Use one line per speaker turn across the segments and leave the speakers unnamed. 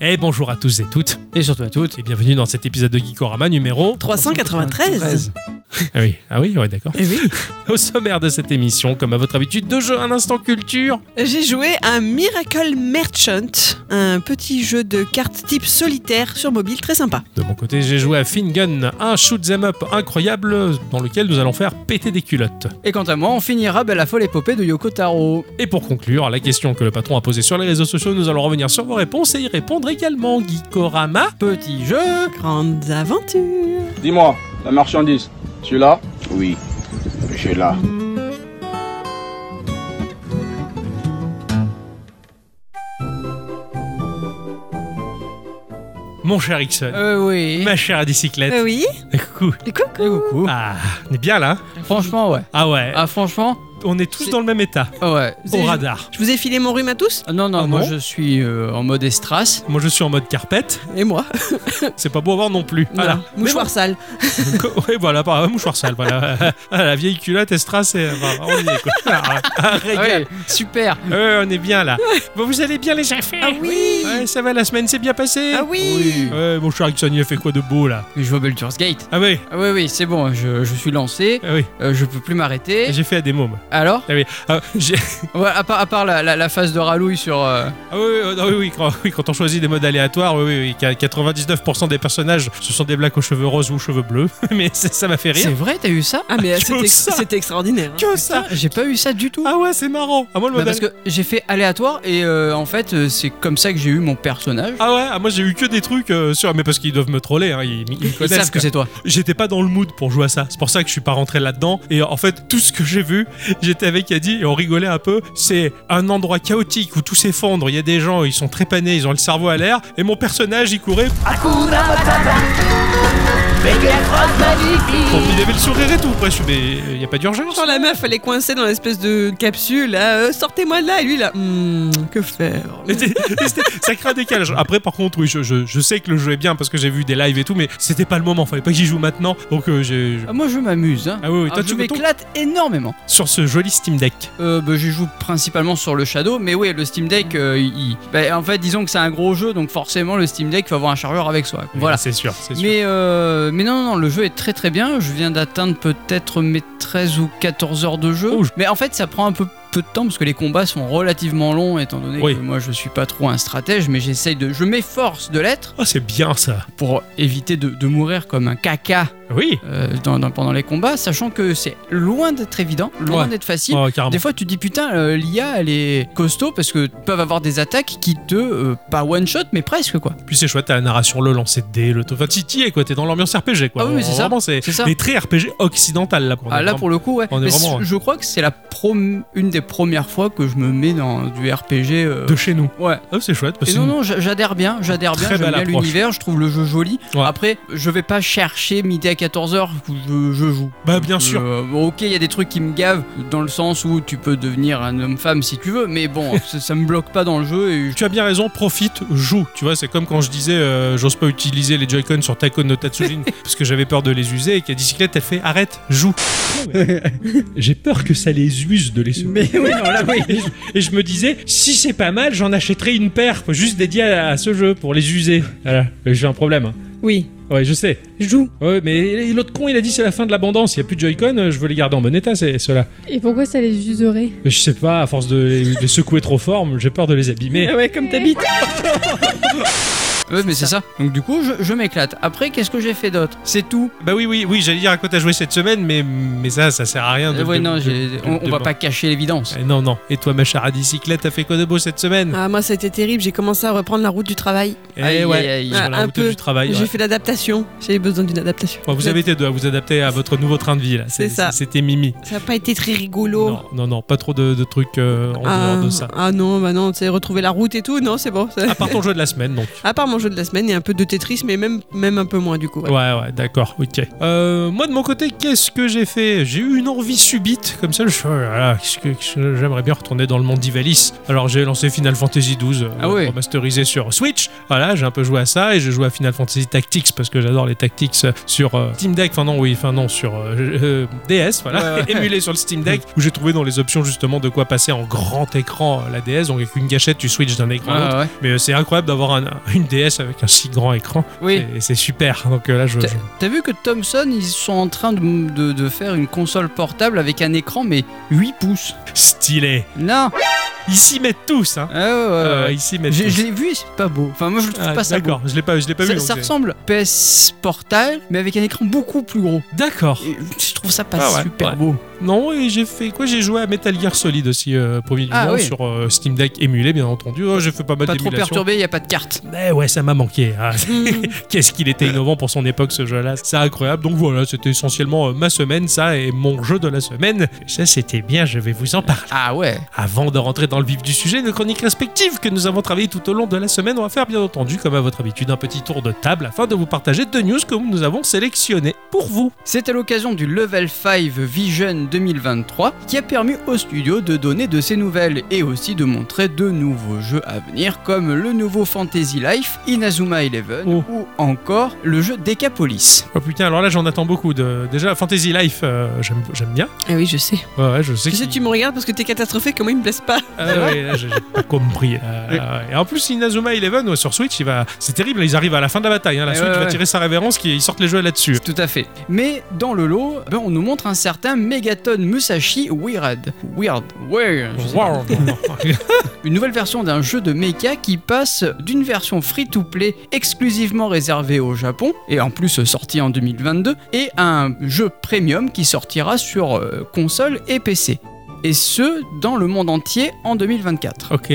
Et bonjour à tous et toutes,
Et surtout à toutes.
et bienvenue dans cet épisode de Geekorama numéro...
393
Ah oui, ah oui, ouais, d'accord.
Eh oui.
Au sommaire de cette émission, comme à votre habitude, deux jeux, un instant culture.
J'ai joué à Miracle Merchant, un petit jeu de cartes type solitaire sur mobile très sympa.
De mon côté, j'ai joué à Fingun, un shoot'em up incroyable dans lequel nous allons faire péter des culottes.
Et quant à moi, on finira ben, la folle épopée de Yoko Taro.
Et pour conclure, la question que le patron a posée sur les réseaux sociaux, nous allons revenir sur vos réponses et y répondre également. Geekorama
Petit jeu
Grandes aventures
Dis-moi, la marchandise, tu l'as Oui, je l'ai.
Mon cher Ixon,
Euh oui.
ma chère à bicyclette.
Euh, Oui
Coucou.
Et coucou
Et coucou.
Ah, on est bien là.
Franchement, ouais.
Ah ouais,
Ah franchement,
on est tous
c'est-
dans le même état,
ouais.
au
C'est-
radar.
Je vous ai filé mon rhume à tous
Ah, Non, non,
Ah
moi
bon
je suis euh, en mode Estras.
Moi je suis en mode carpette,
Et moi
Ah c'est pas beau à voir non plus. Voilà.
Non, Mouchoir sale.
oui, voilà, par un mouchoir sale, voilà. Ah, la vieille culotte, Estra, c'est. enfin, on y est, quoi. Ah, un
Ah
régal.
ouais, super.
Euh, on est bien là. Bon, vous allez bien, les affaires
Ah oui
Eh Ouais, ça va, la semaine s'est bien passée
Ah oui,
Ouais, mon cher Ixon, il a fait quoi de beau là
Je vois Baldur's Gate.
Ah oui,
Ah oui, oui, c'est bon, je, je suis lancé,
ah oui,
euh, je peux plus m'arrêter.
j'ai fait à des mômes.
Alors
Ah, j'ai-
Ouais, à part, à part la, la- la phase de rallouille sur... euh,
ah oui, oui, oui, oui, quand, oui, quand on choisit des modes aléatoires, oui, oui, oui, qu'à 99% des personnages, ce sont des blacks aux cheveux roses ou aux cheveux bleus. Mais ça ça m'a fait
C'est
rire.
vrai, t'as eu ça
Ah mais
Que
c'était
ça
c'était extraordinaire. hein.
Que ça
Putain, J'ai pas eu ça du tout.
Ah ouais, c'est marrant. Ah, moi, le
Bah,
mode
parce que j'ai fait aléatoire et euh, en fait euh, c'est comme ça que j'ai eu mon personnage.
Ah ouais, ah, moi j'ai eu que des trucs euh, sur. Mais parce qu'ils doivent me troller, hein, ils, ils me
Ils
connaissent.
savent que
quoi.
c'est toi.
J'étais pas dans le mood pour jouer à ça. C'est pour ça que je suis pas rentré là-dedans. Et en fait, tout ce que j'ai vu, j'étais avec Adi et on rigolait un peu. C'est un endroit chaotique où tout s'effondre. Il y a des gens, ils sont trépanés, ils ont le cerveau à l'air. Et mon personnage, il courait. Bon, il avait le sourire et tout. Après, je suis, mais il y a pas d'urgence.
Oh
Genre la meuf elle est coincée dans l'espèce de capsule, là, euh, sortez-moi de là, et lui là, Hmm, que faire
Et c'était- et c'était- ça crée un décalage. Après, par contre, oui, je, je- je sais que le jeu est bien parce que j'ai vu des lives et tout, mais c'était pas le moment. Fallait pas que j'y joue maintenant. Donc, euh, j'ai.
Ah, moi je m'amuse. hein.
Ah oui, oui,
Ah,
toi,
je
tu veux ton-
m'éclate énormément.
sur ce joli Steam Deck.
Euh, bah, je joue principalement sur le Shadow, mais oui, le Steam Deck, euh, il... il- bah, en fait, disons que c'est un gros jeu, donc forcément le Steam Deck, il faut avoir un chargeur avec soi. quoi.
Oui,
Voilà.
C'est sûr, c'est sûr.
Mais, euh, mais non, non, non, le jeu est très très bien. Je viens d'atteindre peut-être mes 13 ou 14 heures de jeu.
Oh, je-
Mais en fait, ça prend un peu peu de temps parce que les combats sont relativement longs, étant donné
Oui.
que moi je suis pas trop un stratège, mais j'essaye de. Je m'efforce de l'être
Oh, c'est bien ça.
pour éviter de, de mourir comme un caca
Oui.
euh, dans- dans- pendant les combats, sachant que c'est loin d'être évident, loin
Ouais.
d'être facile.
Oh, carrément.
Des fois, tu te dis putain, euh, l'IA elle est costaud parce que peuvent avoir des attaques qui te euh, pas one shot mais presque quoi.
Puis c'est chouette, t'as la narration, le lancer de dés, le tout. Enfin, t'y- t'y es quoi, t'es dans l'ambiance RPG quoi.
Ah oui, oui, c'est ça.
Vraiment, c'est
C'est ça.
des traits RPG occidental là pour
Ah,
nous,
là
vraiment.
pour le coup ouais.
on est
Mais
vraiment,
c-
ouais.
je crois que c'est la prom- une des premières fois que je me mets dans du RPG. euh,
de chez nous.
Ouais.
Ah, c'est chouette. parce
Et
que
non non, j'a- j'adhère bien, j'adhère bien,
Très
j'aime
belle
bien
approche.
l'univers, je trouve le jeu joli.
Ouais.
Après, je vais pas chercher midi à 14h où je, je joue.
Bah, bien sûr.
Euh, bon, ok, il y a des trucs qui me gavent dans le sens où tu peux devenir un homme-femme si tu veux, mais bon, ça, ça me bloque pas dans le jeu et
Tu as bien raison, profite, joue. Tu vois, c'est comme quand je disais, euh, j'ose pas utiliser les Joy-Con sur Taiko no Tatsujin parce que j'avais peur de les user et qu'à bicyclette, elle fait arrête, joue. J'ai peur que ça les use de les
Mais oui, non, là, oui.
Et je, et je me disais, si c'est pas mal, j'en achèterai une paire, faut juste dédiée à, à ce jeu pour les user. Voilà, Euh, j'ai un problème. hein.
Oui,
Ouais, je sais.
joue.
Ouais, mais l'autre con, il a dit c'est la fin de l'abondance, il y a plus de Joy-Con, euh, je veux les garder en bon état, c'est cela.
Et pourquoi ça les userait
Je sais pas, à force de les, les secouer trop fort, j'ai peur de les abîmer.
Ah ouais, comme t'habites.
Ouais, mais c'est ça. Donc du coup, je, je m'éclate. Après, qu'est-ce que j'ai fait d'autre C'est tout.
Bah oui, oui, oui, j'allais dire à quoi t'as joué cette semaine, mais, mais ça, ça sert à rien. de-
Euh, ouais,
de-
non,
de-
j'ai-
de-
on, on
de-
va pas cacher l'évidence.
Eh Non, non. Et toi, ma chère à bicyclette, t'as fait quoi de beau cette semaine
Ah, moi ça a été terrible, j'ai commencé à reprendre la route du travail.
Eh
Ah, aïe,
ouais,
aïe, aïe.
sur la
Ah, un
route
peu.
du travail.
J'ai
ouais.
fait l'adaptation, j'avais besoin d'une adaptation.
Bon, vous avez été deux à vous adapter à votre nouveau train de vie, là.
C'est ça.
C'était Mimi.
Ça n'a pas été très
Oh.
rigolo.
Non, non, non, pas trop de, de trucs euh, en
ah,
dehors de ça.
ah non, bah non, tu sais, retrouver la route et tout, non, c'est bon. ça-
À part ton jeu de la semaine, donc.
À part mon mon jeu de la semaine et un peu de Tetris, mais même, même un peu moins du coup. ouais.
Ouais, ouais, d'accord, ok. Euh, moi, de mon côté, qu'est-ce que j'ai fait J'ai eu une envie subite, comme ça, je suis, oh là là, qu'est-ce que- qu'est-ce que- j'aimerais bien retourner dans le monde d'Ivalice. Alors, j'ai lancé Final Fantasy XII, euh,
Ah ouais.
remasterisé sur Switch. Voilà, j'ai un peu joué à ça, et je joue à Final Fantasy Tactics, parce que j'adore les Tactics euh, sur euh, Steam Deck, enfin non, oui, enfin non, sur euh, euh, DS, voilà,
Ouais, ouais.
émulé sur le Steam Deck, où j'ai trouvé dans les options, justement, de quoi passer en grand écran euh, la DS, donc avec une gâchette, tu switches d'un écran à l'autre.
Ah Ouais, ouais.
Mais euh, c'est incroyable d'avoir un- une DS avec un si grand écran.
Oui.
Et c'est super. Donc euh, là, je,
T'as-
je-
T'as vu que Thomson, ils sont en train de, de- de faire une console portable avec un écran, mais 8 pouces.
stylé.
Non
Ils s'y mettent tous, hein.
Ah ouais, ouais, ouais.
Euh, ils s'y mettent.
J'ai-
tous.
Je l'ai vu et c'est pas beau. Enfin, moi je le trouve
Ah,
pas ça beau.
D'accord, je l'ai pas, je l'ai pas vu.
Ça,
donc
ça
c'est-
ressemble PS Portal, mais avec un écran beaucoup plus gros.
D'accord.
Et je trouve ça pas
Ah ouais,
super
ouais.
beau.
Non, et j'ai fait quoi J'ai joué à Metal Gear Solid aussi, euh, premier du
Ah
nom,
oui.
sur euh, Steam Deck émulé, bien entendu. Oh, j'ai fait pas mal
Pas trop
d'émulations.
perturbé, y a pas de carte.
Mais ouais, ça m'a manqué. hein. Qu'est-ce qu'il était innovant pour son époque ce jeu-là. C'est incroyable. Donc voilà, c'était essentiellement euh, ma semaine, ça, et mon jeu de la semaine. Ça, c'était bien, je vais vous en parler.
Ah ouais.
Avant de rentrer dans le vif du sujet, nos chroniques respectives que nous avons travaillées tout au long de la semaine, on va faire bien entendu, comme à votre habitude, un petit tour de table afin de vous partager deux news que nous avons sélectionnées pour vous.
C'est à l'occasion du Level 5 Vision 2023 qui a permis au studio de donner de ses nouvelles et aussi de montrer de nouveaux jeux à venir comme le nouveau Fantasy Life, Inazuma Eleven
Oh.
ou encore le jeu Decapolis.
Oh putain, alors là j'en attends beaucoup. De... Déjà, Fantasy Life, euh, j'aime j'aime bien.
Ah oui, je sais.
Ouais, ouais, je sais
Je
que
sais, tu me regardes parce que t'es catastrophé, comment il me plaisent pas
Ah ouais, là, j'ai j'ai pas compris. Euh, ouais. Et en plus, Inazuma Eleven ouais, sur Switch, il va... c'est terrible, ils arrivent à la fin de la bataille. hein. La
Eh
Switch
ouais,
va
ouais.
tirer sa révérence, qui... ils sortent les jeux là-dessus.
Tout à fait. Mais dans le lot, ben, on nous montre un certain Megaton Musashi Weird. Weird. Weird. je sais pas.
Wow.
Une nouvelle version d'un jeu de mecha qui passe d'une version free-to-play exclusivement réservée au Japon, et en plus sorti en 2022, et à un jeu premium qui sortira sur euh, console et PC. Et ce, dans le monde entier en 2024.
ok.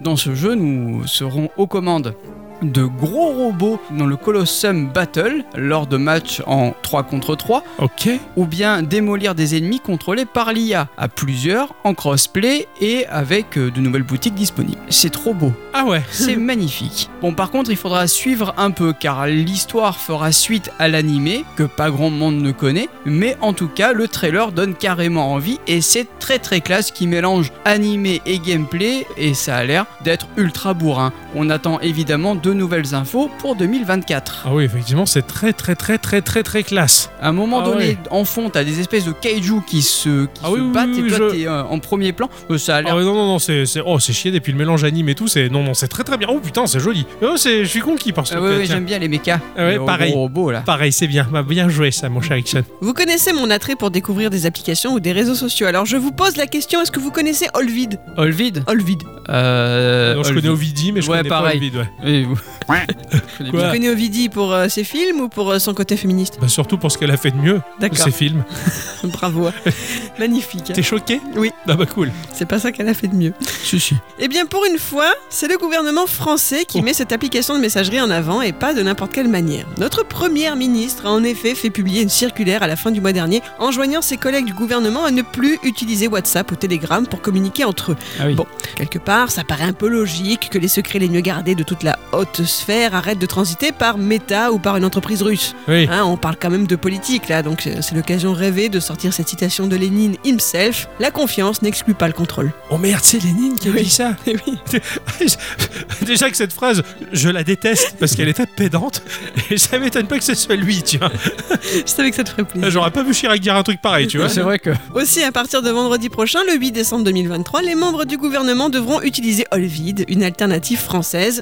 Dans ce jeu, nous serons aux commandes de gros robots dans le Colosseum Battle lors de matchs en 3 contre 3
Ok.
ou bien démolir des ennemis contrôlés par l'IA à plusieurs en crossplay et avec euh, de nouvelles boutiques disponibles. C'est trop beau,
Ah ouais.
c'est magnifique. Bon par contre il faudra suivre un peu car l'histoire fera suite à l'animé que pas grand monde ne connaît mais en tout cas le trailer donne carrément envie et c'est très très classe qui mélange animé et gameplay et ça a l'air d'être ultra bourrin. On attend évidemment de nouvelles infos pour 2024.
Ah oui, effectivement, c'est très, très, très, très, très, très classe.
À un moment
Ah
donné,
ouais.
en fond, t'as des espèces de kaiju qui se, qui
Ah
se
oui, oui,
battent
oui,
et toi
je-
t'es euh, en premier plan. Euh, ça a
Ah
l'air.
ouais, non non non c'est c'est- oh c'est chier et puis le mélange anime et tout c'est non non c'est très très bien oh putain c'est joli oh c'est je suis conquis par ce
Ah ouais,
truc-là,
ouais,
tiens.
j'aime bien les mechas.
Ah ouais,
Les gros
pareil.
robots, là.
pareil c'est bien bah, bien joué ça mon cher
Euh,
Ixon
Vous connaissez mon attrait pour découvrir des applications ou des réseaux sociaux. Alors je vous pose la question est-ce que vous connaissez Olvid
Olvid
Olvid.
Euh.
non je
Olvid.
connais Ovidi mais je
Ouais,
connais
pareil.
pas Ovid ouais.
Oui, oui. Je connais
Quoi
bien.
Vous connaissez Ovidi pour euh, ses films ou pour euh, son côté féministe
Bah, surtout pour ce qu'elle a fait de mieux
D'accord.
ces films
Bravo. Magnifique. hein.
t'es choqué
Oui.
ah bah cool
C'est pas ça qu'elle a fait de mieux.
Si, si.
Eh bien, pour une fois, c'est le gouvernement français qui
Oh.
met cette application de messagerie en avant et pas de n'importe quelle manière. Notre première ministre a en effet fait publier une circulaire à la fin du mois dernier enjoignant ses collègues du gouvernement à ne plus utiliser WhatsApp ou Telegram pour communiquer entre eux.
Ah oui.
Bon, quelque part, ça paraît un peu logique que les secrets les mieux gardés de toute la haute sphère arrêtent de transiter par Meta ou par une entreprise russe.
oui
Hein, on parle quand même de politique là, donc euh, c'est l'occasion rêvée de sortir cette citation de Lénine himself La confiance n'exclut pas le contrôle.
oh merde c'est Lénine qui a
Oui.
dit ça
Eh oui.
déjà que cette phrase je la déteste parce qu'elle était pédante et ça m'étonne pas que ce soit lui tiens
Je savais que ça te ferait plaisir.
j'aurais pas vu Chirac dire un truc pareil tu vois
C'est vrai que.
Aussi, à partir de vendredi prochain, le 8 décembre 2023, les membres du gouvernement devront utiliser Olvid, une alternative française.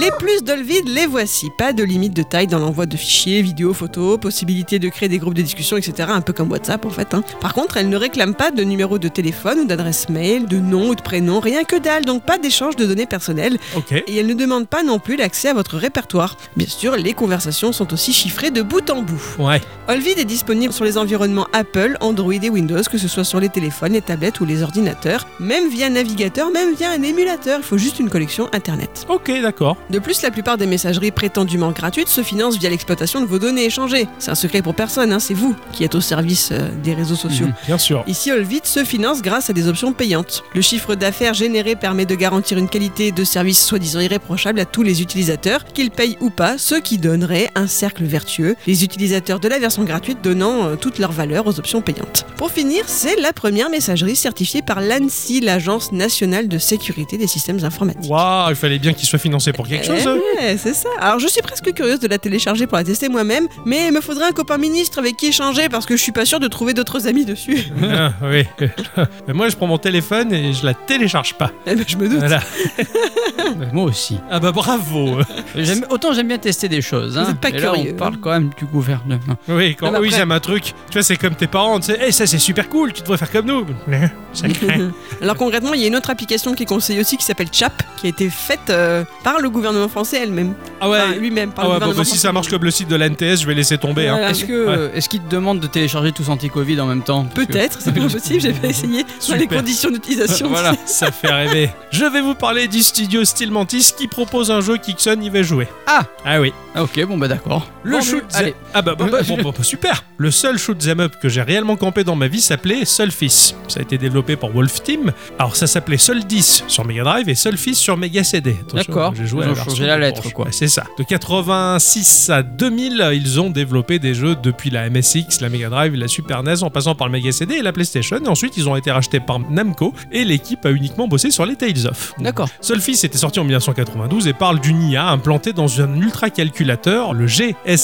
Les plus d'Olvid, les voici. Pas de limite de taille dans l'envoi de fichiers, vidéos, photos, possibilité de créer des groupes de discussion, etc. Un peu comme WhatsApp en fait. hein. Par contre, elle ne réclame pas de numéro de téléphone ou d'adresse mail, de nom ou de prénom, rien que dalle, donc pas d'échange de données personnelles.
ok
Et elle ne demande pas non plus l'accès à votre répertoire. Bien sûr, les conversations sont aussi chiffrées de bout en bout.
ouais
Olvid est disponible sur les environnements Apple, Android et Windows, que ce soit sur les téléphones, les tablettes ou les ordinateurs, même via navigateur, même via un émulateur. Il faut juste une connexion Internet.
ok d'accord
De plus, la plupart des messageries prétendument gratuites se financent via l'exploitation de vos données échangées. C'est un secret pour personne, hein, c'est vous qui êtes au service euh, des réseaux sociaux.
Bien sûr.
Ici, Olvit se finance grâce à des options payantes. Le chiffre d'affaires généré permet de garantir une qualité de service soi-disant irréprochable à tous les utilisateurs, qu'ils payent ou pas, ce qui donnerait un cercle vertueux, les utilisateurs de la version gratuite donnant euh, toute leur valeur aux options payantes. Pour finir, c'est la première messagerie certifiée par l'ANSI, l'Agence nationale de sécurité des systèmes informatiques.
Waouh, il fallait bien qu'il soit financé pour quelque chose. hein. eux.
Eh ouais, c'est ça. Alors je suis presque curieuse de la télécharger pour la tester moi-même, mais il me faudrait un copain ministre avec qui échanger parce que je suis pas sûre de trouver d'autres amis dessus.
Ah, oui. Mais moi, je prends mon téléphone et je la télécharge pas.
Eh ben, je me doute.
Voilà.
Moi aussi.
Ah bah bravo.
J'aime- autant j'aime bien tester des choses. Hein.
êtes pas
Et là,
curieux,
on
hein.
parle quand même du gouvernement.
Oui, quand
Ah bah
eux, ils
après-
aiment un truc, tu vois, c'est comme tes parents, tu sais, Eh, ça c'est super cool, tu devrais faire comme nous. Eh, Sacré.
Alors concrètement, il y a une autre application qui est conseillée aussi qui s'appelle Chap, qui a été faite euh, par le gouvernement français elle-même.
Ah ouais,
Enfin, lui-même, par
ah
le
ouais bah,
gouvernement
bah, si ça marche comme le site de l'ANTS, je vais laisser tomber. hein.
Voilà.
Est-ce que euh, est-ce qu'ils te demandent de télécharger tous anti-Covid en même temps Parce que-
Peut-être, c'est pas possible, j'ai pas essayé dans les
Super.
conditions d'utilisation.
voilà, ça fait rêver. Je vais vous parler du studio Steel Mantis qui propose un jeu qu'Ixon y va jouer.
Ah
Ah oui.
Ah, ok, bon bah d'accord.
Le
Bon,
shoot
je- Allez,
Ah bah, bah, bah, bon, bon, bah, super Le seul shoot 'em up que j'ai réellement campé dans ma vie s'appelait Solfis. Ça a été développé par Wolf Team. Alors ça s'appelait Sol 10 sur Mega Drive et Sol Fist sur Mega CD. Attention,
D'accord.
J'ai joué à
Ils ont
version
changé la
de
lettre,
branche.
quoi.
Ouais, c'est ça. De 86 à 2000, ils ont développé des jeux depuis la MSX, la Mega Drive, la Super NES en passant par le Mega CD et la PlayStation. Et ensuite, ils ont été rachetés par Namco et l'équipe a uniquement bossé sur les Tales of.
d'accord.
Solfis était sorti en 1992 et parle d'une IA implantée dans un ultracalculateur, le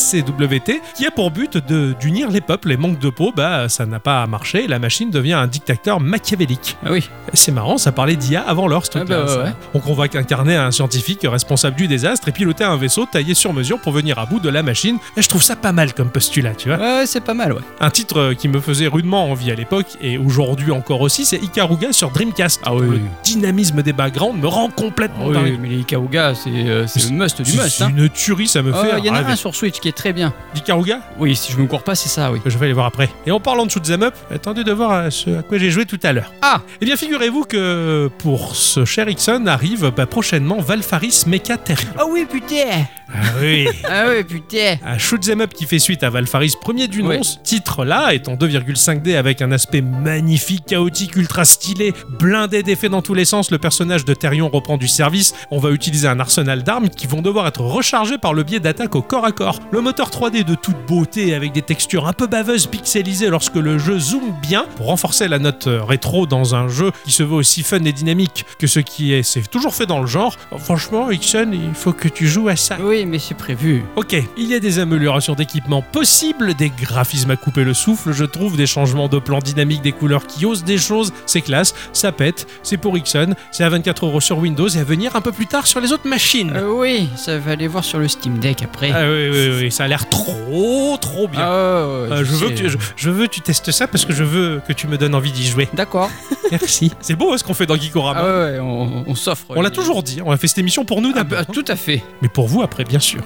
GSCWT, qui a pour but de- d'unir les peuples. Et manque de peau, bah ça n'a pas marché. La machine devient un dictateur machiavélique.
Ah oui.
C'est marrant, ça parlait d'IA avant l'heure, ce
Ah
truc-là.
bah ouais,
ça.
ouais.
On convoque incarner un scientifique responsable du désastre et piloter un vaisseau taillé sur mesure pour venir à bout de la machine. Et je trouve ça pas mal comme postulat, tu vois.
Ouais, ouais, c'est pas mal, ouais.
Un titre euh, qui me faisait rudement envie à l'époque et aujourd'hui encore aussi, c'est Ikaruga sur Dreamcast.
Ah oui.
Le dynamisme des backgrounds me rend complètement
Ah
dingue.
oui, mais les Ikaruga, c'est euh, c'est
C'est-
le must du
C'est-
must.
C'est
hein.
une tuerie, ça me
Ah
fait
ouais, Il y en a
rêver.
un sur Switch qui est très bien.
D'Ikaruga
Oui, si je me cours pas, c'est ça, oui.
Je vais aller voir après. Et en parlant de shoot'em up, attendez de voir à ce à quoi j'ai joué tout à l'heure.
Ah
Eh bien, figurez-vous que pour ce cher Ixon arrive bah, prochainement Valfaris Mecha Terrible.
Ah oui, putain
Ah oui
Ah oui, putain
Un shoot'em up qui fait suite à Valfaris, premier du nom.
Ouais.
Ce titre-là est en 2,5D avec un aspect magnifique, chaotique, ultra stylé, blindé d'effets dans tous les sens. Le personnage de Therion reprend du service. On va utiliser un arsenal d'armes qui vont devoir être rechargées par le biais d'attaques au corps à corps. Le moteur 3D de toute beauté avec des textures un peu baveuses pixelisées lorsque le jeu zoome bien pour renforcer la note euh, rétro dans un jeu qui se veut aussi fun et dynamique que ce qui est, c'est toujours fait dans le genre. Franchement, Ixon, il faut que tu joues à ça.
Oui, mais c'est prévu.
Ok, il y a des améliorations d'équipement possibles, des graphismes à couper le souffle, je trouve, des changements de plan dynamique, des couleurs qui osent des choses, c'est classe, ça pète, c'est pour Ixon, c'est à 24 euros sur Windows et à venir un peu plus tard sur les autres machines.
Euh, oui, ça va aller voir sur le Steam Deck après.
Hmm. Ah oui, oui, oui, ça a l'air trop, trop bien.
Ah ouais, ouais,
Euh, je, veux que
sais.
tu, je, je veux que tu testes ça parce que je veux que tu me donnes envie d'y jouer.
D'accord.
Merci. C'est beau hein, ce qu'on fait dans Geekorama.
Ah ouais, ouais, on, on s'offre.
on l'a
les-
toujours dit, on a fait cette émission pour nous
Ah
d'abord. hein.
bah, tout à fait.
Mais pour vous après, bien sûr.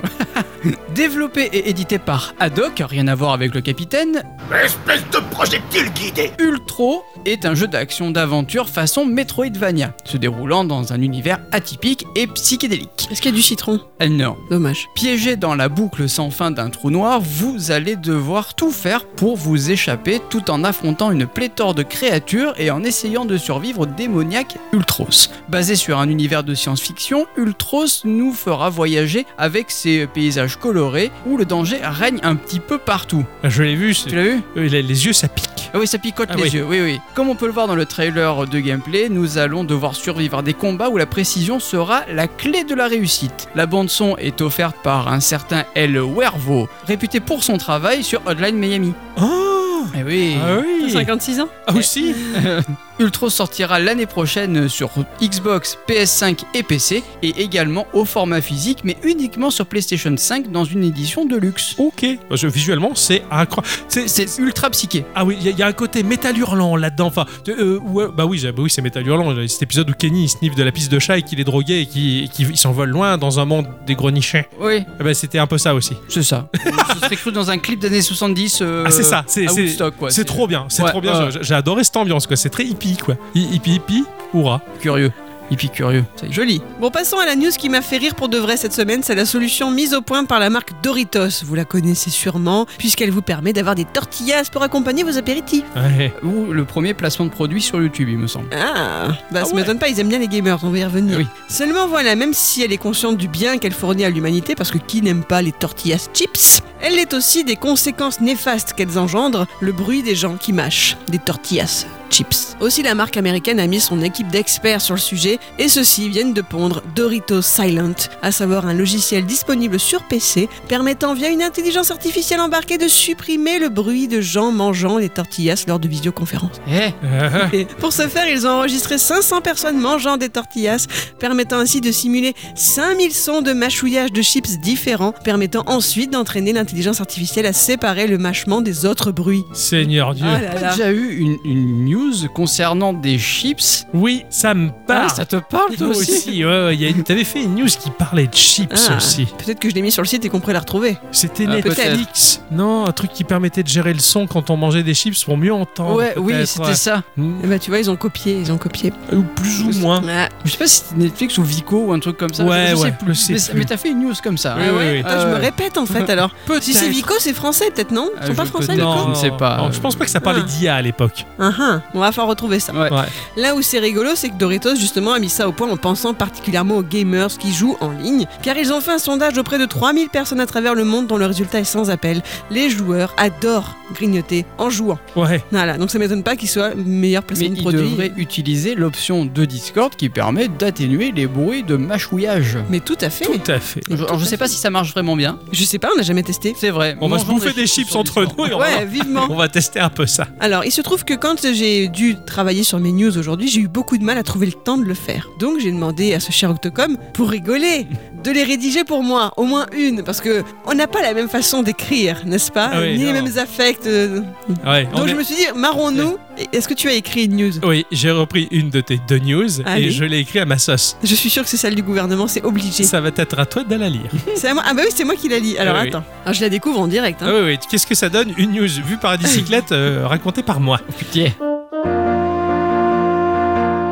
Développé et édité par Haddock, rien à voir avec le capitaine,
Espèce de projectile guidé
Ultro est un jeu d'action d'aventure façon Metroidvania, se déroulant dans un univers atypique et psychédélique.
Est-ce qu'il y a du citron
Ah non.
Dommage.
Piégé dans la boucle sans fin d'un trou noir, vous allez devoir tout faire pour vous échapper tout en affrontant une pléthore de créatures et en essayant de survivre au démoniaque Ultros. Basé sur un univers de science-fiction, Ultros nous fera voyager avec ses paysages colorés où le danger règne un petit peu partout.
Je l'ai vu, c'est-
Tu l'as vu
euh, les les yeux ça pique.
ah oui, ça picote
Ah
les
oui.
yeux, oui, oui. Comme on peut le voir dans le trailer de gameplay, nous allons devoir survivre à des combats où la précision sera la clé de la réussite. La bande-son est offerte par un certain El Wervo, réputé pour son travail sur Hotline Miami.
Oh
Eh oui.
Ah oui
56 ans
Ah aussi
Ultro sortira l'année prochaine sur Xbox, PS5 et PC, et également au format physique, mais uniquement sur PlayStation 5 dans une édition de luxe.
Ok. Parce que visuellement, c'est incroyable. C'est- c'est-
C'est ultra psyché.
Ah oui, il y, a- il y a un côté métal hurlant là-dedans. Enfin, tu- euh, ouais, bah oui, j'ai- bah oui c'est métal hurlant. Il y a Cet épisode où Kenny il sniffe de la piste de chat et qu'il est drogué et qu'il qu'il- il s'envole loin dans un monde des grenichets.
Oui,
Eh ben, c'était un peu ça aussi.
c'est ça. Je serais cru dans un clip des années 70. euh,
ah, c'est ça. C'est
à
c'est-
Woodstock, quoi.
c'est trop bien. C'est
Ouais,
trop bien.
ouais.
J'ai- J'ai adoré cette ambiance. quoi. C'est très hippie. quoi. Hi- Hippie, hippie, hurrah.
curieux. Hippie curieux. Ça y est.
Joli. Bon, passons à la news qui m'a fait rire pour de vrai cette semaine. C'est la solution mise au point par la marque Doritos. Vous la connaissez sûrement, puisqu'elle vous permet d'avoir des tortillas pour accompagner vos apéritifs.
Ouais.
Ou le premier placement de produit sur YouTube, il me semble.
Ah, bah
Ah
ça
ouais.
m'étonne pas, ils aiment bien les gamers, on va y revenir.
Oui.
Seulement voilà, même si elle est consciente du bien qu'elle fournit à l'humanité, parce que qui n'aime pas les tortillas chips, elle est aussi des conséquences néfastes qu'elles engendrent, le bruit des gens qui mâchent des tortillas chips. Aussi la marque américaine a mis son équipe d'experts sur le sujet, et ceux-ci viennent de pondre Doritos Silent, à savoir un logiciel disponible sur PC permettant via une intelligence artificielle embarquée de supprimer le bruit de gens mangeant les tortillas lors de visioconférences.
Eh
Euh,
Et pour ce faire, ils ont enregistré 500 personnes mangeant des tortillas, permettant ainsi de simuler 5000 sons de mâchouillage de chips différents, permettant ensuite d'entraîner l'intelligence artificielle à séparer le mâchement des autres bruits.
Seigneur Dieu.
Ah là
T'as
là.
déjà eu une, une news concernant des chips
Oui, ça me
Ah,
parle.
ça te parle toi
Toi
aussi
aussi, ouais, ouais, il y a une- T'avais fait une news qui parlait de chips
Ah.
aussi.
Peut-être que je l'ai mis sur le site et qu'on pourrait la retrouver.
C'était
Ah,
Netflix. Non, un truc qui permettait de gérer le son quand on mangeait des chips pour mieux entendre.
Ouais, oui,
peut-être,
c'était
ouais.
ça.
Mm.
Eh ben, tu vois, ils ont copié, ils ont copié.
Ou plus ou moins.
Ah.
Je sais pas si c'était Netflix ou Vico ou un truc comme ça.
Ouais,
je sais
ouais,
plus.
je sais
mais
plus.
mais t'as fait une news comme ça.
Oui,
hein.
oui, oui.
Attends, je
Euh,
me répète en fait alors. Si c'est
Peut-être.
Vico, c'est français peut-être, non Ils
Ah,
sont pas
je-
français
peut-être.
Vico
je ne sais pas.
non, je pense pas que ça parlait
Ah.
d'IA à l'époque.
Ah, ah. On va falloir retrouver ça.
Ouais.
Ouais.
Là où c'est rigolo, c'est que Doritos justement a mis ça au point en pensant particulièrement aux gamers qui jouent en ligne, car ils ont fait un sondage auprès de 3000 personnes à travers le monde dont le résultat est sans appel. Les joueurs adorent grignoter en jouant.
Ouais.
Voilà, donc ça m'étonne pas qu'ils soient meilleurs
Mais
placement de
il
produits.
devrait utiliser l'option de Discord qui permet d'atténuer les bruits de mâchouillage.
Mais tout à fait.
Tout à fait.
Je- Alors je sais pas si ça marche vraiment bien.
Je sais pas, on n'a jamais testé.
C'est vrai.
On va se
Mangeons
bouffer des chips
sur
entre
Discord.
nous et on,
Ouais,
va,
vivement.
on va tester un peu ça.
Alors, il se trouve que quand j'ai dû travailler sur mes news aujourd'hui, j'ai eu beaucoup de mal à trouver le temps de le faire. Donc, j'ai demandé à ce cher Octocom, pour rigoler, de les rédiger pour moi, au moins une, parce que on n'a pas la même façon d'écrire, n'est-ce pas
Ah oui,
Ni les
non.
mêmes affects. euh,
Ouais, on
Donc,
est-
je me suis dit, marrons-nous, est-ce que tu as écrit une news
Oui, j'ai repris une de tes deux news
Allez.
et je l'ai écrit à ma sauce.
Je suis sûre que c'est celle du gouvernement, c'est obligé.
Ça va être à toi de la lire.
C'est à moi- Ah, bah oui, c'est moi qui la lis. Alors,
Ah oui.
attends. Alors, je la découvre en direct. hein.
Ah oui, oui. Qu'est-ce que ça donne Une news vue par la bicyclette euh, racontée par moi.
Putain.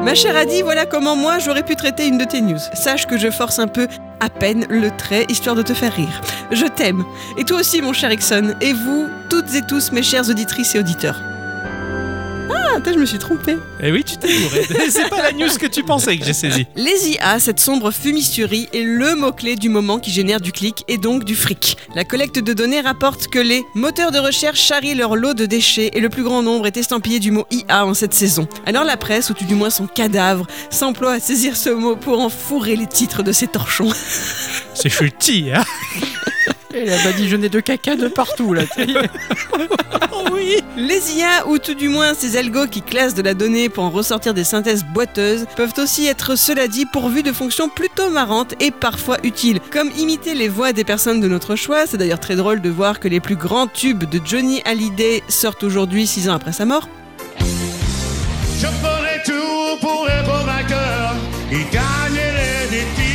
Ma chère Adi, voilà comment moi j'aurais pu traiter une de tes news. Sache que je force un peu à peine le trait histoire de te faire rire. Je t'aime. Et toi aussi mon cher Ixon. Et vous, toutes et tous mes chères auditrices et auditeurs. Ah, attends, je me suis trompée.
Eh oui, tu t'es gouré. C'est pas la news que tu pensais que j'ai saisie.
Les IA, cette sombre fumisterie, est le mot-clé du moment qui génère du clic et donc du fric. La collecte de données rapporte que les moteurs de recherche charrient leur lot de déchets et le plus grand nombre est estampillé du mot IA en cette saison. Alors la presse, ou tout du moins son cadavre, s'emploie à saisir ce mot pour en fourrer les titres de ses torchons.
C'est chutty, hein
Elle a pas dit je n'ai de caca de partout là.
oui Les IA, ou tout du moins ces algos qui classent de la donnée pour en ressortir des synthèses boiteuses, peuvent aussi être, cela dit, pourvus de fonctions plutôt marrantes et parfois utiles, comme imiter les voix des personnes de notre choix. C'est d'ailleurs très drôle de voir que les plus grands tubes de Johnny Hallyday sortent aujourd'hui, six ans après sa mort.
Je ferai tout pour les beaux vainqueurs et gagner les défis.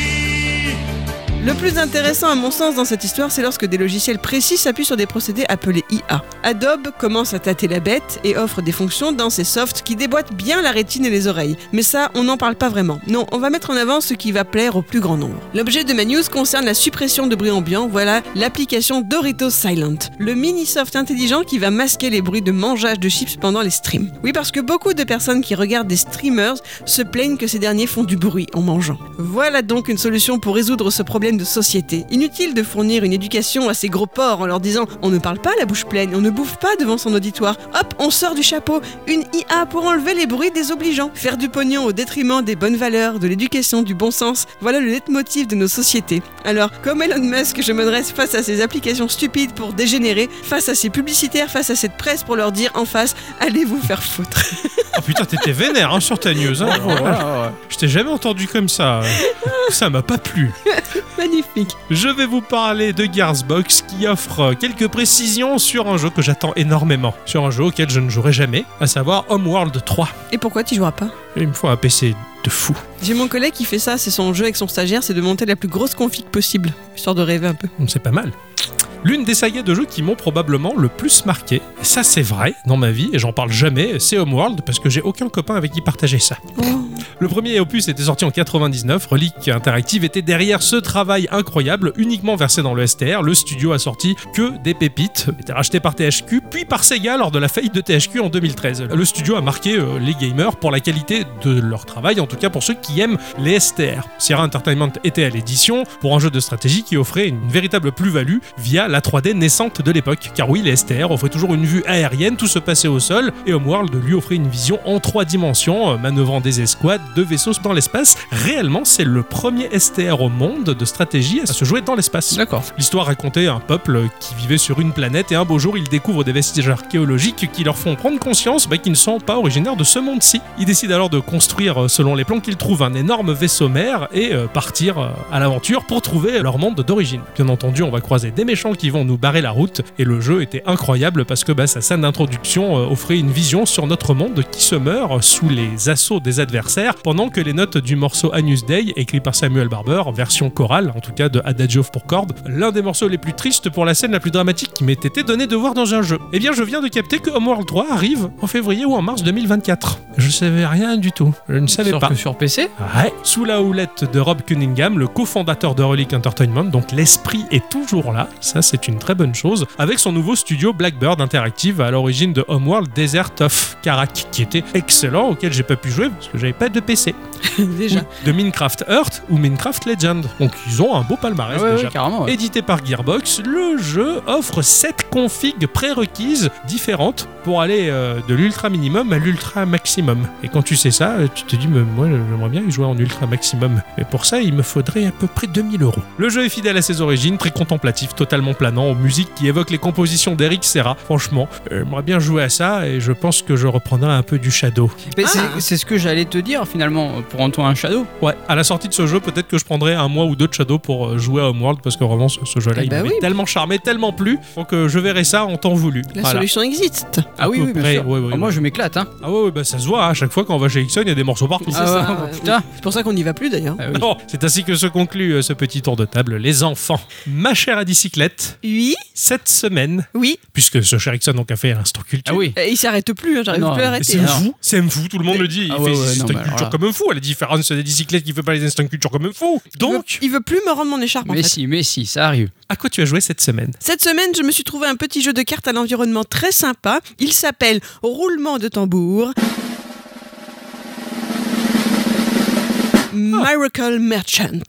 Le plus intéressant à mon sens dans cette histoire, c'est lorsque des logiciels précis s'appuient sur des procédés appelés IA. Adobe commence à tâter la bête et offre des fonctions dans ses softs qui déboîtent bien la rétine et les oreilles. Mais ça, on n'en parle pas vraiment. Non, on va mettre en avant ce qui va plaire au plus grand nombre. L'objet de ma news concerne la suppression de bruit ambiant, voilà l'application Doritos Silent, le mini-soft intelligent qui va masquer les bruits de mangeage de chips pendant les streams. Oui, parce que beaucoup de personnes qui regardent des streamers se plaignent que ces derniers font du bruit en mangeant. Voilà donc une solution pour résoudre ce problème de société. Inutile de fournir une éducation à ces gros porcs en leur disant on ne parle pas la bouche pleine, on ne bouffe pas devant son auditoire. Hop, on sort du chapeau une IA pour enlever les bruits désobligeants. Faire du pognon au détriment des bonnes valeurs, de l'éducation, du bon sens, voilà le leitmotiv de nos sociétés. Alors, comme Elon Musk, je m'adresse face à ces applications stupides pour dégénérer, face à ces publicitaires, face à cette presse pour leur dire en face allez vous faire foutre.
Oh putain, t'étais vénère hein, sur ta news. Hein. Je t'ai jamais entendu comme ça. Ça m'a pas plu.
Magnifique.
Je vais vous parler de Gearsbox qui offre euh, quelques précisions sur un jeu que j'attends énormément. Sur un jeu auquel je ne jouerai jamais, à savoir Homeworld 3.
Et pourquoi tu joueras pas
Il me faut un PC de fou.
J'ai mon collègue qui fait ça, c'est son jeu avec son stagiaire, c'est de monter la plus grosse config possible, histoire de rêver un peu.
C'est pas mal. L'une des sagas de jeux qui m'ont probablement le plus marqué, Ça, c'est vrai dans ma vie, et j'en parle jamais, c'est Homeworld, parce que j'ai aucun copain avec qui partager ça. Le premier opus était sorti en 99, Relic Interactive était derrière ce travail incroyable, uniquement versé dans le STR, le studio a sorti que des pépites, était racheté par THQ, puis par Sega lors de la faillite de THQ en 2013. Le studio a marqué euh, les gamers pour la qualité de leur travail, en tout cas pour ceux qui aiment les STR. Sierra Entertainment était à l'édition pour un jeu de stratégie qui offrait une véritable plus-value via la 3D naissante de l'époque, car oui, les STR offraient toujours une vue aérienne, tout se passait au sol, et Homeworld lui offrait une vision en trois dimensions, euh, manœuvrant des escouades, de vaisseaux dans l'espace. Réellement, c'est le premier STR au monde de stratégie à se jouer dans l'espace.
D'accord.
L'histoire racontait un peuple qui vivait sur une planète et un beau jour ils découvrent des vestiges archéologiques qui leur font prendre conscience bah, qu'ils ne sont pas originaires de ce monde-ci. Ils décident alors de construire, euh, selon les plans qu'ils trouvent, un énorme vaisseau mère et euh, partir euh, à l'aventure pour trouver leur monde d'origine. Bien entendu, on va croiser des méchants qui vont nous barrer la route et le jeu était incroyable parce que bah, sa scène d'introduction euh, offrait une vision sur notre monde qui se meurt sous les assauts des adversaires pendant que les notes du morceau Agnus Day, écrit par Samuel Barber, version chorale, en tout cas de Adagio pour cordes, l'un des morceaux les plus tristes pour la scène la plus dramatique qui m'ait été donné de voir dans un jeu. Eh bien, je viens de capter que Homeworld 3 arrive en février ou en mars 2024. Je savais rien du tout. Je ne savais
Sauf
pas.
que sur PC
Ouais. Sous la houlette de Rob Cunningham, le cofondateur de Relic Entertainment, donc l'esprit est toujours là, ça c'est une très bonne chose, avec son nouveau studio Blackbird Interactive à l'origine de Homeworld Desert of Karak, qui était excellent, auquel j'ai pas pu jouer parce que j'avais pas de PC.
Déjà.
De Minecraft Earth ou Minecraft Legend. Donc ils ont un beau palmarès
Ah Ouais, ouais,
Ah déjà.
carrément. ouais.
Édité par Gearbox, le jeu offre 7 configs prérequises différentes pour aller euh, de l'ultra minimum à l'ultra maximum. Et quand tu sais ça, euh, tu te dis, mais moi j'aimerais bien y jouer en ultra maximum. Mais pour ça, il me faudrait à peu près 2000 euros. Le jeu est fidèle à ses origines, très contemplatif, totalement planant, aux musiques qui évoquent les compositions d'Eric Serra. Franchement, euh, j'aimerais bien jouer à ça et je pense que je reprendrai un peu du Shadow.
Mais c'est-
Ah.
C'est ce que j'allais te dire finalement pour Antoine Shadow.
Ouais, à la sortie de ce jeu, peut-être que je prendrai un mois ou deux de Shadow pour euh, jouer à Homeworld parce que vraiment ce, ce jeu-là,
Eh
il
bah
ben
m'avait
oui.
tellement charmé, tellement plu. Donc euh, je verrai ça en temps voulu.
La
Voilà.
solution existe.
Ah oui,
peu
oui, bien
près,
sûr.
ouais, ouais,
Ah, Moi
ouais.
je m'éclate. Hein.
Ah ouais, ouais, bah ça se voit, hein, à chaque fois quand on va chez Ixon, il y a des morceaux partout.
C'est
Ah
ça,
ouais,
ouais.
putain.
C'est pour ça qu'on n'y va plus d'ailleurs.
Ah oui.
Bon, c'est ainsi que se conclut euh, ce petit tour de table, les enfants. Ma chère à bicyclette,
Oui,
cette semaine,
oui.
puisque ce cher Ixon donc a fait à l'instant culture.
Ah oui.
Et il s'arrête plus, hein, j'arrive
Non,
plus à
Et
arrêter.
C'est un
alors.
fou, c'est un fou, tout le monde le dit. Il
Ah
fait
ouais, ouais,
c'est
non,
une
mais alors
culture
là.
comme un fou, à la différence des bicyclettes qui fait pas les instants culture comme un fou. Donc,
il veut plus me rendre mon écharpe en
Mais
fait.
si, mais si, ça arrive.
à quoi tu as joué cette semaine
Cette semaine, je me suis trouvé un petit jeu de cartes à l'environnement très sympa. Il s'appelle Roulement de tambour.
Ah.
Miracle Merchant.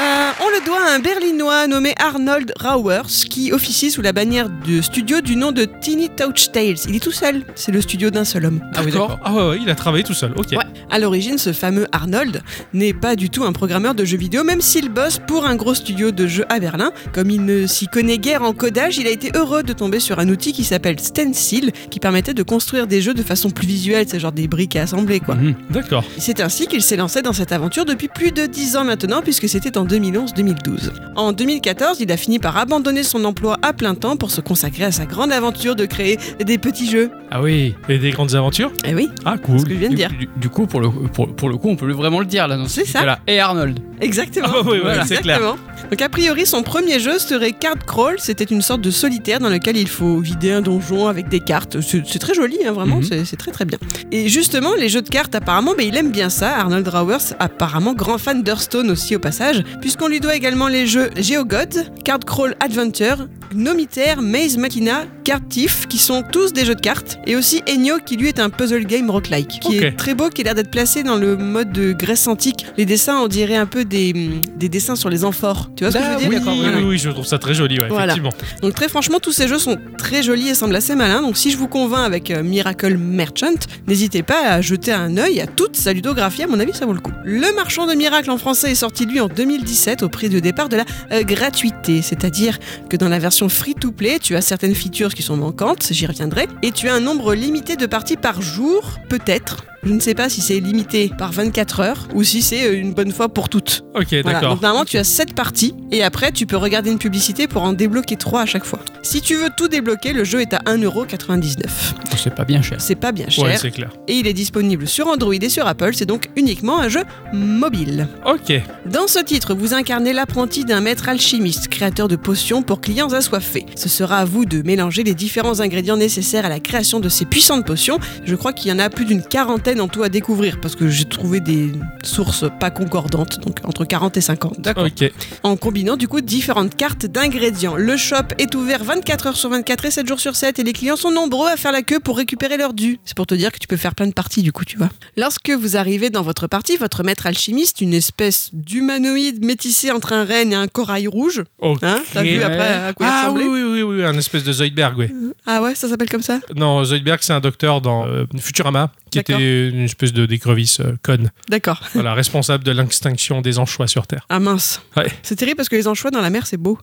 Euh, on le doit à un Berlinois nommé Arnold Rauers qui officie sous la bannière de studio du nom de Teeny Touch Tales. Il est tout seul, c'est le studio d'un seul homme.
Ah oui, d'accord.
Ah ouais, ouais, il a travaillé tout seul, ok.
Ouais. À l'origine, ce fameux Arnold n'est pas du tout un programmeur de jeux vidéo, même s'il bosse pour un gros studio de jeux à Berlin. Comme il ne s'y connaît guère en codage, il a été heureux de tomber sur un outil qui s'appelle Stencil, qui permettait de construire des jeux de façon plus visuelle, c'est genre des briques à assembler quoi.
Mhm.
D'accord.
C'est ainsi qu'il s'est lancé dans cette aventure depuis plus de 10 ans maintenant, puisque c'était en 2011-2012. En 2014, il a fini par abandonner son emploi à plein temps pour se consacrer à sa grande aventure de créer des petits jeux.
Ah oui.
Et des grandes aventures
Eh oui,
Ah cool.
ce que je viens de
Du,
dire.
du- du coup, pour le, pour, pour le coup, on peut vraiment le dire là. dans ce
C'est ça.
cas-là. Et Arnold.
Exactement.
Ah oui, oui,
Voilà.
c'est clair.
Exactement. Donc a priori, son premier jeu serait Card Crawl. C'était une sorte de solitaire dans lequel il faut vider un donjon avec des cartes. C'est c'est très joli, hein, vraiment.
Mhm.
c'est- C'est très très bien. Et justement, les jeux de cartes, apparemment, ben, il aime bien ça. Arnold Rowers, apparemment grand fan d'Hearthstone aussi au passage, puisqu'on lui doit également les jeux Geogods, Card Crawl Adventure, Gnomitaire, Maze Machina, Card Thief, qui sont tous des jeux de cartes, et aussi Ennio, qui lui est un puzzle game rock-like, qui
Ok.
est très beau, qui a l'air d'être placé dans le mode de Grèce antique. Les dessins, on dirait un peu des, hum, des dessins sur les amphores. Tu vois ce que je veux
Bah
Ah
dire
Oui,
d'accord,
oui,
ouais, ouais.
oui, je trouve ça très joli, ouais,
Voilà.
effectivement.
donc très franchement, tous ces jeux sont très jolis et semblent assez malins. Donc si je vous convainc avec euh, Miracle Merchant, n'hésitez pas à jeter un œil à toute sa ludographie. À mon avis, ça vaut le coup. Le Marchand de Miracles en français est sorti lui en 2017 au prix de départ de la euh, gratuité, c'est-à-dire que dans la version free-to-play, tu as certaines features qui sont manquantes, j'y reviendrai, et tu as un nombre limité de parties par jour, peut-être. Je ne sais pas si c'est limité par 24 heures ou si c'est euh, une bonne fois pour toutes.
Ok,
Voilà.
d'accord.
Donc normalement tu as 7 parties et après tu peux regarder une publicité pour en débloquer 3 à chaque fois. Si tu veux tout débloquer, le jeu est à 1,99€.
Oh, C'est pas bien cher.
C'est pas bien cher
Ouais, c'est clair.
et il est disponible sur Android et sur Apple, c'est donc uniquement un jeu mobile.
Ok.
Dans ce titre, vous incarnez l'apprenti d'un maître alchimiste, créateur de potions pour clients assoiffés. Ce sera à vous de mélanger les différents ingrédients nécessaires à la création de ces puissantes potions. Je crois qu'il y en a plus d'une quarantaine en tout à découvrir, parce que j'ai trouvé des sources pas concordantes, donc entre 40 et 50. D'accord.
Ok.
En combinant du coup différentes cartes d'ingrédients. Le shop est ouvert 24 heures sur 24 et 7 jours sur 7 et les clients sont nombreux à faire la queue pour récupérer leur dû. C'est pour te dire que tu peux faire plein de parties du coup, tu vois. Lorsque vous arrivez dans votre partie, votre maître alchimiste, une espèce d'humanoïde métissé entre un renne et un corail rouge,
Ok.
hein, t'as vu après à quoi il
ah oui,
ressemblait
oui, oui, oui, un espèce de Zoidberg, oui.
Ah ouais, ça s'appelle comme ça
Non, Zoidberg, c'est un docteur dans euh, Futurama, qui
D'accord.
était une espèce de d'écrevisse euh, conne,
D'accord.
voilà, responsable de l'extinction des anchois sur Terre.
Ah mince.
Ouais.
C'est terrible parce que les anchois dans la mer, c'est beau.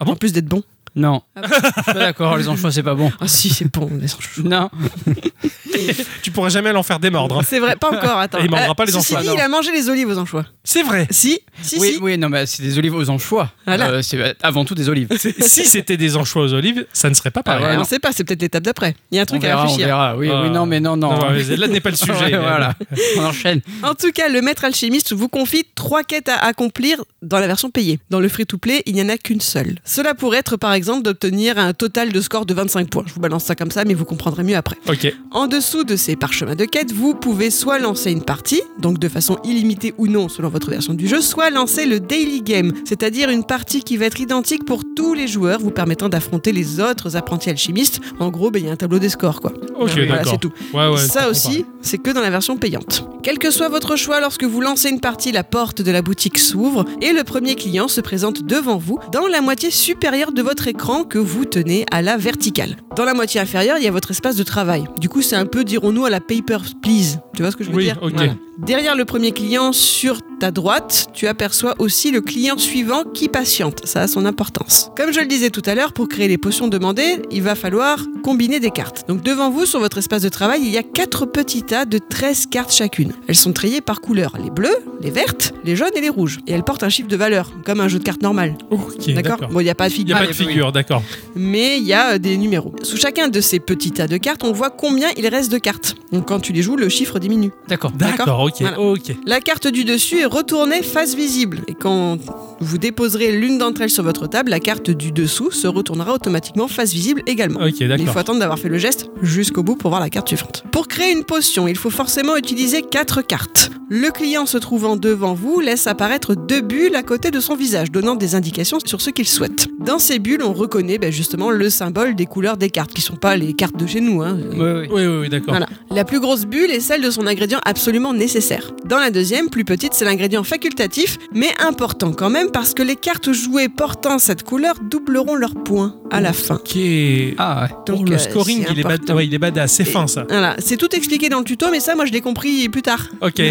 Ah bon
en plus d'être bon.
Non.
Ah
Je suis pas d'accord, les anchois, c'est pas bon.
Ah si, c'est bon, les anchois.
Non.
Tu pourras jamais l'en faire démordre. hein.
C'est vrai, pas encore, attends.
Il mangera
Ah,
pas les
ceci
anchois,
dit,
non.
il a mangé les olives aux anchois.
C'est vrai.
Si, si,
oui,
si.
oui, non, mais c'est des olives aux anchois.
Voilà.
Euh, c'est euh, avant tout des olives.
si c'était des anchois aux olives, ça ne serait pas pareil.
Ah ouais,
on
non.
ne sait pas, c'est peut-être l'étape d'après. Il y a un
on
truc à
verra, on
réfléchir.
verra. Oui,
Ah.
oui, non, mais non, non.
Non, mais là n'est pas le sujet.
Ouais, voilà. On enchaîne.
En tout cas, le maître alchimiste vous confie trois quêtes à accomplir dans la version payée. Dans le free-to-play, il n'y en a qu'une seule. Cela pourrait être, par exemple, d'obtenir un total de score de 25 points. Je vous balance ça comme ça, mais vous comprendrez mieux après.
Ok.
En dessous de ces parchemins de quêtes, vous pouvez soit lancer une partie, donc de façon illimitée ou non selon votre version du jeu, soit lancer le daily game, c'est-à-dire une partie qui va être identique pour tous les joueurs, vous permettant d'affronter les autres apprentis alchimistes. En gros, ben, il y a un tableau des scores, quoi.
Ok,
Voilà,
d'accord.
c'est tout.
Ouais, ouais,
ça
je
aussi, c'est que dans la version payante. Quel que soit votre choix, lorsque vous lancez une partie, la porte de la boutique s'ouvre et le premier client se présente devant vous dans la moitié supérieure de votre écran que vous tenez à la verticale. Dans la moitié inférieure, il y a votre espace de travail. Du coup, c'est un peu, dirons-nous, à la paper please. Tu vois ce que je veux
Oui,
dire
ok.
Derrière le premier client, sur ta droite, tu aperçois aussi le client suivant qui patiente. Ça a son importance. Comme je le disais tout à l'heure, pour créer les potions demandées, il va falloir combiner des cartes. Donc devant vous, sur votre espace de travail, il y a quatre petits tas de 13 cartes chacune. Elles sont triées par couleur, les bleues, les vertes, les jaunes et les rouges. Et elles portent un chiffre de valeur, comme un jeu de cartes normal.
Ok,
D'accord
d'accord.
Bon, il n'y a pas de
Il n'y
figure. Ah,
a pas de figure, d'accord.
Mais il y a euh, des numéros. Sous chacun de ces petits tas de cartes, on voit combien il reste de cartes. Donc quand tu les joues, le chiffre diminue.
D'accord.
D'accord, ok,
Voilà.
ok.
La carte du dessus est retournée face visible. Et quand vous déposerez l'une d'entre elles sur votre table, la carte du dessous se retournera automatiquement face visible également.
Ok,
Mais il faut
Ah d'accord.
attendre d'avoir fait le geste jusqu'au bout pour voir la carte suivante. Pour créer une potion, il faut forcément utiliser quatre cartes. Le client se trouvant devant vous laisse apparaître deux bulles à côté de son visage, donnant des indications sur ce qu'il souhaite. Dans ces bulles, on reconnaît ben, justement le symbole des couleurs des cartes, qui sont pas les cartes de chez nous. hein.
Oui, oui, oui, d'accord.
Voilà. La plus grosse bulle est celle de son ingrédient absolument nécessaire. Dans la deuxième, plus petite, c'est l'ingrédient facultatif, mais important quand même parce que les cartes jouées portant cette couleur doubleront leurs points à la fin.
Ok.
Ah,
Pour
Donc,
le
euh,
scoring,
c'est
il est, bad-
important.
ouais, il est badass. C'est fin, ça.
Voilà, c'est tout expliqué dans le tuto, mais ça, moi, je l'ai compris plus tard.
Ok.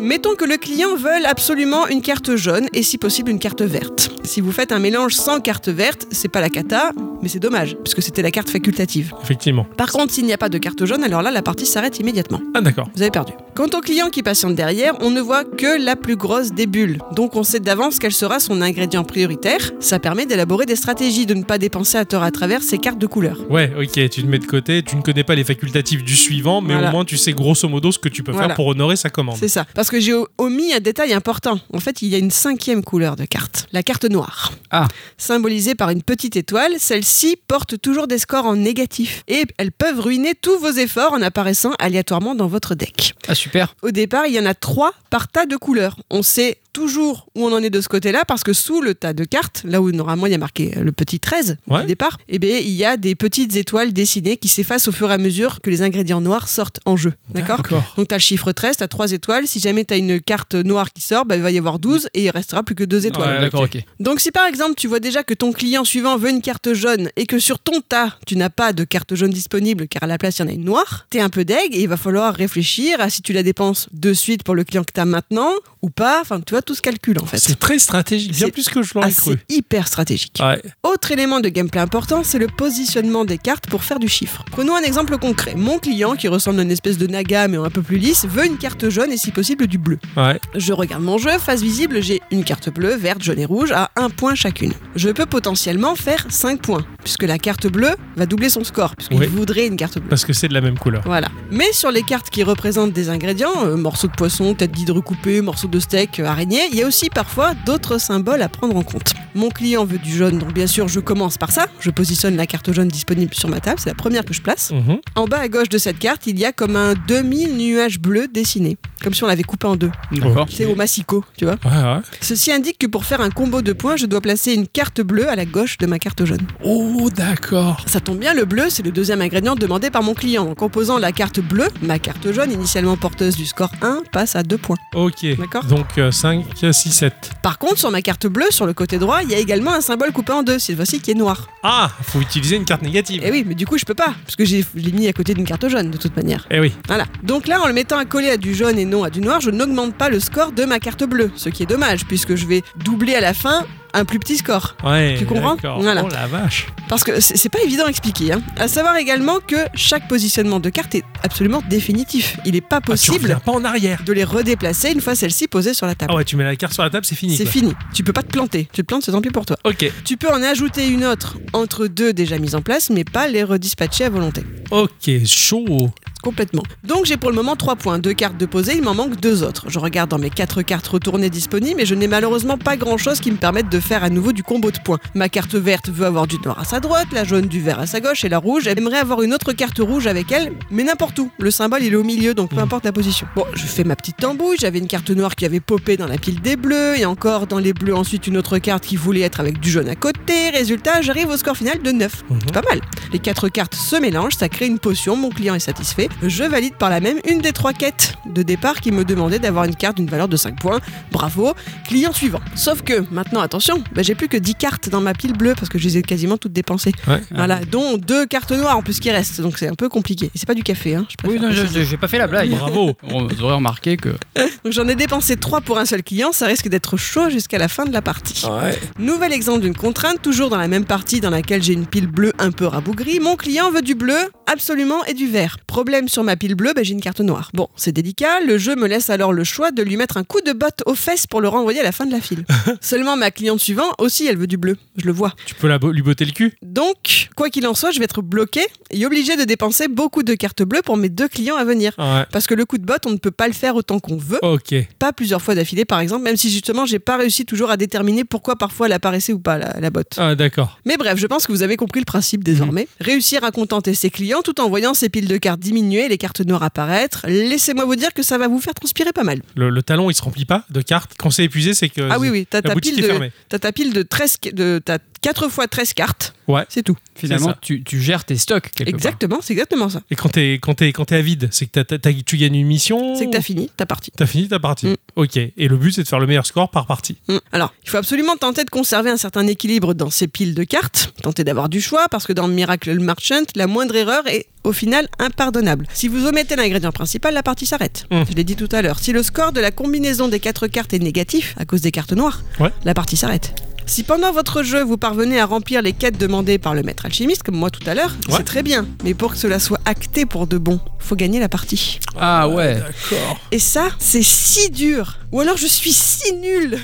Mettons que le client veuille absolument une carte jaune et, si possible, une carte verte. Si vous faites un mélange sans carte verte, c'est pas la cata, mais c'est dommage, puisque c'était la carte facultative.
Effectivement.
Par contre, s'il n'y a pas de carte jaune, alors là, la partie s'arrête immédiatement.
Ah, d'accord.
Vous avez perdu. Quant au client qui patiente derrière, on ne voit que la plus grosse des bulles. Donc on sait d'avance quel sera son ingrédient prioritaire. Ça permet d'élaborer des stratégies, de ne pas dépenser à tort à travers ces cartes de couleur.
Ouais, ok, tu te mets de côté. Tu ne connais pas les facultatifs du suivant, mais
Voilà.
au moins, tu sais grosso modo ce que tu peux
Voilà.
faire pour honorer sa commande.
C'est ça. Parce que j'ai o- omis un détail important. En fait, il y a une cinquième couleur de carte, la carte noire.
Ah.
Symbolisée par une petite étoile, celle-ci porte toujours des scores en négatif. Et elles peuvent ruiner tous vos efforts en apparaissant aléatoirement dans votre deck.
ah super.
Au départ, il y en a trois par tas de couleurs. On sait toujours où on en est de ce côté-là parce que sous le tas de cartes, là où normalement il y a marqué euh, le petit 13
Ouais.
au départ, eh bien, il y a des petites étoiles dessinées qui s'effacent au fur et à mesure que les ingrédients noirs sortent en jeu. D'accord
D'accord.
donc tu as le chiffre 13, tu as 3 étoiles. Si jamais tu as une carte noire qui sort, bah, il va y avoir 12 et il restera plus que 2 étoiles.
Ouais,
D'accord, ok.
Donc si par exemple tu vois déjà que ton client suivant veut une carte jaune et que sur ton tas tu n'as pas de carte jaune disponible car à la place il y en a une noire, t'es un peu deg et il va falloir réfléchir à si tu la dépenses de suite pour le client que t'as maintenant ou pas. Enfin tu vois pas, tout se calcule en fait. Ah,
C'est très stratégique, bien
C'est
plus que je l'aurais
Assez
cru.
hyper stratégique.
Ouais.
Autre élément de gameplay important, c'est le positionnement des cartes pour faire du chiffre. Prenons un exemple concret. Mon client, qui ressemble à une espèce de naga mais un peu plus lisse, veut une carte jaune et si possible du bleu.
Ouais.
Je regarde mon jeu, face visible, j'ai une carte bleue, verte, jaune et rouge à un point chacune. Je peux potentiellement faire 5 points, puisque la carte bleue va doubler son score, puisqu'il
Oui.
voudrait une carte bleue.
Parce que c'est de la même couleur.
Voilà. Mais sur les cartes qui représentent des ingrédients, euh, morceaux de poisson, tête d'hydre coupée, morceaux de steak, euh, araignée, il y a aussi parfois d'autres symboles à prendre en compte. Mon client veut du jaune, donc bien sûr je commence par ça. Je positionne la carte jaune disponible sur ma table, c'est la première que je place.
Mhm.
En bas à gauche de cette carte, il y a comme un demi-nuage bleu dessiné, comme si on l'avait coupé en deux.
D'accord.
C'est au massicot, tu vois.
Ouais, ouais.
Ceci indique que pour faire un combo de points, je dois placer une carte bleue à la gauche de ma carte jaune.
Oh, d'accord.
Ça tombe bien, le bleu, c'est le deuxième ingrédient demandé par mon client. En composant la carte bleue, ma carte jaune, initialement porteuse du score 1, passe à 2 points.
Ok.
D'accord.
Donc euh, 5, 6, 7.
Par contre, sur ma carte bleue, sur le côté droit, il y a également un symbole coupé en deux, cette fois-ci qui est noir.
Ah, faut utiliser une carte négative.
Et oui, mais du coup, je peux pas, parce que j'ai- je l'ai mis à côté d'une carte jaune, de toute manière.
Eh oui.
Voilà. Donc là, en le mettant à coller à du jaune et non à du noir, je n'augmente pas le score de ma carte bleue, ce qui est dommage, puisque je vais doubler à la fin un plus petit score.
Ouais,
Tu comprends
d'accord.
Voilà.
Oh la vache.
Parce que c'est c'est pas évident à expliquer. Hein. À savoir également que chaque positionnement de carte est absolument définitif. Il n'est pas
Ah, tu
possible
reviens pas en arrière.
de les redéplacer une fois celle-ci posée sur la table.
Ah ouais, tu mets la carte sur la table, c'est fini.
c'est
quoi.
fini. Tu peux pas te planter. Tu te plantes, c'est tant pis pour toi.
Ok,
Tu peux en ajouter une autre entre deux déjà mises en place, mais pas les redispatcher à volonté.
ok, chaud.
Complètement. Donc j'ai pour le moment trois points. Deux cartes de posée, il m'en manque deux autres. Je regarde dans mes quatre cartes retournées disponibles et je n'ai malheureusement pas grand-chose qui me permette de faire à nouveau du combo de points. Ma carte verte veut avoir du noir à sa droite, la jaune du vert à sa gauche et la rouge. Elle aimerait avoir une autre carte rouge avec elle, mais n'importe où. Le symbole il est au milieu, donc peu importe la position. Bon, je fais ma petite tambouille. J'avais une carte noire qui avait popé dans la pile des bleus et encore dans les bleus ensuite une autre carte qui voulait être avec du jaune à côté. Résultat, j'arrive au score final de 9.
Mhm.
C'est pas mal. Les quatre cartes se mélangent, ça crée une potion, mon client est satisfait. Je valide par la même une des trois quêtes de départ qui me demandait d'avoir une carte d'une valeur de 5 points. Bravo, client suivant. Sauf que, maintenant attention, bah, j'ai plus que 10 cartes dans ma pile bleue parce que je les ai quasiment toutes dépensées.
Ouais.
Ah.
Voilà, dont deux cartes noires en plus qui restent, donc c'est un peu compliqué. Et c'est pas du café, hein, je préfère.
Oui, non, je- je- j'ai pas fait la blague.
Bravo.
On- Vous aurez remarqué que.
Donc j'en ai dépensé 3 pour un seul client, ça risque d'être chaud jusqu'à la fin de la partie.
Ouais.
Nouvel exemple d'une contrainte, toujours dans la même partie dans laquelle j'ai une pile bleue un peu rabougrie. Mon client veut du bleu, absolument, et du vert. Problème sur ma pile bleue, bah, j'ai une carte noire. Bon, c'est délicat, le jeu me laisse alors le choix de lui mettre un coup de botte aux fesses pour le renvoyer à la fin de la file. Seulement, ma cliente suivante aussi, elle veut du bleu, je le vois.
Tu peux la bo- lui botter le cul
Donc, quoi qu'il en soit, je vais être bloqué et obligé de dépenser beaucoup de cartes bleues pour mes deux clients à venir.
Ouais.
Parce que le coup de botte, on ne peut pas le faire autant qu'on veut
Ok.
pas plusieurs fois d'affilée par exemple, même si justement j'ai pas réussi toujours à déterminer pourquoi parfois elle apparaissait ou pas la, la botte.
Ah, d'accord.
Mais bref, je pense que vous avez compris le principe désormais.
Mhm.
Réussir à contenter ses clients tout en voyant ses piles de cartes diminuer, les cartes noires apparaître, laissez-moi vous dire que ça va vous faire transpirer pas mal.
Le, le talon, il se remplit pas de cartes. Quand c'est épuisé, c'est que.
ah oui, oui, t'as
La
ta,
boutique
pile
est
de-
fermée.
t'as ta pile de 13, ca- de, t'as 4 fois 13 cartes.
Ouais.
C'est tout.
Finalement,
ça.
tu, tu gères tes stocks quelque part.
Exactement, c'est exactement ça.
Et quand t'es quand t'es quand t'es à vide, c'est que t'as- t'as- t'as- tu gagnes une mission.
C'est que t'as fini, ta partie.
T'as fini ta partie.
Mm.
Ok. Et le but, c'est de faire le meilleur score par partie.
Mm. Alors, il faut absolument tenter de conserver un certain équilibre dans ces piles de cartes, tenter d'avoir du choix, parce que dans Miracle Merchant, la moindre erreur est au final impardonnable. Si vous omettez l'ingrédient principal, la partie s'arrête.
Mm.
Je l'ai dit tout à l'heure, si le score de la combinaison des quatre cartes est négatif, à cause des cartes noires,
Ouais.
la partie s'arrête. Si pendant votre jeu vous parvenez à remplir les quêtes demandées par le maître alchimiste, comme moi tout à l'heure,
Ouais.
c'est très bien. Mais pour que cela soit acté pour de bon, faut gagner la partie.
Ah ouais.
D'accord.
Et ça, c'est si dur. Ou alors je suis si nulle.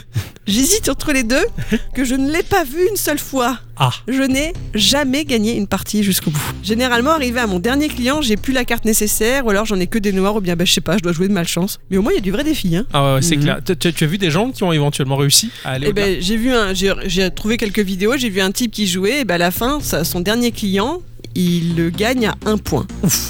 J'hésite entre les deux que je ne l'ai pas vu une seule fois.
Ah.
Je n'ai jamais gagné une partie jusqu'au bout. Généralement, arrivé à mon dernier client, j'ai plus la carte nécessaire, ou alors j'en ai que des noirs, ou bien bah, je sais pas, je dois jouer de malchance. Mais au moins, il y a du vrai défi. Hein.
Ah ouais, ouais, c'est
Mhm.
clair. Tu- Tu, tu as vu des gens qui ont éventuellement réussi à aller
Eh
au-delà
ben, j'ai vu un, j'ai, j'ai trouvé quelques vidéos, j'ai vu un type qui jouait, et ben à la fin, sa- son dernier client, il le gagne à un point.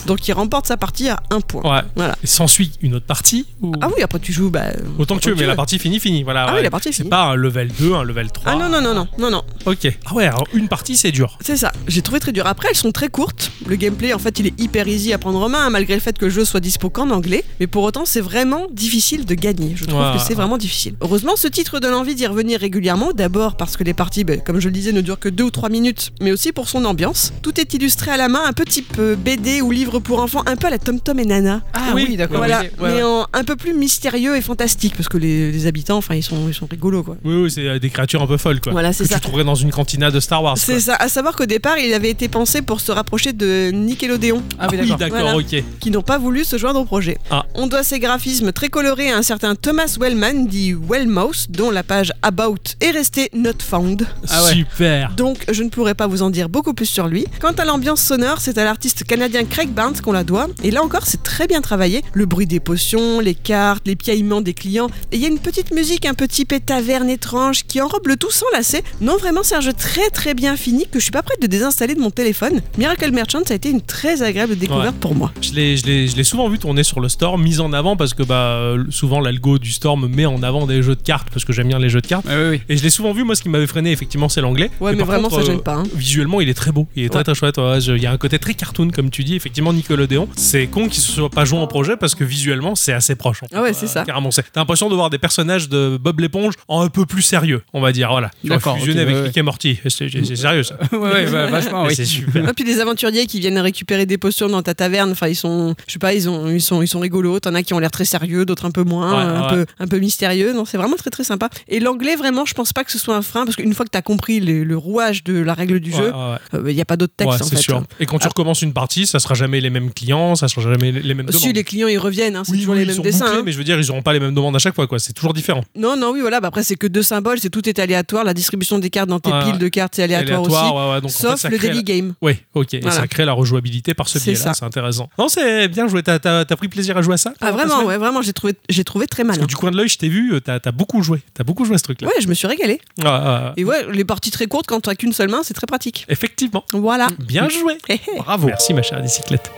Donc il remporte sa partie à un point.
Ouais.
Voilà.
Et S'ensuit une autre partie ou...
Ah oui, après tu joues, bah.
Autant que tu veux, mais la partie finie, finie. Voilà,
Ah oui,
ouais.
la partie est
C'est
finie.
pas un level 2, un level 3.
Ah non, non, non, non, non, non.
Ok. Ah ouais, alors une partie, c'est dur.
C'est ça, j'ai trouvé très dur. Après, elles sont très courtes. Le gameplay, en fait, il est hyper easy à prendre en main, hein, malgré le fait que le jeu soit dispo qu'en anglais. Mais pour autant, c'est vraiment difficile de gagner. Je trouve
Ouais,
que
ouais,
c'est vraiment difficile. Heureusement, ce titre donne envie d'y revenir régulièrement. D'abord parce que les parties, ben, comme je le disais, ne durent que deux ou trois minutes, mais aussi pour son ambiance. Tout est illustré illustré à la main, un peu type euh, BD ou livre pour enfants, un peu à la Tom Tom et Nana.
Ah
Oui,
oui, d'accord.
voilà,
ok, ouais,
mais
ouais.
en un peu plus mystérieux et fantastique parce que les, les habitants, enfin, ils sont, ils sont rigolos quoi.
Oui, oui, c'est euh, des créatures un peu folles, quoi.
Voilà, c'est
que
ça.
tu trouverais dans une cantina de Star Wars. quoi.
C'est ça. À savoir qu'au départ, il avait été pensé pour se rapprocher de Nickelodeon,
Ah oui,
Oui,
d'accord.
d'accord,
Voilà.
ok.
qui n'ont pas voulu se joindre au projet.
Ah.
On doit ces graphismes très colorés à un certain Thomas Wellman, dit Wellmouse, dont la page About est restée Not Found.
Ah ouais.
Super.
Donc, je ne pourrais pas vous en dire beaucoup plus sur lui. Quant à l'ambiance sonore, c'est à l'artiste canadien Craig Barnes qu'on la doit. Et là encore, c'est très bien travaillé. Le bruit des potions, les cartes, les piaillements des clients. Et il y a une petite musique un peu typée taverne étrange qui enrobe le tout sans lasser. Non, vraiment, c'est un jeu très très bien fini que je suis pas prête de désinstaller de mon téléphone. Miracle Merchant, ça a été une très agréable découverte pour moi.
Je l'ai, je l'ai- je l'ai souvent vu tourner sur le store, mise en avant parce que bah, euh, souvent l'algo du store me met en avant des jeux de cartes parce que j'aime bien les jeux de cartes.
Ouais, ouais, ouais.
Et je l'ai souvent vu, moi ce qui m'avait freiné effectivement c'est l'anglais.
Ouais, mais
par
vraiment,
contre,
ça
euh,
gêne pas. hein.
Visuellement, il est très beau, il est très
Ouais.
très chouette. ouais, je- Il y a un côté très cartoon, comme tu dis, effectivement, Nickelodeon. C'est con qu'il se soit pas joué en projet parce que visuellement, c'est assez proche. en fait.
Ah ouais, c'est ça.
Carrément, c'est. T'as l'impression de voir des personnages de Bob l'éponge en un peu plus sérieux, on va dire. Voilà. Ils ont
D'accord,
fusionné
ok,
avec
ouais,
Rick et Morty. C'est, c'est- c'est sérieux ça.
ouais, ouais, bah,
Ah
vachement, oui.
C'est super.
Et puis des aventuriers qui viennent récupérer des potions dans ta taverne. Enfin, ils sont, je sais pas, ils, ont, ils, sont, ils sont rigolos. T'en as qui ont l'air très sérieux, d'autres un peu moins,
Ouais,
euh, un,
ouais.
Peu, un peu mystérieux. Non, c'est vraiment très très sympa. Et l'anglais, vraiment, je pense pas que ce soit un frein parce qu'une fois que t'as compris le, le rouage de la règle du
Ouais,
jeu,
ouais, ouais.
il n'y a pas d'autre
Ouais,
texte en
c'est
fait. Euh, Ah.
sûr. Et quand tu recommences une partie, ça sera jamais les mêmes clients, ça sera jamais les les mêmes
Si
demandes.
les clients ils reviennent, hein, c'est
Oui,
toujours
oui,
les
ils
mêmes
sont
dessins.
bouclés,
hein.
mais je veux dire, ils auront pas les mêmes demandes à chaque fois, quoi. C'est toujours différent.
Non, non, oui, voilà. Bah, après, c'est que deux symboles, c'est tout est aléatoire. La distribution des cartes dans tes
Ouais, ouais.
piles de cartes est aléatoire, aussi.
ouais, ouais, donc en fait,
sauf
ça
le
crée
daily
la-
game.
Oui, ok. Et
Voilà.
ça crée la rejouabilité par ce
C'est
biais-là.
ça.
C'est intéressant. Non, c'est bien joué. T'as, t'as- t'as pris plaisir à jouer à ça
Ah,
pendant ta
vraiment,
semaine
ouais, vraiment, j'ai trouvé, j'ai trouvé très
Parce
malin.
que du coin de l'œil, je t'ai vu, euh, t'as, t'as beaucoup joué. T'as beaucoup joué à ce truc-là.
Ouais, je me suis régalé.
Ah, ah,
Et ouais, les parties très courtes, quand t'as qu'une seule main, c'est très pratique.
effectivement.
Voilà.
Mm. Bien joué.
Hé, hé.
Bravo. Merci, ma chère bicyclette.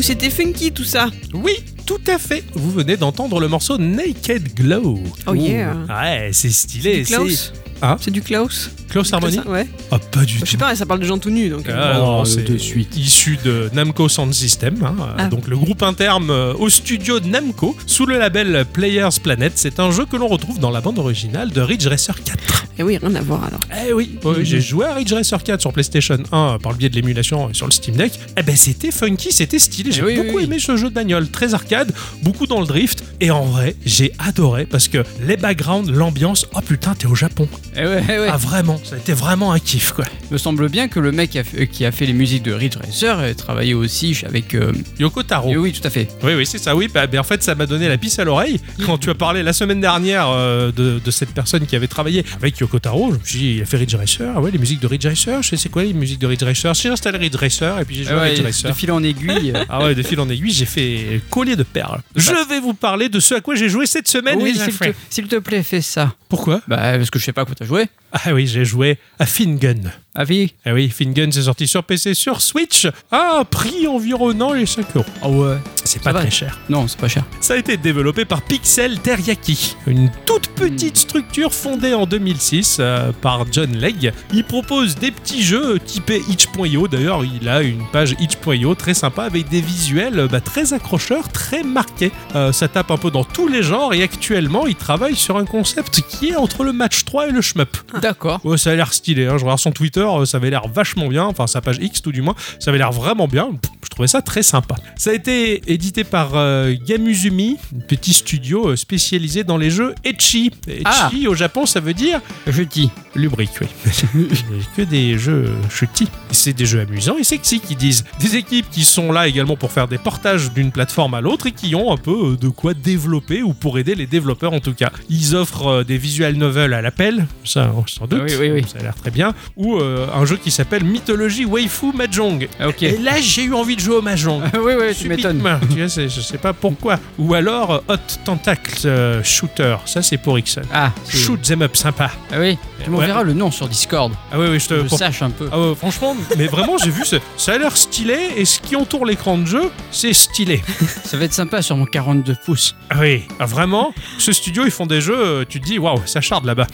c'était funky tout ça.
Oui, tout à fait. Vous venez d'entendre le morceau Naked Glow.
Oh yeah.
Ouais, c'est stylé. C'est
Klaus
Hein
C'est du Klaus
Close Harmony
Ouais.
Ah, pas du
Je sais
tout.
pas, ça parle de gens tout nus donc. euh,
Ah, non,
Oh,
c'est
de suite.
Issu de Namco Sound System, hein,
Ah.
donc le groupe interne euh, au studio de Namco, sous le label Players Planet. C'est un jeu que l'on retrouve dans la bande originale de Ridge Racer 4.
Eh oui, rien à voir alors.
Eh oui, oui, j'ai joué à Ridge Racer 4 sur PlayStation 1 euh, par le biais de l'émulation et sur le Steam Deck. Eh ben c'était funky, c'était stylé. J'ai
Eh oui,
beaucoup
oui, oui.
aimé ce jeu de bagnole, très arcade, beaucoup dans le drift. Et en vrai, j'ai adoré parce que les backgrounds, l'ambiance, oh putain, t'es au Japon.
Eh ouais, eh ouais.
Ah vraiment, ça a été vraiment un kiff quoi.
Me semble bien que le mec qui a fait, euh, qui a fait les musiques de Ridge Racer euh, travaillait aussi avec. euh,
Yoko Taro.
euh, oui, tout à fait.
Oui, oui, c'est ça. Oui, bah, bah, en fait, ça m'a donné la pisse à l'oreille. Quand tu as parlé la semaine dernière euh, de, de cette personne qui avait travaillé avec Yoko Taro, je me suis dit, il a fait Ridge Racer. Ah ouais, les musiques de Ridge Racer. Je sais c'est quoi les musiques de Ridge Racer. J'ai installé Ridge Racer et puis j'ai joué
Eh
à
ouais,
Ridge
de
Racer.
fil en aiguille. euh,
Ah ouais, de fil en aiguille, j'ai fait collier de perles. Je vais vous parler de ce à quoi j'ai joué cette semaine,
oui,
les
s'il
enfants.
te, s'il te plaît, fais ça.
Pourquoi
Bah, parce que je sais pas quoi t'as joué.
Ah oui, j'ai joué à Fingun.
Ah oui
Ah oui, Fingun, c'est sorti sur PC, sur Switch, à un prix environnant les 5 euros.
Ah ouais.
C'est pas
va.
très cher.
Non, c'est pas cher.
Ça a été développé par Pixel Teriyaki, une toute petite structure fondée en 2006 euh, par John Legg. Il propose des petits jeux typés itch.io. D'ailleurs, il a une page itch.io très sympa avec des visuels euh, bah, très accrocheurs, très marqués. Euh, ça tape un peu dans tous les genres et actuellement, il travaille sur un concept qui est entre le match 3 et le shmup.
Ah.
D'accord.
Ouais, ça a l'air stylé. hein. Je regarde son Twitter, euh, ça avait l'air vachement bien. Enfin, sa page X, tout du moins, ça avait l'air vraiment bien. Pff, Je trouvais ça très sympa. Ça a été édité par euh, Gamuzumi, un petit studio euh, spécialisé dans les jeux Echi. Echi,
Ah.
au Japon, ça veut dire
Je dis.
lubrique, oui. que des jeux chutis. C'est des jeux amusants et sexy qui disent. Des équipes qui sont là également pour faire des portages d'une plateforme à l'autre et qui ont un peu euh, de quoi développer ou pour aider les développeurs en tout cas. Ils offrent euh, des visual novels à l'appel, ça on s'en doute,
Oui, oui, oui.
ça a l'air très bien, ou euh, un jeu qui s'appelle Mythologie Waifu Mahjong.
Ah, ok.
Et là j'ai eu envie de jouer au Mahjong.
oui, oui, tu m'étonnes.
Subitement, tu vois, c'est- je sais pas pourquoi. Ou alors euh, Hot Tentacle euh, Shooter, ça c'est pour Ixon.
Ah, c'est-
Shoot them up sympa.
ah oui. Tu m'enverras le nom sur Discord.
Ah oui, oui, je te.
Je
pour-
sache un peu.
Ah ouais, franchement, mais vraiment, j'ai vu, ce- ça a l'air stylé, et ce qui entoure l'écran de jeu, c'est stylé.
Ça va être sympa sur mon 42 pouces.
Ah Oui, ah, vraiment, ce studio, ils font des jeux, euh, tu te dis, waouh, ça charde là-bas.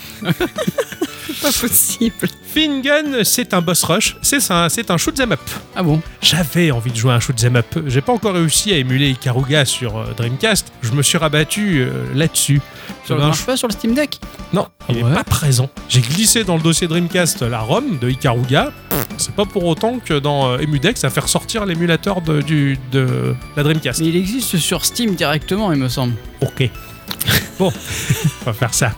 Pas possible.
Fingun, c'est un boss rush, c'est un, c'est un shoot 'em up.
Ah bon
J'avais envie de jouer à un shoot 'em up, j'ai pas encore réussi à émuler Ikaruga sur euh, Dreamcast, je me suis rabattu euh, là-dessus.
Sur le
Ben,
marche pas sur le Steam Deck
Non, il
Ah
est
ouais
pas présent. J'ai glissé dans le dossier Dreamcast la ROM de Ikaruga. Pff, C'est pas pour autant que dans euh, Emudex, ça fait ressortir l'émulateur de, du- de la Dreamcast.
Mais il existe sur Steam directement, il me semble.
Ok. Bon, on va faire ça.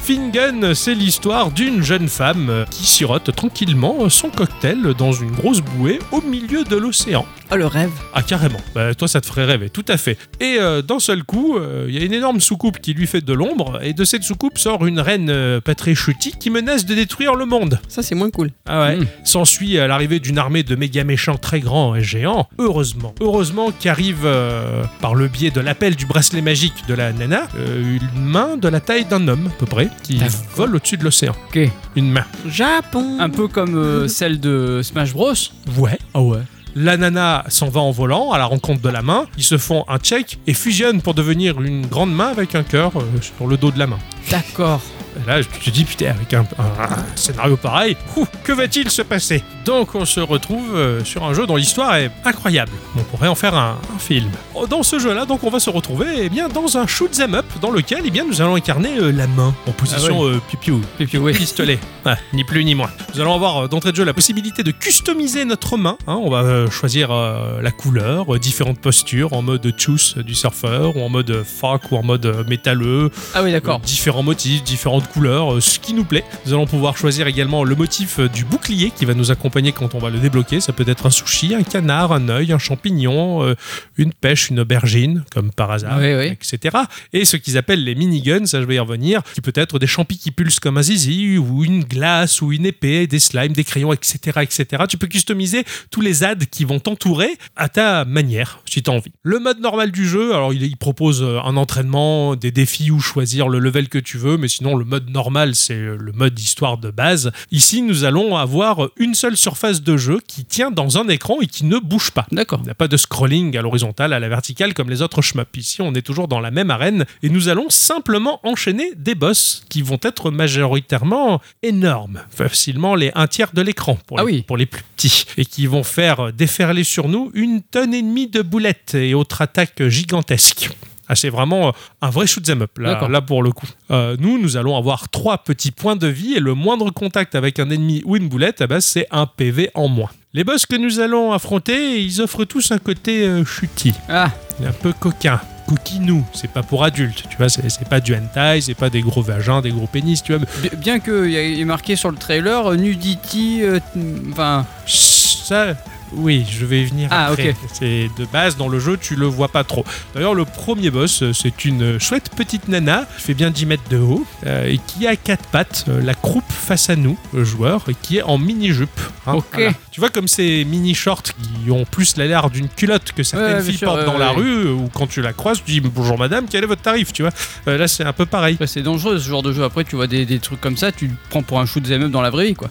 Fingun, c'est l'histoire d'une jeune femme euh, qui sirote tranquillement son cocktail dans une grosse bouée au milieu de l'océan.
Oh le rêve.
Ah carrément, Bah, toi ça te ferait rêver, tout à fait. Et euh, d'un seul coup, euh, il y a une énorme soucoupe qui lui fait de l'ombre, et de cette soucoupe sort une reine euh, pas très chutie qui menace de détruire le monde.
Ça c'est moins cool.
Ah ouais.
Mm.
S'ensuit euh, l'arrivée d'une armée de méga méchants très grands et géants, heureusement. Heureusement qu'arrive, euh, par le biais de l'appel du bracelet magique de la nana, euh, une main de la taille d'un homme, à peu près, qui
D'accord.
vole au-dessus de l'océan.
Ok.
Une main.
Japon.
Un peu comme euh, celle de Smash Bros.
Ouais.
Ah ouais.
La nana s'en va en volant à la rencontre de la main, ils se font un check et fusionnent pour devenir une grande main avec un cœur euh, sur le dos de la main.
D'accord.
Et Bah là, tu te dis, putain, avec un, un- un scénario pareil, ouh, que va-t-il se passer Donc, on se retrouve euh, sur un jeu dont l'histoire est incroyable. On pourrait en faire un, un film. Oh, Dans ce jeu-là, donc, on va se retrouver eh bien, dans un shoot 'em up dans lequel eh bien, nous allons incarner euh, la main en position euh, pipiou
Et puis ouais.
pistolet. Ah, ni plus ni moins. Nous allons avoir euh, d'entrée de jeu la possibilité de customiser notre main. hein. on va euh, choisir euh, la couleur, euh, différentes postures en mode choose euh, du surfeur ou en mode euh, fuck ou en mode euh, métalleux.
Ah oui,
Euh,
d'accord.
différents motifs, différentes couleurs, euh, ce qui nous plaît. Nous allons pouvoir choisir également le motif euh, du bouclier qui va nous accompagner quand on va le débloquer. Ça peut être un sushi, un canard, un œil, un champignon, euh, une pêche, une aubergine, comme par hasard,
Oui, oui.
etc. Et ce qu'ils appellent les miniguns, ça je vais y revenir, qui peut être des champis qui pulsent comme un zizi, ou une glace, ou une épée, des slimes, des crayons, etc. etc. Tu peux customiser tous les ads qui vont t'entourer à ta manière, si tu as envie. Le mode normal du jeu, alors il, il propose euh, un entraînement, des défis où choisir le level que tu veux, mais sinon le mode mode normal, c'est euh, le mode histoire de base. Ici, nous allons avoir une seule surface de jeu qui tient dans un écran et qui ne bouge pas.
D'accord.
Il n'y a pas de scrolling à l'horizontale, à la verticale comme les autres shmup. Ici, on est toujours dans la même arène et nous allons simplement enchaîner des boss qui vont être majoritairement énormes, facilement les un tiers de l'écran pour,
Ah
les-
oui.
pour les plus petits, et qui vont faire déferler sur nous une tonne et demie de boulettes et autres attaques gigantesques. Ah, c'est vraiment euh, un vrai shoot'em up là,
D'accord.
là pour le coup. Euh, nous, nous allons avoir trois petits points de vie et le moindre contact avec un ennemi ou une boulette, eh ben, c'est un PV en moins. Les boss que nous allons affronter, ils offrent tous un côté euh, chutis
Ah,
un peu coquin. Coquinou, c'est pas pour adultes, tu vois, c'est c'est pas du hentai, c'est pas des gros vagins, des gros pénis, tu vois. mais
bi- bien qu'il y ait marqué sur le trailer euh, nudity, euh, t- enfin.
Ça, oui, je vais y venir
Ah,
après.
ok.
C'est de base, dans le jeu, tu le vois pas trop. D'ailleurs, le premier boss, euh, c'est une chouette petite nana, qui fait bien 10 mètres de haut, euh, et qui a quatre pattes, euh, la croupe face à nous, le joueur, et qui est en mini-jupe. hein,
Ok.
Tu vois, comme ces mini-shorts qui ont plus la l'air d'une culotte que certaines
Ouais, ouais, bien
filles
sûr,
portent
ouais,
dans
ouais,
la
ouais.
rue, euh, ou quand tu la croises, tu dis bonjour madame, quel est votre tarif, tu vois. Euh, là, c'est un peu pareil.
Ouais, Bah, C'est dangereux ce genre de jeu. Après, tu vois des, des trucs comme ça, tu le prends pour un shoot them up dans la vraie vie, quoi.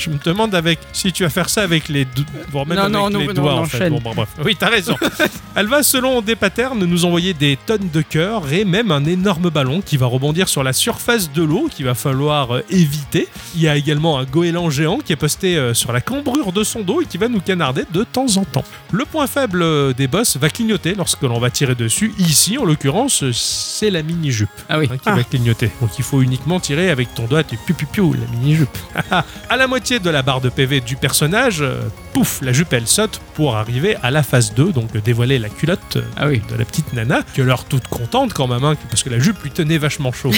Je me demande avec si tu vas faire ça avec les deux, voire même
Non,
avec
non, non,
les
non,
doigts
on
en fait.
enchaîne.
Bon, bon, bref. Oui, t'as raison. Elle va selon des patterns nous envoyer des tonnes de cœurs et même un énorme ballon qui va rebondir sur la surface de l'eau qu'il va falloir euh, éviter. Il y a également un goéland géant qui est posté euh, sur la cambrure de son dos et qui va nous canarder de temps en temps. Le point faible euh, des boss va clignoter lorsque l'on va tirer dessus. Ici, en l'occurrence, euh, c'est la mini jupe
Ah oui.
Hein, qui va clignoter. Donc il faut uniquement tirer avec ton doigt et piou piou piou, la mini-jupe. Ah, à la moitié de la barre de PV du personnage, euh, pouf, la jupe elle saute pour arriver à la phase 2, donc euh, dévoiler la culotte euh,
Ah oui.
de la petite nana, qui a l'air toute contente quand même, hein, parce que la jupe lui tenait vachement chaud,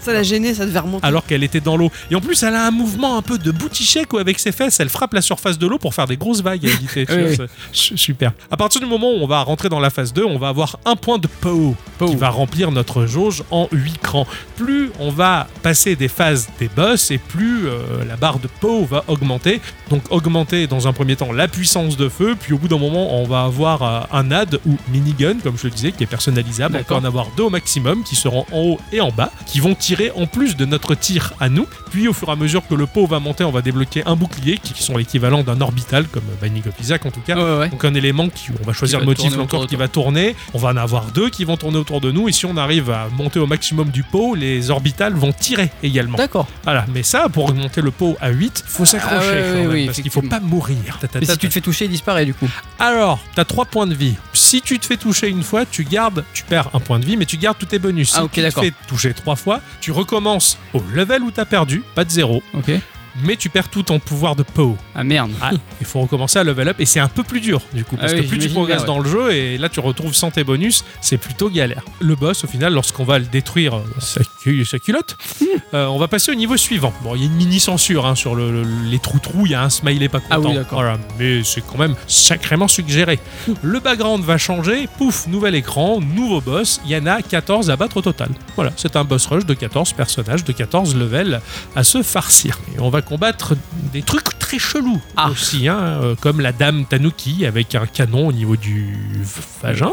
Ça l'a gêné, ça devait remonter.
alors qu'elle était dans l'eau. Et en plus, elle a un mouvement un peu de boutichet, quoi, avec ses fesses, elle frappe la surface de l'eau pour faire des grosses vagues à éviter. tu
Oui,
vois,
oui.
ça- su- Super. À partir du moment où on va rentrer dans la phase 2, on va avoir un point de PO qui
Pou.
va remplir notre jauge en 8 crans. Plus on va passer des phases des boss et plus euh, la barre de peau va augmenter. Donc augmenter dans un premier temps la puissance de feu, puis au bout d'un moment on va avoir euh, un ad ou minigun comme je le disais qui est personnalisable. On peut
D'accord.
en avoir deux au maximum qui seront en haut et en bas, qui vont tirer en plus de notre tir à nous. Puis au fur et à mesure que le pot va monter, on va débloquer un bouclier qui qui sont l'équivalent d'un orbital comme euh, Binding of Isaac en tout cas.
Ouais, ouais, ouais.
Donc un élément qui, on va choisir
Qui
le
va
motif
tourner
encore
autour de
qui
toi.
va tourner. On va en avoir deux qui vont tourner autour de nous. Et si on arrive à monter au maximum du pot, les orbitales vont tirer également.
D'accord.
Voilà. Mais ça, pour augmenter le pot à 8, faut s'accrocher
Ah ouais,
quand
ouais,
même,
oui,
parce qu'il faut pas mourir. Ta, ta,
Mais
ta,
si tu
ta.
te fais toucher, il disparaît du coup.
Alors, t'as 3 points de vie. Si tu te fais toucher une fois, tu gardes, tu perds un point de vie, mais tu gardes tous tes bonus.
Ah, ok,
si tu te
d'accord.
fais toucher 3 fois, tu recommences au level où t'as perdu, pas de zéro,
Ok.
mais tu perds tout ton pouvoir de pot.
Ah merde.
Ah, il faut recommencer à level up et c'est un peu plus dur du coup parce
Ah
que
oui,
plus tu
j'imagine
progresses
bien,
dans le jeu et là tu retrouves sans tes bonus, c'est plutôt galère. Le boss au final, lorsqu'on va le détruire, euh, sa, cu- sa culotte, euh, on va passer au niveau suivant. Bon, il y a une mini censure hein, sur le- le- les trous trous, il y a un smiley pas content.
Ah oui, d'accord.
Voilà, mais c'est quand même sacrément suggéré. Le background va changer, pouf, nouvel écran, nouveau boss, il y en a 14 à battre au total. Voilà, c'est un boss rush de 14 personnages, de 14 levels à se farcir. Et on va combattre des trucs très chelous
Ah.
aussi, hein, euh, comme la dame Tanuki avec un canon au niveau du vagin.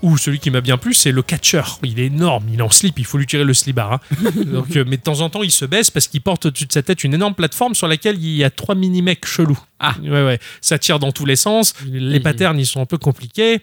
Ou celui qui m'a bien plu, c'est le catcheur. Il est énorme, il est en slip, il faut lui tirer le slibard. hein. Donc, euh, mais de temps en temps, il se baisse parce qu'il porte au-dessus de sa tête une énorme plateforme sur laquelle il y a trois mini-mecs chelous.
Ah.
Ouais, ouais. Ça tire dans tous les sens. Les
Mhm.
patterns, ils sont un peu compliqués.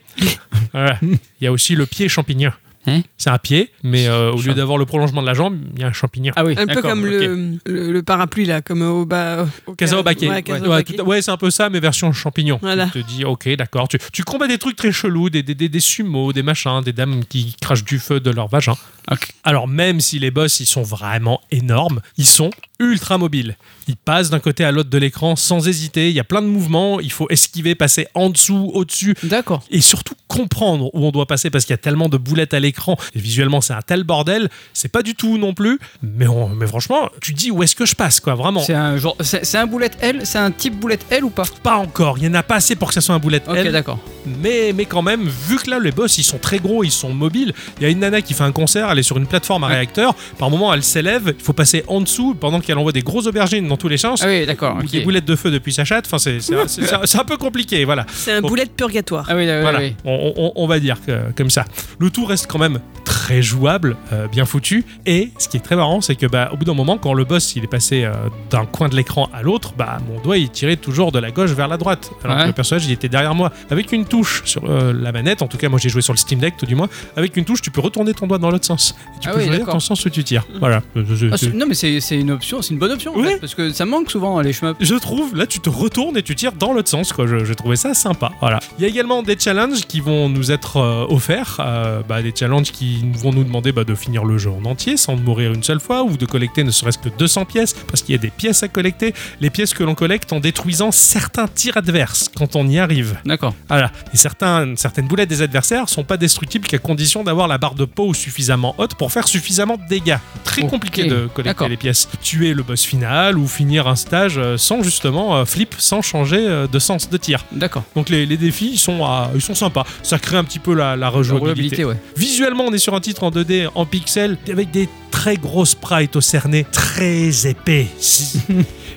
Voilà. Il y a aussi le pied champignon.
Hein
c'est un pied, mais euh, au lieu
Champ-
d'avoir le prolongement de la jambe, il y a un champignon.
Ah oui.
Un peu
d'accord,
comme
ok.
le, le, le parapluie là, comme au bas. Au
Casa au baquet.
Ouais,
Ouais,
Casa au
bah, ouais,
baquet.
tout à- ouais, c'est un peu ça, mais version champignon.
Voilà.
Tu te dis, ok, d'accord. Tu, tu combats des trucs très chelous, des, des, des, des sumos, des machins, des dames qui crachent du feu de leur vagin.
Ok.
Alors, même si les boss, ils sont vraiment énormes, ils sont ultra mobiles. Ils passent d'un côté à l'autre de l'écran sans hésiter. Il y a plein de mouvements. Il faut esquiver, passer en dessous, au-dessus
D'accord.
et surtout comprendre où on doit passer parce qu'il y a tellement de boulettes à l'écran et visuellement c'est un tel bordel c'est pas du tout non plus mais, on- mais franchement tu dis où est-ce que je passe quoi vraiment
C'est un genre, c'est c'est un boulette L, c'est un type boulette L ou pas
pas encore il y en a pas assez pour que ça soit un boulette
Ok,
L,
d'accord.
mais, mais quand même vu que là les boss ils sont très gros ils sont mobiles il y a une nana qui fait un concert elle est sur une plateforme à
Ouais.
réacteur par moment elle s'élève il faut passer en dessous pendant qu'elle envoie des grosses aubergines dans tous les sens
Ah oui, d'accord.
ou
ok.
des boulettes de feu depuis sa chatte enfin c'est- c'est c'est- c'est- c'est un peu compliqué voilà
C'est un
Bon.
boulet de purgatoire.
Ah oui, oui, oui,
Voilà,
oui.
on, on- on va dire que- comme ça. Le tout reste quand même très très jouable, euh, bien foutu. Et ce qui est très marrant, c'est que bah, au bout d'un moment, quand le boss il est passé euh, d'un coin de l'écran à l'autre, bah, mon doigt il tirait toujours de la gauche vers la droite. Alors
Ouais.
que le personnage il était derrière moi. Avec une touche sur euh, la manette, en tout cas moi j'ai joué sur le Steam Deck tout du moins, avec une touche tu peux retourner ton doigt dans l'autre sens. Et tu
Ah
peux
oui,
jouer
d'accord.
dans le sens où tu tires. Voilà.
Ah, c'est- non mais c'est c'est une option, c'est une bonne option en
Oui.
fait, parce que ça manque souvent les shmups.
je trouve, là tu te retournes et tu tires dans l'autre sens. Quoi. Je, je trouvais ça sympa. Voilà. Il y a également des challenges qui vont nous être euh, offerts, euh, bah, des challenges qui vont nous demander bah, de finir le jeu en entier sans mourir une seule fois ou de collecter ne serait-ce que 200 pièces parce qu'il y a des pièces à collecter. Les pièces que l'on collecte en détruisant certains tirs adverses quand on y arrive.
D'accord.
Voilà. Et certains, certaines boulettes des adversaires sont pas destructibles qu'à condition d'avoir la barre de peau suffisamment haute pour faire suffisamment de dégâts. Très
Ok.
compliqué de
D'accord.
collecter les pièces. Tuer le boss final ou finir un stage euh, sans justement euh, flip, sans changer euh, de sens de tir.
D'accord.
Donc les, les défis, ils sont, à- ils sont sympas. Ça crée un petit peu la, la rejouabilité.
Rejouabilité, ouais.
Visuellement, on est sur un titre en 2D, en pixels, avec des très gros sprites au cerné, très épais. C'est-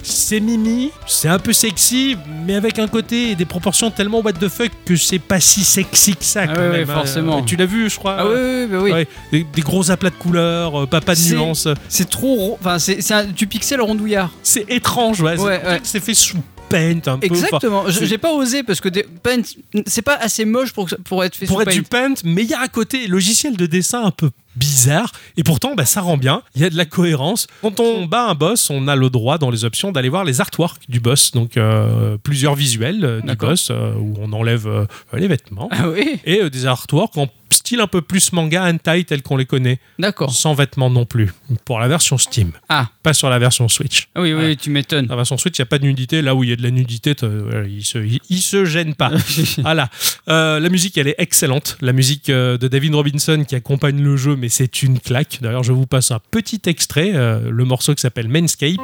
C'est mimi, c'est un peu sexy, mais avec un côté et des proportions tellement what the fuck que c'est pas si sexy que ça.
Ah
quand
ouais,
même,
ouais,
hein.
forcément.
Tu l'as vu, je crois.
Ah oui, oui, oui, bah oui.
Ouais. Des, des gros aplats de couleurs, euh, pas, pas de
C'est-
nuances.
C'est trop, rond- enfin c'est c'est un- du pixel rondouillard.
C'est étrange, ouais. C'est-
Ouais,
on dirait
ouais.
que C'est fait sous paint un peu. enfin,
Exactement. Je-
c'est-
J'ai pas osé parce que des- Paint, c'est pas assez moche pour, que- pour être fait
pour
sous
être du
Paint.
paint, mais il y a un côté logiciel de dessin un peu bizarre, et pourtant bah, ça rend bien, il y a de la cohérence. Quand on bat un boss, on a le droit dans les options d'aller voir les artworks du boss, donc euh, plusieurs visuels euh, du
D'accord.
boss, euh, où on enlève euh, les vêtements,
Ah oui,
et euh, des artworks en style un peu plus manga hentai tel qu'on les connaît,
d'accord.
sans vêtements non plus, pour la version Steam,
Ah.
pas sur la version Switch.
Ah oui, oui, tu m'étonnes.
Dans la version Switch, bah, il n'y a pas de nudité. Là où il y a de la nudité, t'as- voilà, il se, il, il se gêne pas. voilà. Euh, la musique, elle est excellente. La musique euh, de David Robinson qui accompagne le jeu, mais c'est une claque. D'ailleurs, je vous passe un petit extrait, euh, le morceau qui s'appelle Manscape.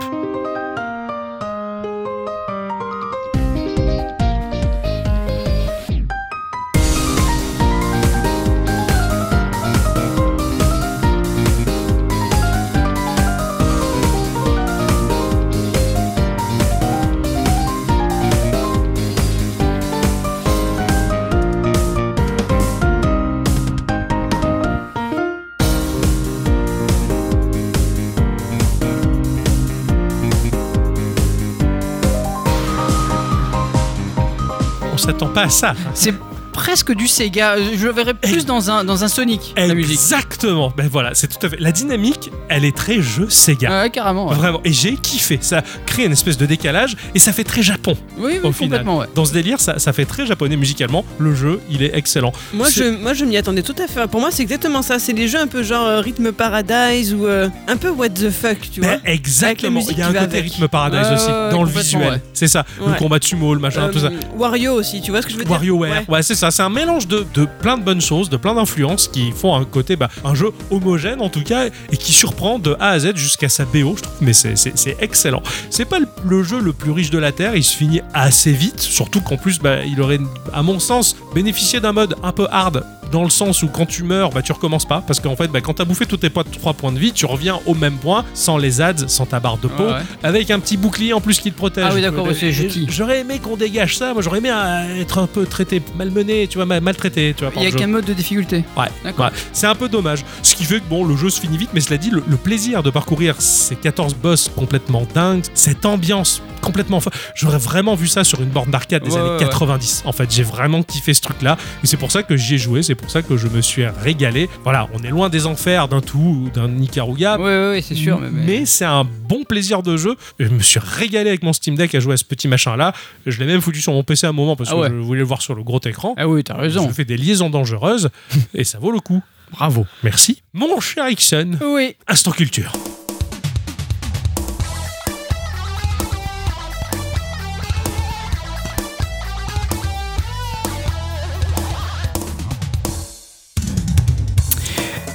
On s'attend pas à ça.
C'est presque du Sega. Je le verrais plus dans un, dans un Sonic, la musique.
Exactement. Ben voilà, c'est tout à fait. La dynamique, elle est très jeu Sega.
Ah ouais, carrément. ouais.
Vraiment, et j'ai kiffé. Ça crée une espèce de décalage et ça fait très Japon
Oui,
au final.
oui complètement, ouais.
Dans ce délire, ça, ça fait très japonais musicalement. Le jeu, il est excellent.
Moi
C'est-
je, moi, je m'y attendais tout à fait. Pour moi, c'est exactement ça. C'est des jeux un peu genre euh, Rhythm Paradise ou euh, un peu What the fuck, tu vois.
Ben, exactement.
musique
Il y a un
qui va
côté
avec.
rythme paradise
Ouais,
aussi,
ouais,
dans le
complètement,
visuel.
ouais.
C'est ça, le
Ouais.
combat de sumo, le machin,
Euh,
tout ça.
Wario aussi, tu vois ce que je veux dire
WarioWare, ouais,
Ouais.
c'est ça, c'est un mélange de, de plein de bonnes choses, de plein d'influences qui font un côté, bah, un jeu homogène en tout cas, et qui surprend de A à Z jusqu'à sa BO, je trouve, mais c'est- c'est c'est excellent. C'est pas le, le jeu le plus riche de la Terre, il se finit assez vite, surtout qu'en plus, bah, il aurait, à mon sens, bénéficié d'un mode un peu hard, dans le sens où quand tu meurs, bah, tu recommences pas, parce qu'en fait, bah, quand t'as bouffé tous tes 3 points de vie, tu reviens au même point, sans les ads, sans ta barre de peau,
Ouais, ouais.
avec un petit bouclier en plus qui te protège.
Ah oui, d'accord, ouais, c'est gentil.
J'aurais aimé qu'on dégage ça. Moi, j'aurais aimé euh, être un peu traité, malmené, tu vois, ma- maltraité, tu vois.
Il
par
y a
le jeu.
qu'un mode de difficulté.
Ouais,
D'accord.
ouais. c'est un peu dommage. Ce qui fait que bon, le jeu se finit vite, mais cela dit, le, le plaisir de parcourir ces 14 boss complètement dingues, cette ambiance complètement folle. J'aurais vraiment vu ça sur une borne d'arcade des
Ouais,
années
ouais, ouais.
90. En fait, j'ai vraiment kiffé ce truc-là. Et c'est pour ça que j'y ai joué, c'est pour ça que je me suis régalé. Voilà, on est loin des enfers d'un tout, d'un Ikaruga,
Ouais, ouais, ouais, c'est sûr. Mais, mais-
c'est un bon plaisir de jeu. Je me suis régalé avec mon Steam Deck à jouer à ce petit machin-là. Je l'ai même foutu sur mon PC à un moment parce
Ah
que
ouais.
je voulais le voir sur le gros écran.
Ah oui, t'as raison.
Je fais des liaisons dangereuses et ça vaut le coup. Bravo. Merci. Mon cher Ixon,
Oui.
Instant Culture.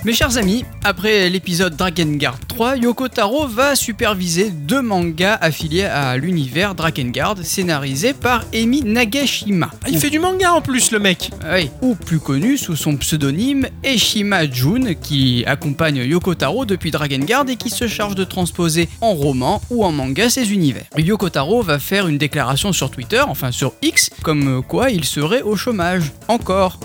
Mes chers amis, après l'épisode Drakengard 3, Yoko Taro va superviser deux mangas affiliés à l'univers Drakengard, scénarisés par Emi Nagashima.
Ah, il fait du manga en plus, le mec.
Oui, ou plus connu sous son pseudonyme Eshima Jun, qui accompagne Yoko Taro depuis Dragon Guard et qui se charge de transposer en roman ou en manga ses univers. Yoko Taro va faire une déclaration sur Twitter, enfin sur X, comme quoi il serait au chômage. Encore.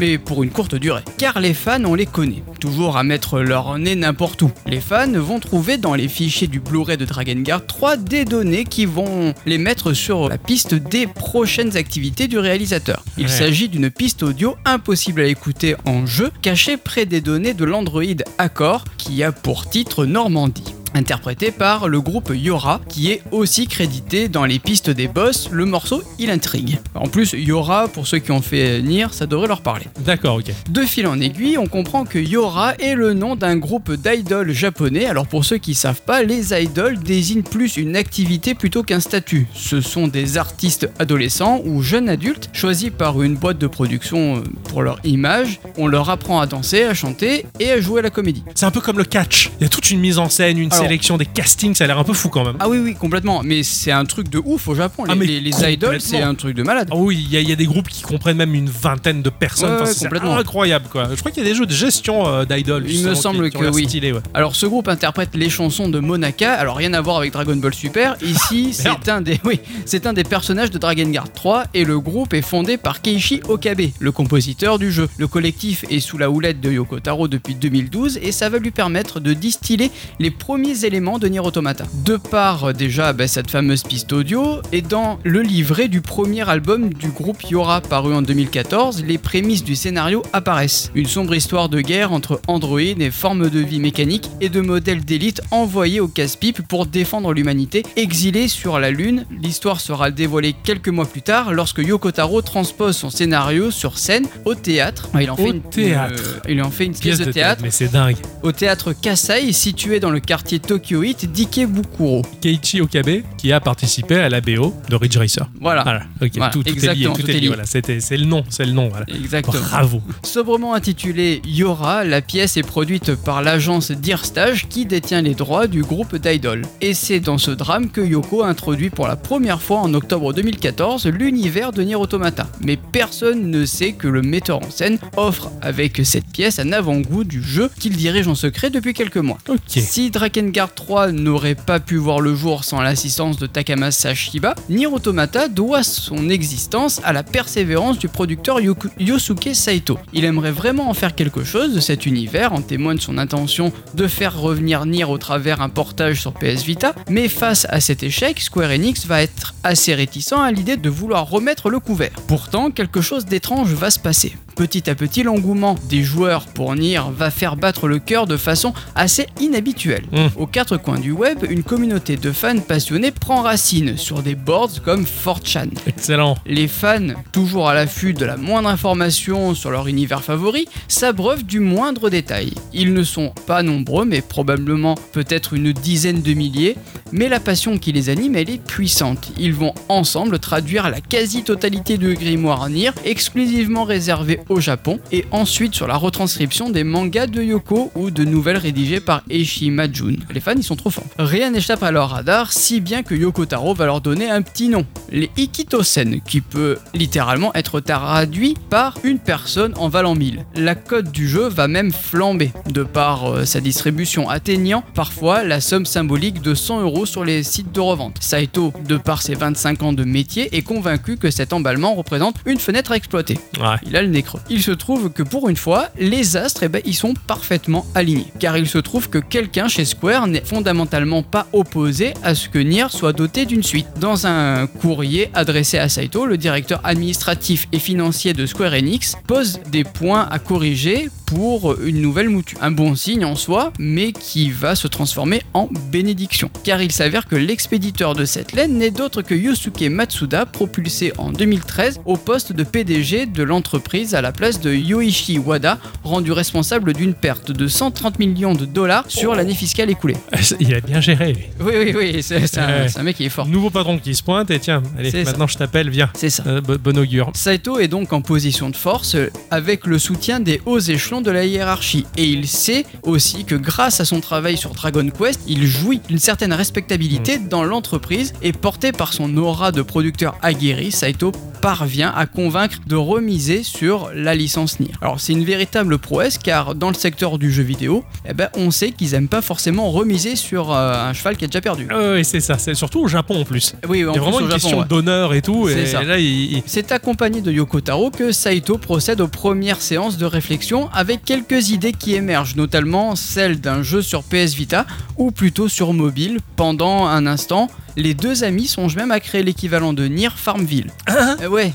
mais pour une courte durée. Car les fans, on les connaît. toujours à mettre leur nez n'importe où. Les fans vont trouver dans les fichiers du Blu-ray de Dragon Guard 3 des données qui vont les mettre sur la piste des prochaines activités du réalisateur. Il
Ouais.
s'agit d'une piste audio impossible à écouter en jeu, cachée près des données de l'Android Accor qui a pour titre Normandie interprété par le groupe Yora, qui est aussi crédité dans les pistes des boss, le morceau il intrigue. En plus, Yora, pour ceux qui ont fait Nier, ça devrait leur parler.
D'accord, ok.
De fil en aiguille, on comprend que Yora est le nom d'un groupe d'idoles japonais. Alors pour ceux qui savent pas, les idoles désignent plus une activité plutôt qu'un statut. Ce sont des artistes adolescents ou jeunes adultes choisis par une boîte de production euh, pour leur image. On leur apprend à danser, à chanter et à jouer à la comédie.
C'est un peu comme le catch. Il y a toute une mise en scène, une sélection,
Alors-
des castings, ça a l'air un peu fou quand même.
Ah oui, oui, complètement. Mais c'est un truc de ouf au Japon. Les,
Ah, mais
les- les
complètement.
idoles, c'est un truc de malade.
Ah oui, il y, a- il y a des groupes qui comprennent même une vingtaine de personnes.
Ouais,
Enfin,
ouais,
c'est
complètement.
incroyable quoi. Je crois qu'il y a des jeux de gestion euh, d'idoles.
Il me
justement, qui-
semble
qui ont
que
l'air
oui.
stylés, ouais.
Alors ce groupe interprète les chansons de Monaka, alors rien à voir avec Dragon Ball Super, ici
Merde.
c'est un, des, oui, c'est un des personnages de Dragon Guard 3 et le groupe est fondé par Keiichi Okabe, le compositeur du jeu. Le collectif est sous la houlette de Yoko Taro depuis 2012 et ça va lui permettre de distiller les premiers éléments de Nier Automata. De par euh, déjà bah, cette fameuse piste audio et dans le livret du premier album du groupe Yora paru en 2014, les prémices du scénario apparaissent. Une sombre histoire de guerre entre androïdes et formes de vie mécaniques et de modèles d'élite envoyés au casse-pipe pour défendre l'humanité exilée sur la Lune. L'histoire sera dévoilée quelques mois plus tard lorsque Yoko Taro transpose son scénario sur scène au théâtre. Il en
Au
fait une,
théâtre.
euh, il en fait une pièce de théâtre
Mais c'est dingue.
au théâtre Kasai, situé dans le quartier Tokyoite d'Ikebukuro.
Keiichi Okabe qui a participé à la BO de Ridge Racer.
Voilà.
Voilà, ok,
Voilà,
tout, tout est lié,
exactement,
tout, est lié. Voilà, c'était- c'est le nom, c'est le nom. Voilà.
Exactement.
Bravo.
Sobrement intitulée Yora, la pièce est produite par l'agence Dirstage qui détient les droits du groupe d'Idol. Et c'est dans ce drame que Yoko introduit pour la première fois en octobre 2014 l'univers de Nier Automata. Mais personne ne sait que le metteur en scène offre avec cette pièce un avant-goût du jeu qu'il dirige en secret depuis quelques mois.
Ok.
Si Drakengard 3 n'aurait pas pu voir le jour sans l'assistance de Takamasa Shiba, Nier Automata doit son existence à la persévérance du producteur Yoku- Yosuke Saito. Il aimerait vraiment en faire quelque chose de cet univers, en témoigne son intention de faire revenir Nier au travers un portage sur PS Vita, mais face à cet échec, Square Enix va être assez réticent à l'idée de vouloir remettre le couvert. Pourtant, quelque chose d'étrange va se passer. Petit à petit, l'engouement des joueurs pour Nier va faire battre le cœur de façon assez inhabituelle.
Mm.
Aux quatre coins du web, une communauté de fans passionnés prend racine sur des boards comme 4chan.
Excellent.
Les fans, toujours à l'affût de la moindre information sur leur univers favori, s'abreuvent du moindre détail. Ils ne sont pas nombreux, mais probablement peut-être une dizaine de milliers, mais la passion qui les anime, elle est puissante. Ils vont ensemble traduire la quasi-totalité du grimoire Nier, exclusivement réservé au Japon, et ensuite sur la retranscription des mangas de Yoko ou de nouvelles rédigées par Eshima Jun. Les fans, ils sont trop forts. Rien n'échappe à leur radar, si bien que Yoko Taro va leur donner un petit nom, les Ikitosen, qui peut littéralement être traduit par une personne en valant mille. La cote du jeu va même flamber, de par euh, sa distribution, atteignant parfois la somme symbolique de 100 euros sur les sites de revente. Saito, de par ses 25 ans de métier, est convaincu que cet emballement représente une fenêtre à exploiter.
Ouais.
Il a le nez creux. Il se trouve que pour une fois, les astres, eh ben, ils sont parfaitement alignés. Car il se trouve que quelqu'un chez Square n'est fondamentalement pas opposé à ce que Nier soit doté d'une suite. Dans un courrier adressé à Saito, le directeur administratif et financier de Square Enix pose des points à corriger pour une nouvelle mouture. Un bon signe en soi, mais qui va se transformer en bénédiction. Car il s'avère que l'expéditeur de cette laine n'est d'autre que Yosuke Matsuda, propulsé en 2013 au poste de PDG de l'entreprise à la place de Yoichi Wada, rendu responsable d'une perte de 130 millions de dollars sur l'année fiscale écoulée.
Il a bien géré.
Oui, oui, oui, c'est c'est un,
Ouais.
c'est un mec qui est fort.
Nouveau patron qui se pointe et tiens, allez,
C'est ça.
maintenant je t'appelle, viens.
C'est ça.
Euh, bo- bon augure.
Saito est donc en position de force euh, avec le soutien des hauts échelons de la hiérarchie et il sait aussi que grâce à son travail sur Dragon Quest, il jouit d'une certaine
Mm.
respectabilité dans l'entreprise et porté par son aura de producteur aguerri, Saito parvient à convaincre de remiser sur la licence NIR. Alors c'est une véritable prouesse car dans le secteur du jeu vidéo, eh ben, on sait qu'ils aiment pas forcément remiser sur euh, un cheval qui a déjà perdu.
Euh, et c'est ça, c'est surtout au Japon en plus. Il
Oui, en
y a
plus,
vraiment
au
une
Japon,
question
ouais.
d'honneur et tout.
C'est
Et
ça.
là, il- il-
C'est accompagné de Yoko Taro que Saito procède aux premières séances de réflexion avec quelques idées qui émergent, notamment celle d'un jeu sur PS Vita ou plutôt sur mobile. Pendant un instant, les deux amis songent même à créer l'équivalent de Nier Farmville. Euh, ouais.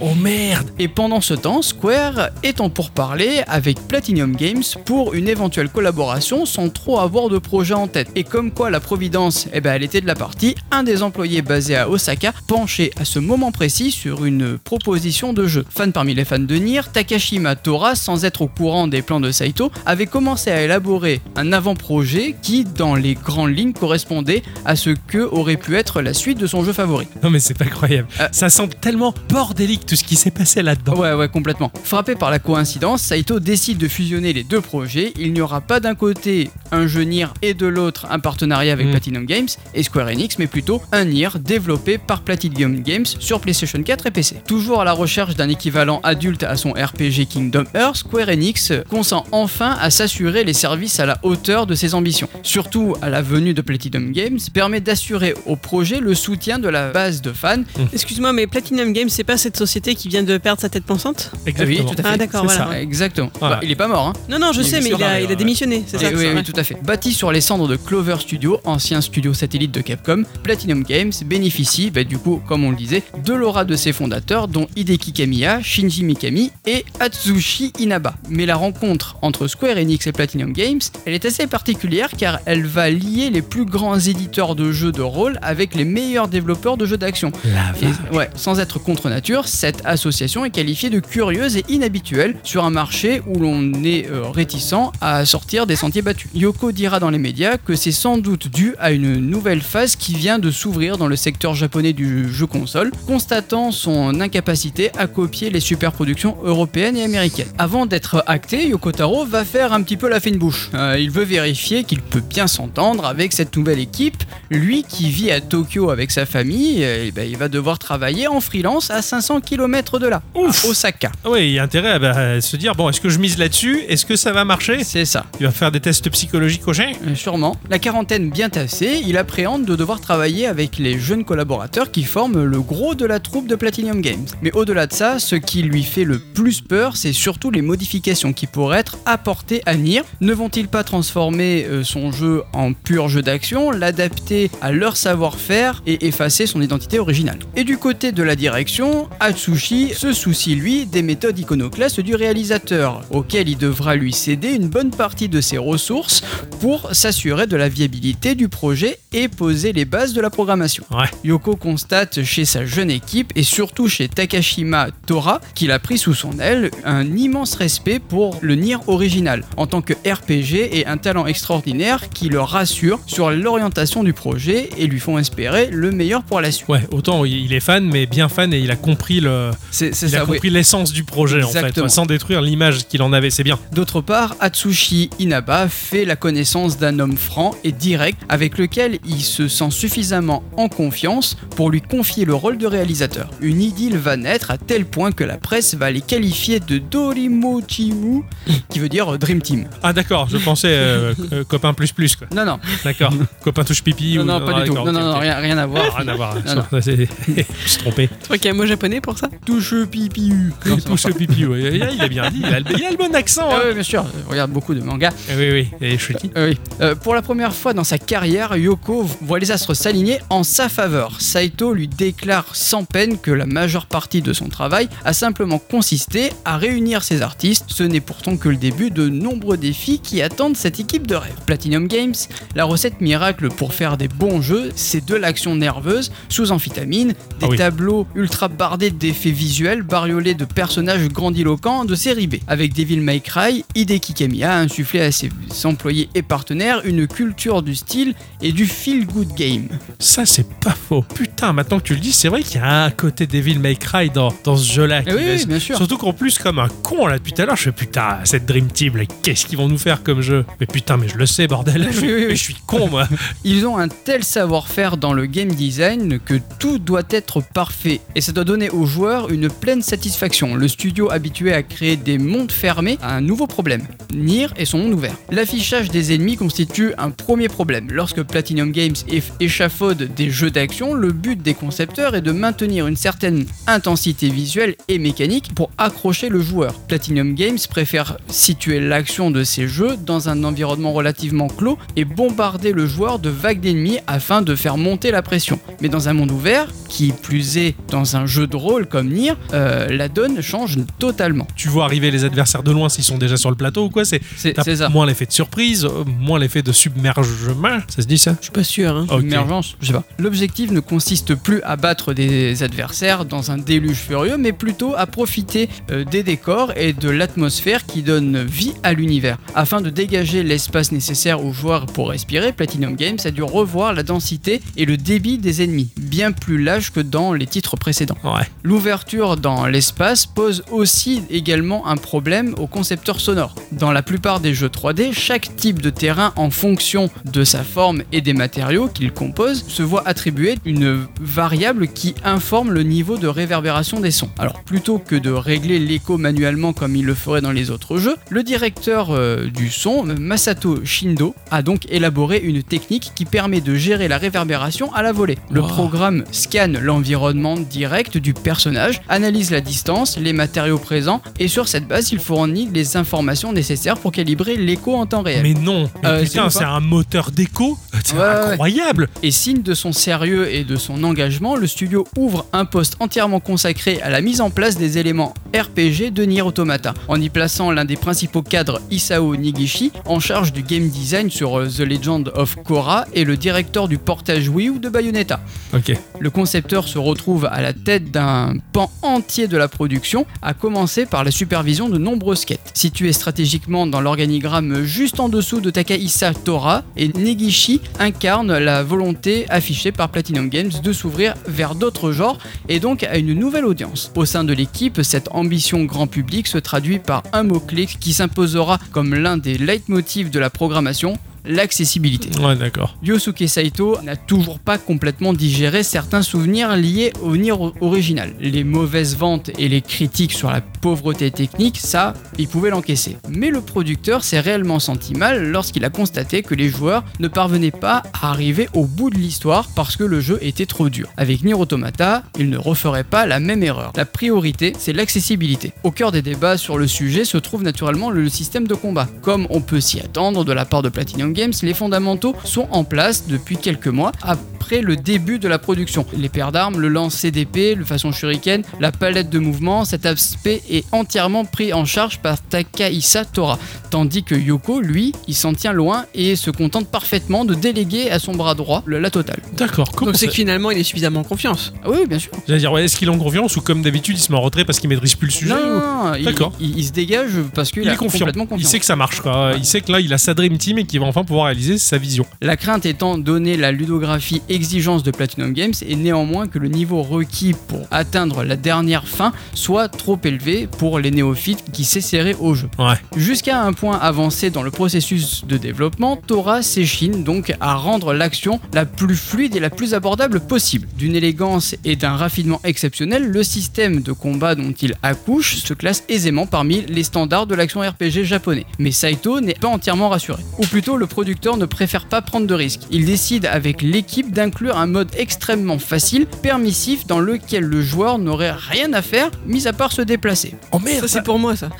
Oh merde
Et pendant ce temps, Square est en pourparlers avec Platinum Games pour une éventuelle collaboration sans trop avoir de projet en tête. Et comme quoi la Providence, eh ben, elle était de la partie, un des employés basé à Osaka penchait à ce moment précis sur une proposition de jeu. Fan parmi les fans de Nier, Takashima Tora, sans être au courant des plans de Saito, avait commencé à élaborer un avant-projet qui, dans les grandes lignes, correspondait à ce que aurait pu être la suite de son jeu favori.
Non mais c'est pas incroyable.
Euh.
Ça semble tellement bordélique tout ce qui s'est passé là-dedans.
Ouais, ouais, complètement. Frappé par la coïncidence, Saito décide de fusionner les deux projets. Il n'y aura pas d'un côté un jeu Nier et de l'autre un partenariat avec
Mm.
Platinum Games et Square Enix, mais plutôt un Nier développé par Platinum Games sur PlayStation 4 et PC. Toujours à la recherche d'un équivalent adulte à son RPG Kingdom Hearts, Square Enix consent enfin à s'assurer les services à la hauteur de ses ambitions. Surtout à la venue de Platinum Games, permet d'assurer au projet le soutien de la base de fans.
Excuse-moi, mais Platinum Games, c'est pas cette société qui vient de perdre sa tête pensante
Exactement.
Oui, tout à fait.
Ah d'accord,
C'est
voilà.
ça.
Exactement.
Voilà.
Bah, il est pas mort, hein.
Non, non, je
Il est
sais, mais
sur
il
la-
a, il a démissionné, c'est ça
Et oui,
c'est
oui,
vrai.
tout à fait. Bâti sur les cendres de Clover Studio, ancien studio satellite de Capcom, Platinum Games bénéficie, bah, du coup, comme on le disait, de l'aura de ses fondateurs, dont Hideki Kamiya, Shinji Mikami et Atsushi Inaba. Mais la rencontre entre Square Enix et Platinum Games, elle est assez particulière car elle va lier les plus grands éditeurs de jeux de rôle avec les meilleurs développeurs de jeux d'action.
La
Et- ouais, sans être contre nature, cette association est qualifiée de curieuse et inhabituelle sur un marché où l'on est euh, réticent à sortir des sentiers battus. Yoko dira dans les médias que c'est sans doute dû à une nouvelle phase qui vient de s'ouvrir dans le secteur japonais du jeu console, constatant son incapacité à copier les superproductions européennes et américaines. Avant d'être acté, Yoko Taro va faire un petit peu la fine bouche. Euh, il veut vérifier qu'il peut bien s'entendre avec cette nouvelle équipe lui qui vit à Tokyo avec sa famille, euh, eh ben, il va devoir travailler en freelance à 500 km de là,
Ouf.
à Osaka.
Oui, Ah il y a intérêt à, bah, à se dire bon, est-ce que je mise là-dessus Est-ce que ça va marcher
C'est ça,
Il va faire des tests psychologiques au chien
euh, sûrement. La quarantaine bien tassée, il appréhende de devoir travailler avec les jeunes collaborateurs qui forment le gros de la troupe de Platinum Games. Mais au-delà de ça, ce qui lui fait le plus peur, c'est surtout les modifications qui pourraient être apportées à Nier. Ne vont-ils pas transformer euh, son jeu en pur jeu d'action, l'adapter à leur savoir-faire et effacer son identité originale. Et du côté de la direction, Atsushi se soucie lui des méthodes iconoclastes du réalisateur, auquel il devra lui céder une bonne partie de ses ressources pour s'assurer de la viabilité du projet et poser les bases de la programmation.
Ouais.
Yoko constate chez sa jeune équipe et surtout chez Takashima Tora, qu'il a pris sous son aile, un immense respect pour le Nier original en tant que RPG et un talent extraordinaire qui le rassure sur l'orientation du projet et lui font espérer le meilleur pour la suite.
Ouais, autant il il est fan, mais bien fan, et il a compris le,
C'est c'est
il a
ça, oui.
compris l'essence du projet en fait,
Exactement.
Enfin, sans détruire l'image qu'il en avait. C'est bien.
D'autre part, Atsushi Inaba fait la connaissance d'un homme franc et direct avec lequel il se sent suffisamment en confiance pour lui confier le rôle de réalisateur. Une idylle va naître à tel point que la presse va les qualifier de Dorimochimu, qui veut dire euh, Dream Team.
Ah d'accord, je pensais euh, euh, copain plus plus quoi.
Non, non,
D'accord. copain touche pipi
non,
ou
non, pas du tout.
Ah, d'accord,
Non, non,
ok,
non,
ok. Ah,
rien, rien à voir.
Rien à voir.
Non, non.
C'est- Je suis trompé.
Tu crois qu'il y a un mot japonais pour ça
Touche pipiu. Non, ça marche
Touche
pas.
le pipi. ouais. Il a bien dit. Il a, le- il a le bon accent.
Ah
hein.
ouais, bien sûr, je regarde beaucoup de mangas.
Eh Oui oui. Et je suis qui
Euh, oui. Euh, pour la première fois dans sa carrière, Yoko voit les astres s'aligner en sa faveur. Saito lui déclare sans peine que la majeure partie de son travail a simplement consisté à réunir ses artistes. Ce n'est pourtant que le début de nombreux défis qui attendent cette équipe de rêve. Platinum Games, la recette miracle pour faire des bons jeux, c'est de l'action nerveuse sous amphétamine, des
Ah oui.
tableaux ultra bardés d'effets visuels, bariolés de personnages grandiloquents de série B. Avec Devil May Cry, Hideki Kamiya a insufflé à ses employés employés et partenaires une culture du style et du feel-good game.
Ça, c'est pas faux. Putain, maintenant que tu le dis, c'est vrai qu'il y a un côté Devil May Cry dans, dans ce jeu-là. qui
Eh oui,
laisse-
oui, bien sûr.
Surtout qu'en plus, comme un con, là, depuis tout à l'heure, je fais putain, cette Dream Team, là, qu'est-ce qu'ils vont nous faire comme jeu Mais putain, mais je le sais, bordel. Je,
Oui, oui, oui.
je suis con, moi.
Ils ont un tel savoir-faire dans le game design que tout doit être parfait et ça doit donner aux joueurs une pleine satisfaction. Le studio habitué à créer des mondes fermés a un nouveau problème. Nier et son monde ouvert. L'affichage des ennemis constitue un premier problème. Lorsque Platinum Games eff- échafaude des jeux d'action, le but des concepteurs est de maintenir une certaine intensité visuelle et mécanique pour accrocher le joueur. Platinum Games préfère situer l'action de ses jeux dans un environnement relativement clos et bombarder le joueur de vagues d'ennemis afin de faire monter la pression. Mais dans un monde ouvert, qui plus est dans un jeu de rôle comme Nier, euh, la donne change totalement.
Tu vois arriver les adversaires de loin s'ils sont déjà sur le plateau ou quoi C'est
C'est
t'as
c'est ça.
moins l'effet de surprise, euh, moins l'effet de submergement. Ça se dit ça
Je suis pas sûr. Hein.
Ok.
Submergence, je sais pas. L'objectif ne consiste plus à battre des adversaires dans un déluge furieux, mais plutôt à profiter euh, des décors et de l'atmosphère qui donne vie à l'univers. Afin de dégager l'espace nécessaire aux joueurs pour respirer, Platinum Games a dû revoir la densité et le débit des ennemis, bien plus lâche que dans les titres précédents.
Ouais.
L'ouverture dans l'espace pose aussi également un problème aux concepteurs sonores. Dans la plupart des jeux 3D, chaque type de terrain, en fonction de sa forme et des matériaux qu'il compose, se voit attribuer une variable qui informe le niveau de réverbération des sons. Alors plutôt que de régler l'écho manuellement comme il le ferait dans les autres jeux, le directeur euh, du son, Masato Shindo, a donc élaboré une technique qui permet de gérer la réverbération à la volée. Le
Wow.
programme programme scanne l'environnement direct du personnage, analyse la distance, les matériaux présents, et sur cette base, il fournit les informations nécessaires pour calibrer l'écho en temps réel.
Mais non, Mais
Euh, si
putain,
ou pas
c'est un moteur d'écho. C'est
Ouais, ouais, ouais.
incroyable.
Et signe de son sérieux et de son engagement, le studio ouvre un poste entièrement consacré à la mise en place des éléments RPG de Nier Automata, en y plaçant l'un des principaux cadres Isao Nigishi en charge du game design sur euh, The Legend of Korra et le directeur du portage Wii U de Bayonetta.
Ok.
Le concepteur se retrouve à la tête d'un pan entier de la production, à commencer par la supervision de nombreuses quêtes. Situé stratégiquement dans l'organigramme juste en dessous de Takahisa Tora, et Negishi incarne la volonté affichée par Platinum Games de s'ouvrir vers d'autres genres et donc à une nouvelle audience. Au sein de l'équipe, cette ambition grand public se traduit par un mot-clic qui s'imposera comme l'un des leitmotifs de la programmation, l'accessibilité.
Ouais, d'accord.
Yosuke Saito n'a toujours pas complètement digéré certains souvenirs liés au Nier o- original. Les mauvaises ventes et les critiques sur la pauvreté technique, ça, il pouvait l'encaisser. Mais le producteur s'est réellement senti mal lorsqu'il a constaté que les joueurs ne parvenaient pas à arriver au bout de l'histoire parce que le jeu était trop dur. Avec Nier Automata, il ne referait pas la même erreur. La priorité, c'est l'accessibilité. Au cœur des débats sur le sujet se trouve naturellement le système de combat. Comme on peut s'y attendre de la part de Platinum Games, les fondamentaux sont en place depuis quelques mois après le début de la production. Les paires d'armes, le lancer d'épée, le façon shuriken, la palette de mouvement, cet aspect est entièrement pris en charge par Takahisa Tora, tandis que Yoko, lui, il s'en tient loin et se contente parfaitement de déléguer à son bras droit le- la totale.
D'accord. Comment
Donc c'est
Oh, ça-
que finalement il est suffisamment en confiance.
Ah oui, bien sûr.
J'allais dire, ouais, est-ce qu'il est en confiance ou comme d'habitude, il se met en retrait parce qu'il maîtrise plus le sujet
Non,
ou-
non, non, il-
D'accord.
Il, il se dégage parce qu'il
Il
a
est confiant.
complètement
Il
confiance.
sait que ça marche, quoi. Il sait que là, il a sa dream team et qu'il va enfin pouvoir réaliser sa vision.
La crainte étant donnée la ludographie exigence de Platinum Games et néanmoins que le niveau requis pour atteindre la dernière fin soit trop élevé pour les néophytes qui s'essaieraient au jeu.
Ouais.
Jusqu'à un point avancé dans le processus de développement, Tora s'échine donc à rendre l'action la plus fluide et la plus abordable possible. D'une élégance et d'un raffinement exceptionnel, le système de combat dont il accouche se classe aisément parmi les standards de l'action RPG japonais. Mais Saito n'est pas entièrement rassuré. Ou plutôt, le producteur ne préfère pas prendre de risques. Il décide avec l'équipe d'inclure un mode extrêmement facile, permissif, dans lequel le joueur n'aurait rien à faire, mis à part se déplacer.
Oh merde
Ça c'est pour moi ça.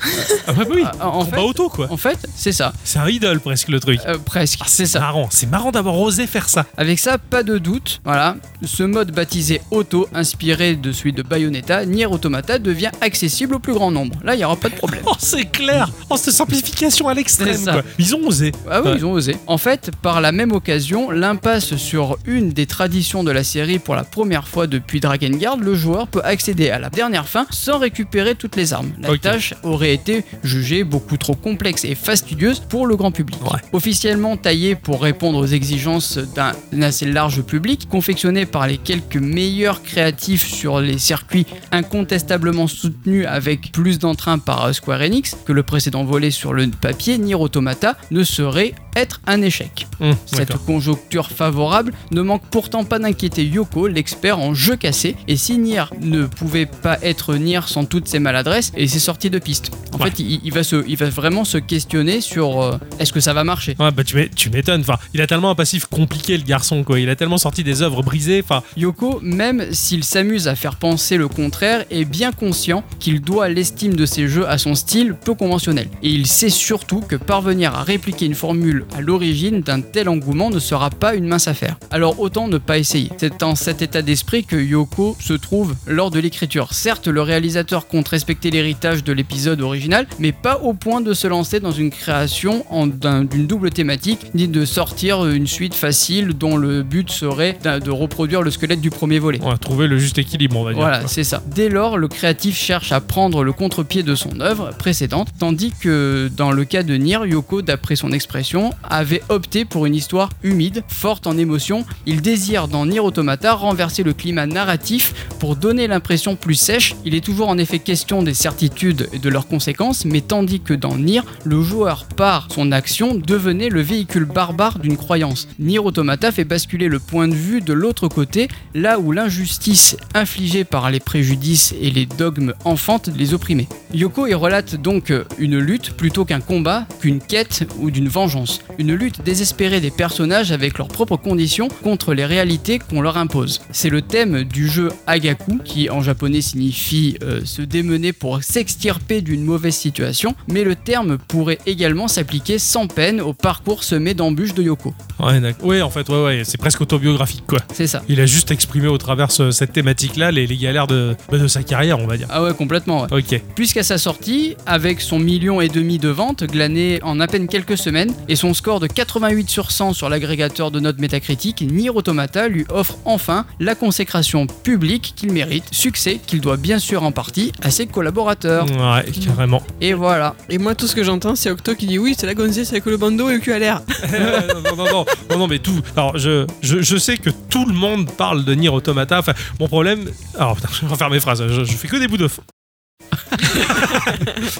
Ah bah oui
Ah, En
Combat
fait,
auto, quoi.
en fait c'est ça.
C'est un idole presque le truc.
Euh, presque, c'est ça.
marrant. C'est marrant d'avoir osé faire ça.
Avec ça, pas de doute, voilà, ce mode baptisé Auto, inspiré de celui de Bayonetta, Nier Automata devient accessible au plus grand nombre. Là, il n'y aura pas de problème.
Oh, c'est clair Oh, cette simplification à l'extrême,
C'est ça.
quoi. Ils ont osé.
Ah oui,
Ouais.
ils ont osé. En fait, par la même occasion, l'impasse sur une des traditions de la série pour la première fois depuis Drakengard, le joueur peut accéder à la dernière fin sans récupérer toutes les les armes. La
Ok.
tâche aurait été jugée beaucoup trop complexe et fastidieuse pour le grand public.
Ouais.
Officiellement taillé pour répondre aux exigences d'un d'un assez large public, confectionné par les quelques meilleurs créatifs sur les circuits incontestablement soutenus avec plus d'entrain par euh, Square Enix que le précédent volet sur le papier, Nier Automata ne saurait être un échec.
Hum,
Cette
d'accord.
conjoncture favorable ne manque pourtant pas d'inquiéter Yoko, l'expert en jeu cassé, et si Nier ne pouvait pas être Nier sans toutes ses maladresses et ses sorties de piste. En
Ouais.
fait, il, il va se, il va vraiment se questionner sur euh, est-ce que ça va marcher
Ouais, bah tu m'é- tu m'étonnes. Enfin, il a tellement un passif compliqué, le garçon, quoi. Il a tellement sorti des œuvres brisées. Enfin,
Yoko, même s'il s'amuse à faire penser le contraire, est bien conscient qu'il doit l'estime de ses jeux à son style peu conventionnel. Et il sait surtout que parvenir à répliquer une formule à l'origine d'un tel engouement ne sera pas une mince affaire. Alors autant ne pas essayer. C'est dans cet état d'esprit que Yoko se trouve lors de l'écriture. Certes, le réalisateur compte respecter l'héritage de l'épisode original, mais pas au point de se lancer dans une création en- d'un- d'une double thématique, ni de sortir une suite facile dont le but serait d'un- de reproduire le squelette du premier volet.
on a trouvé le juste équilibre, on va dire.
Voilà,
quoi.
c'est ça. Dès lors, le créatif cherche à prendre le contre-pied de son œuvre précédente, tandis que dans le cas de Nier, Yoko, d'après son expression, avait opté pour une histoire humide, forte en émotions. Il désire dans Nier Automata renverser le climat narratif pour donner l'impression plus sèche. Il est toujours en effet question des certitudes et de leurs conséquences, mais tandis que dans Nier, le joueur par son action devenait le véhicule barbare d'une croyance. Nier Automata fait basculer le point de vue de l'autre côté là où l'injustice infligée par les préjudices et les dogmes enfantent les opprimés. Yoko y relate donc euh, une lutte plutôt qu'un combat, qu'une quête ou d'une vengeance. Une lutte désespérée des personnages avec leurs propres conditions contre les réalités qu'on leur impose. C'est le thème du jeu Agaku, qui en japonais signifie euh, se démener pour s'extirper d'une mauvaise situation, mais le terme pourrait également s'appliquer sans peine au parcours semé d'embûches de Yoko.
Ouais, d'accord. Ouais, en fait, ouais, ouais. C'est presque autobiographique, quoi.
C'est ça.
Il a juste exprimé au travers ce- cette thématique-là les, les galères de, bah, de sa carrière, on va dire.
Ah ouais, complètement. ouais.
Ok.
Puisqu'à sa sortie, avec son million et demi de ventes glanées en à peine quelques semaines et son score de 88 sur 100 sur l'agrégateur de notes métacritiques, Nier Automata lui offre enfin la consécration publique qu'il mérite, succès qu'il doit bien sûr en partie à ses collaborateurs.
Ouais, carrément.
Et voilà.
Et moi, tout ce que j'entends, c'est Octo qui dit oui, c'est la gonzesse avec le bandeau et le cul à l'air.
non, non, non, non, non, non, mais tout. Alors, je, je, je sais que tout le monde parle de Nier Automata. Enfin, mon problème. Alors, putain, je vais refaire mes phrases. Je, je fais que des bouts de fond.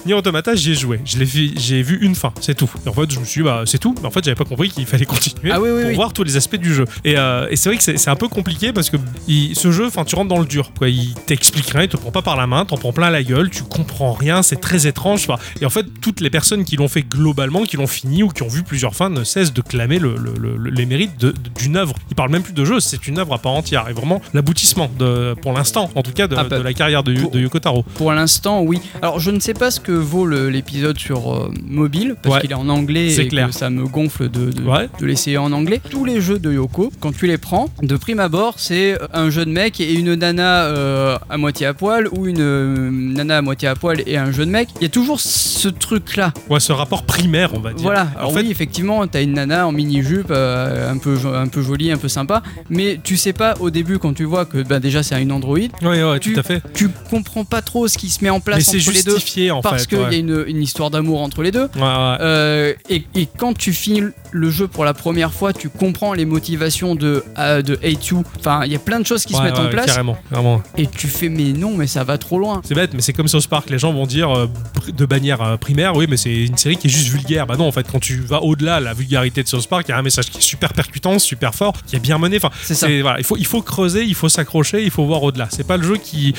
Nier Automata, j'y ai joué. Je l'ai vu, j'ai vu une fin, c'est tout. Et en fait, je me suis dit, bah, c'est tout. Mais en fait, j'avais pas compris qu'il fallait continuer
Ah oui, oui,
pour
oui.
voir tous les aspects du jeu. Et, euh, et c'est vrai que c'est c'est un peu compliqué parce que il- ce jeu, enfin, tu rentres dans le dur. Quoi. Il t'explique rien, il te prend pas par la main, t'en prends plein la gueule, tu comprends rien, c'est très étrange. Enfin, et en fait, toutes les personnes qui l'ont fait globalement, qui l'ont fini ou qui ont vu plusieurs fins, ne cessent de clamer le- le- le- le- les mérites de- de- d'une œuvre. Ils parlent même plus de jeu, c'est une œuvre à part entière. Et vraiment l'aboutissement, de- pour l'instant, en tout cas, de,
Ah, bah,
de la carrière de, Yu-
pour-
de Yoko Taro.
Pour l'instant, oui. Alors, je ne sais pas ce que vaut le- l'épisode sur euh, mobile, parce
Ouais.
qu'il est en anglais
C'est
et
clair.
que ça me gonfle de, de,
Ouais.
de l'essayer en anglais. Tous les jeux de Yoko, quand tu les prends, de prime abord, c'est un jeune mec et une nana euh, à moitié à poil, ou une euh, nana à moitié à poil et un jeune mec. Il y a toujours ce truc-là.
Ouais, ce rapport primaire, on va dire.
Voilà,
En
alors
fait-
oui, effectivement, t'as une nana en mini-jupe, euh, un, peu, jo- un peu jolie, un peu sympa, mais tu sais pas au début quand tu vois que bah, déjà c'est une androïde,
Ouais, ouais,
Tu-
tout à fait.
tu comprends pas trop ce qui se met en place
Mais
entre
c'est
les deux
justifié, en
parce
fait.
qu'il
ouais.
y a une, une histoire d'amour entre les deux.
Ouais, ouais.
Euh, et, et quand tu finis le jeu pour la première fois, tu comprends les motivations de, euh, de A2. Enfin, il y a plein de choses qui se
Ouais,
mettent en
ouais,
place
Carrément, carrément.
et tu fais, mais non, mais ça va trop loin.
C'est bête, mais c'est comme South Park. Les gens vont dire euh, pr- de bannière euh, primaire, oui, mais c'est une série qui est juste vulgaire. Bah non, en fait, quand tu vas au-delà de la vulgarité de South Park, il y a un message qui est super percutant, super fort, qui est bien mené. Enfin,
C'est ça.
c'est- voilà, il faut, il faut creuser, il faut s'accrocher, il faut voir au-delà. C'est pas le jeu qui,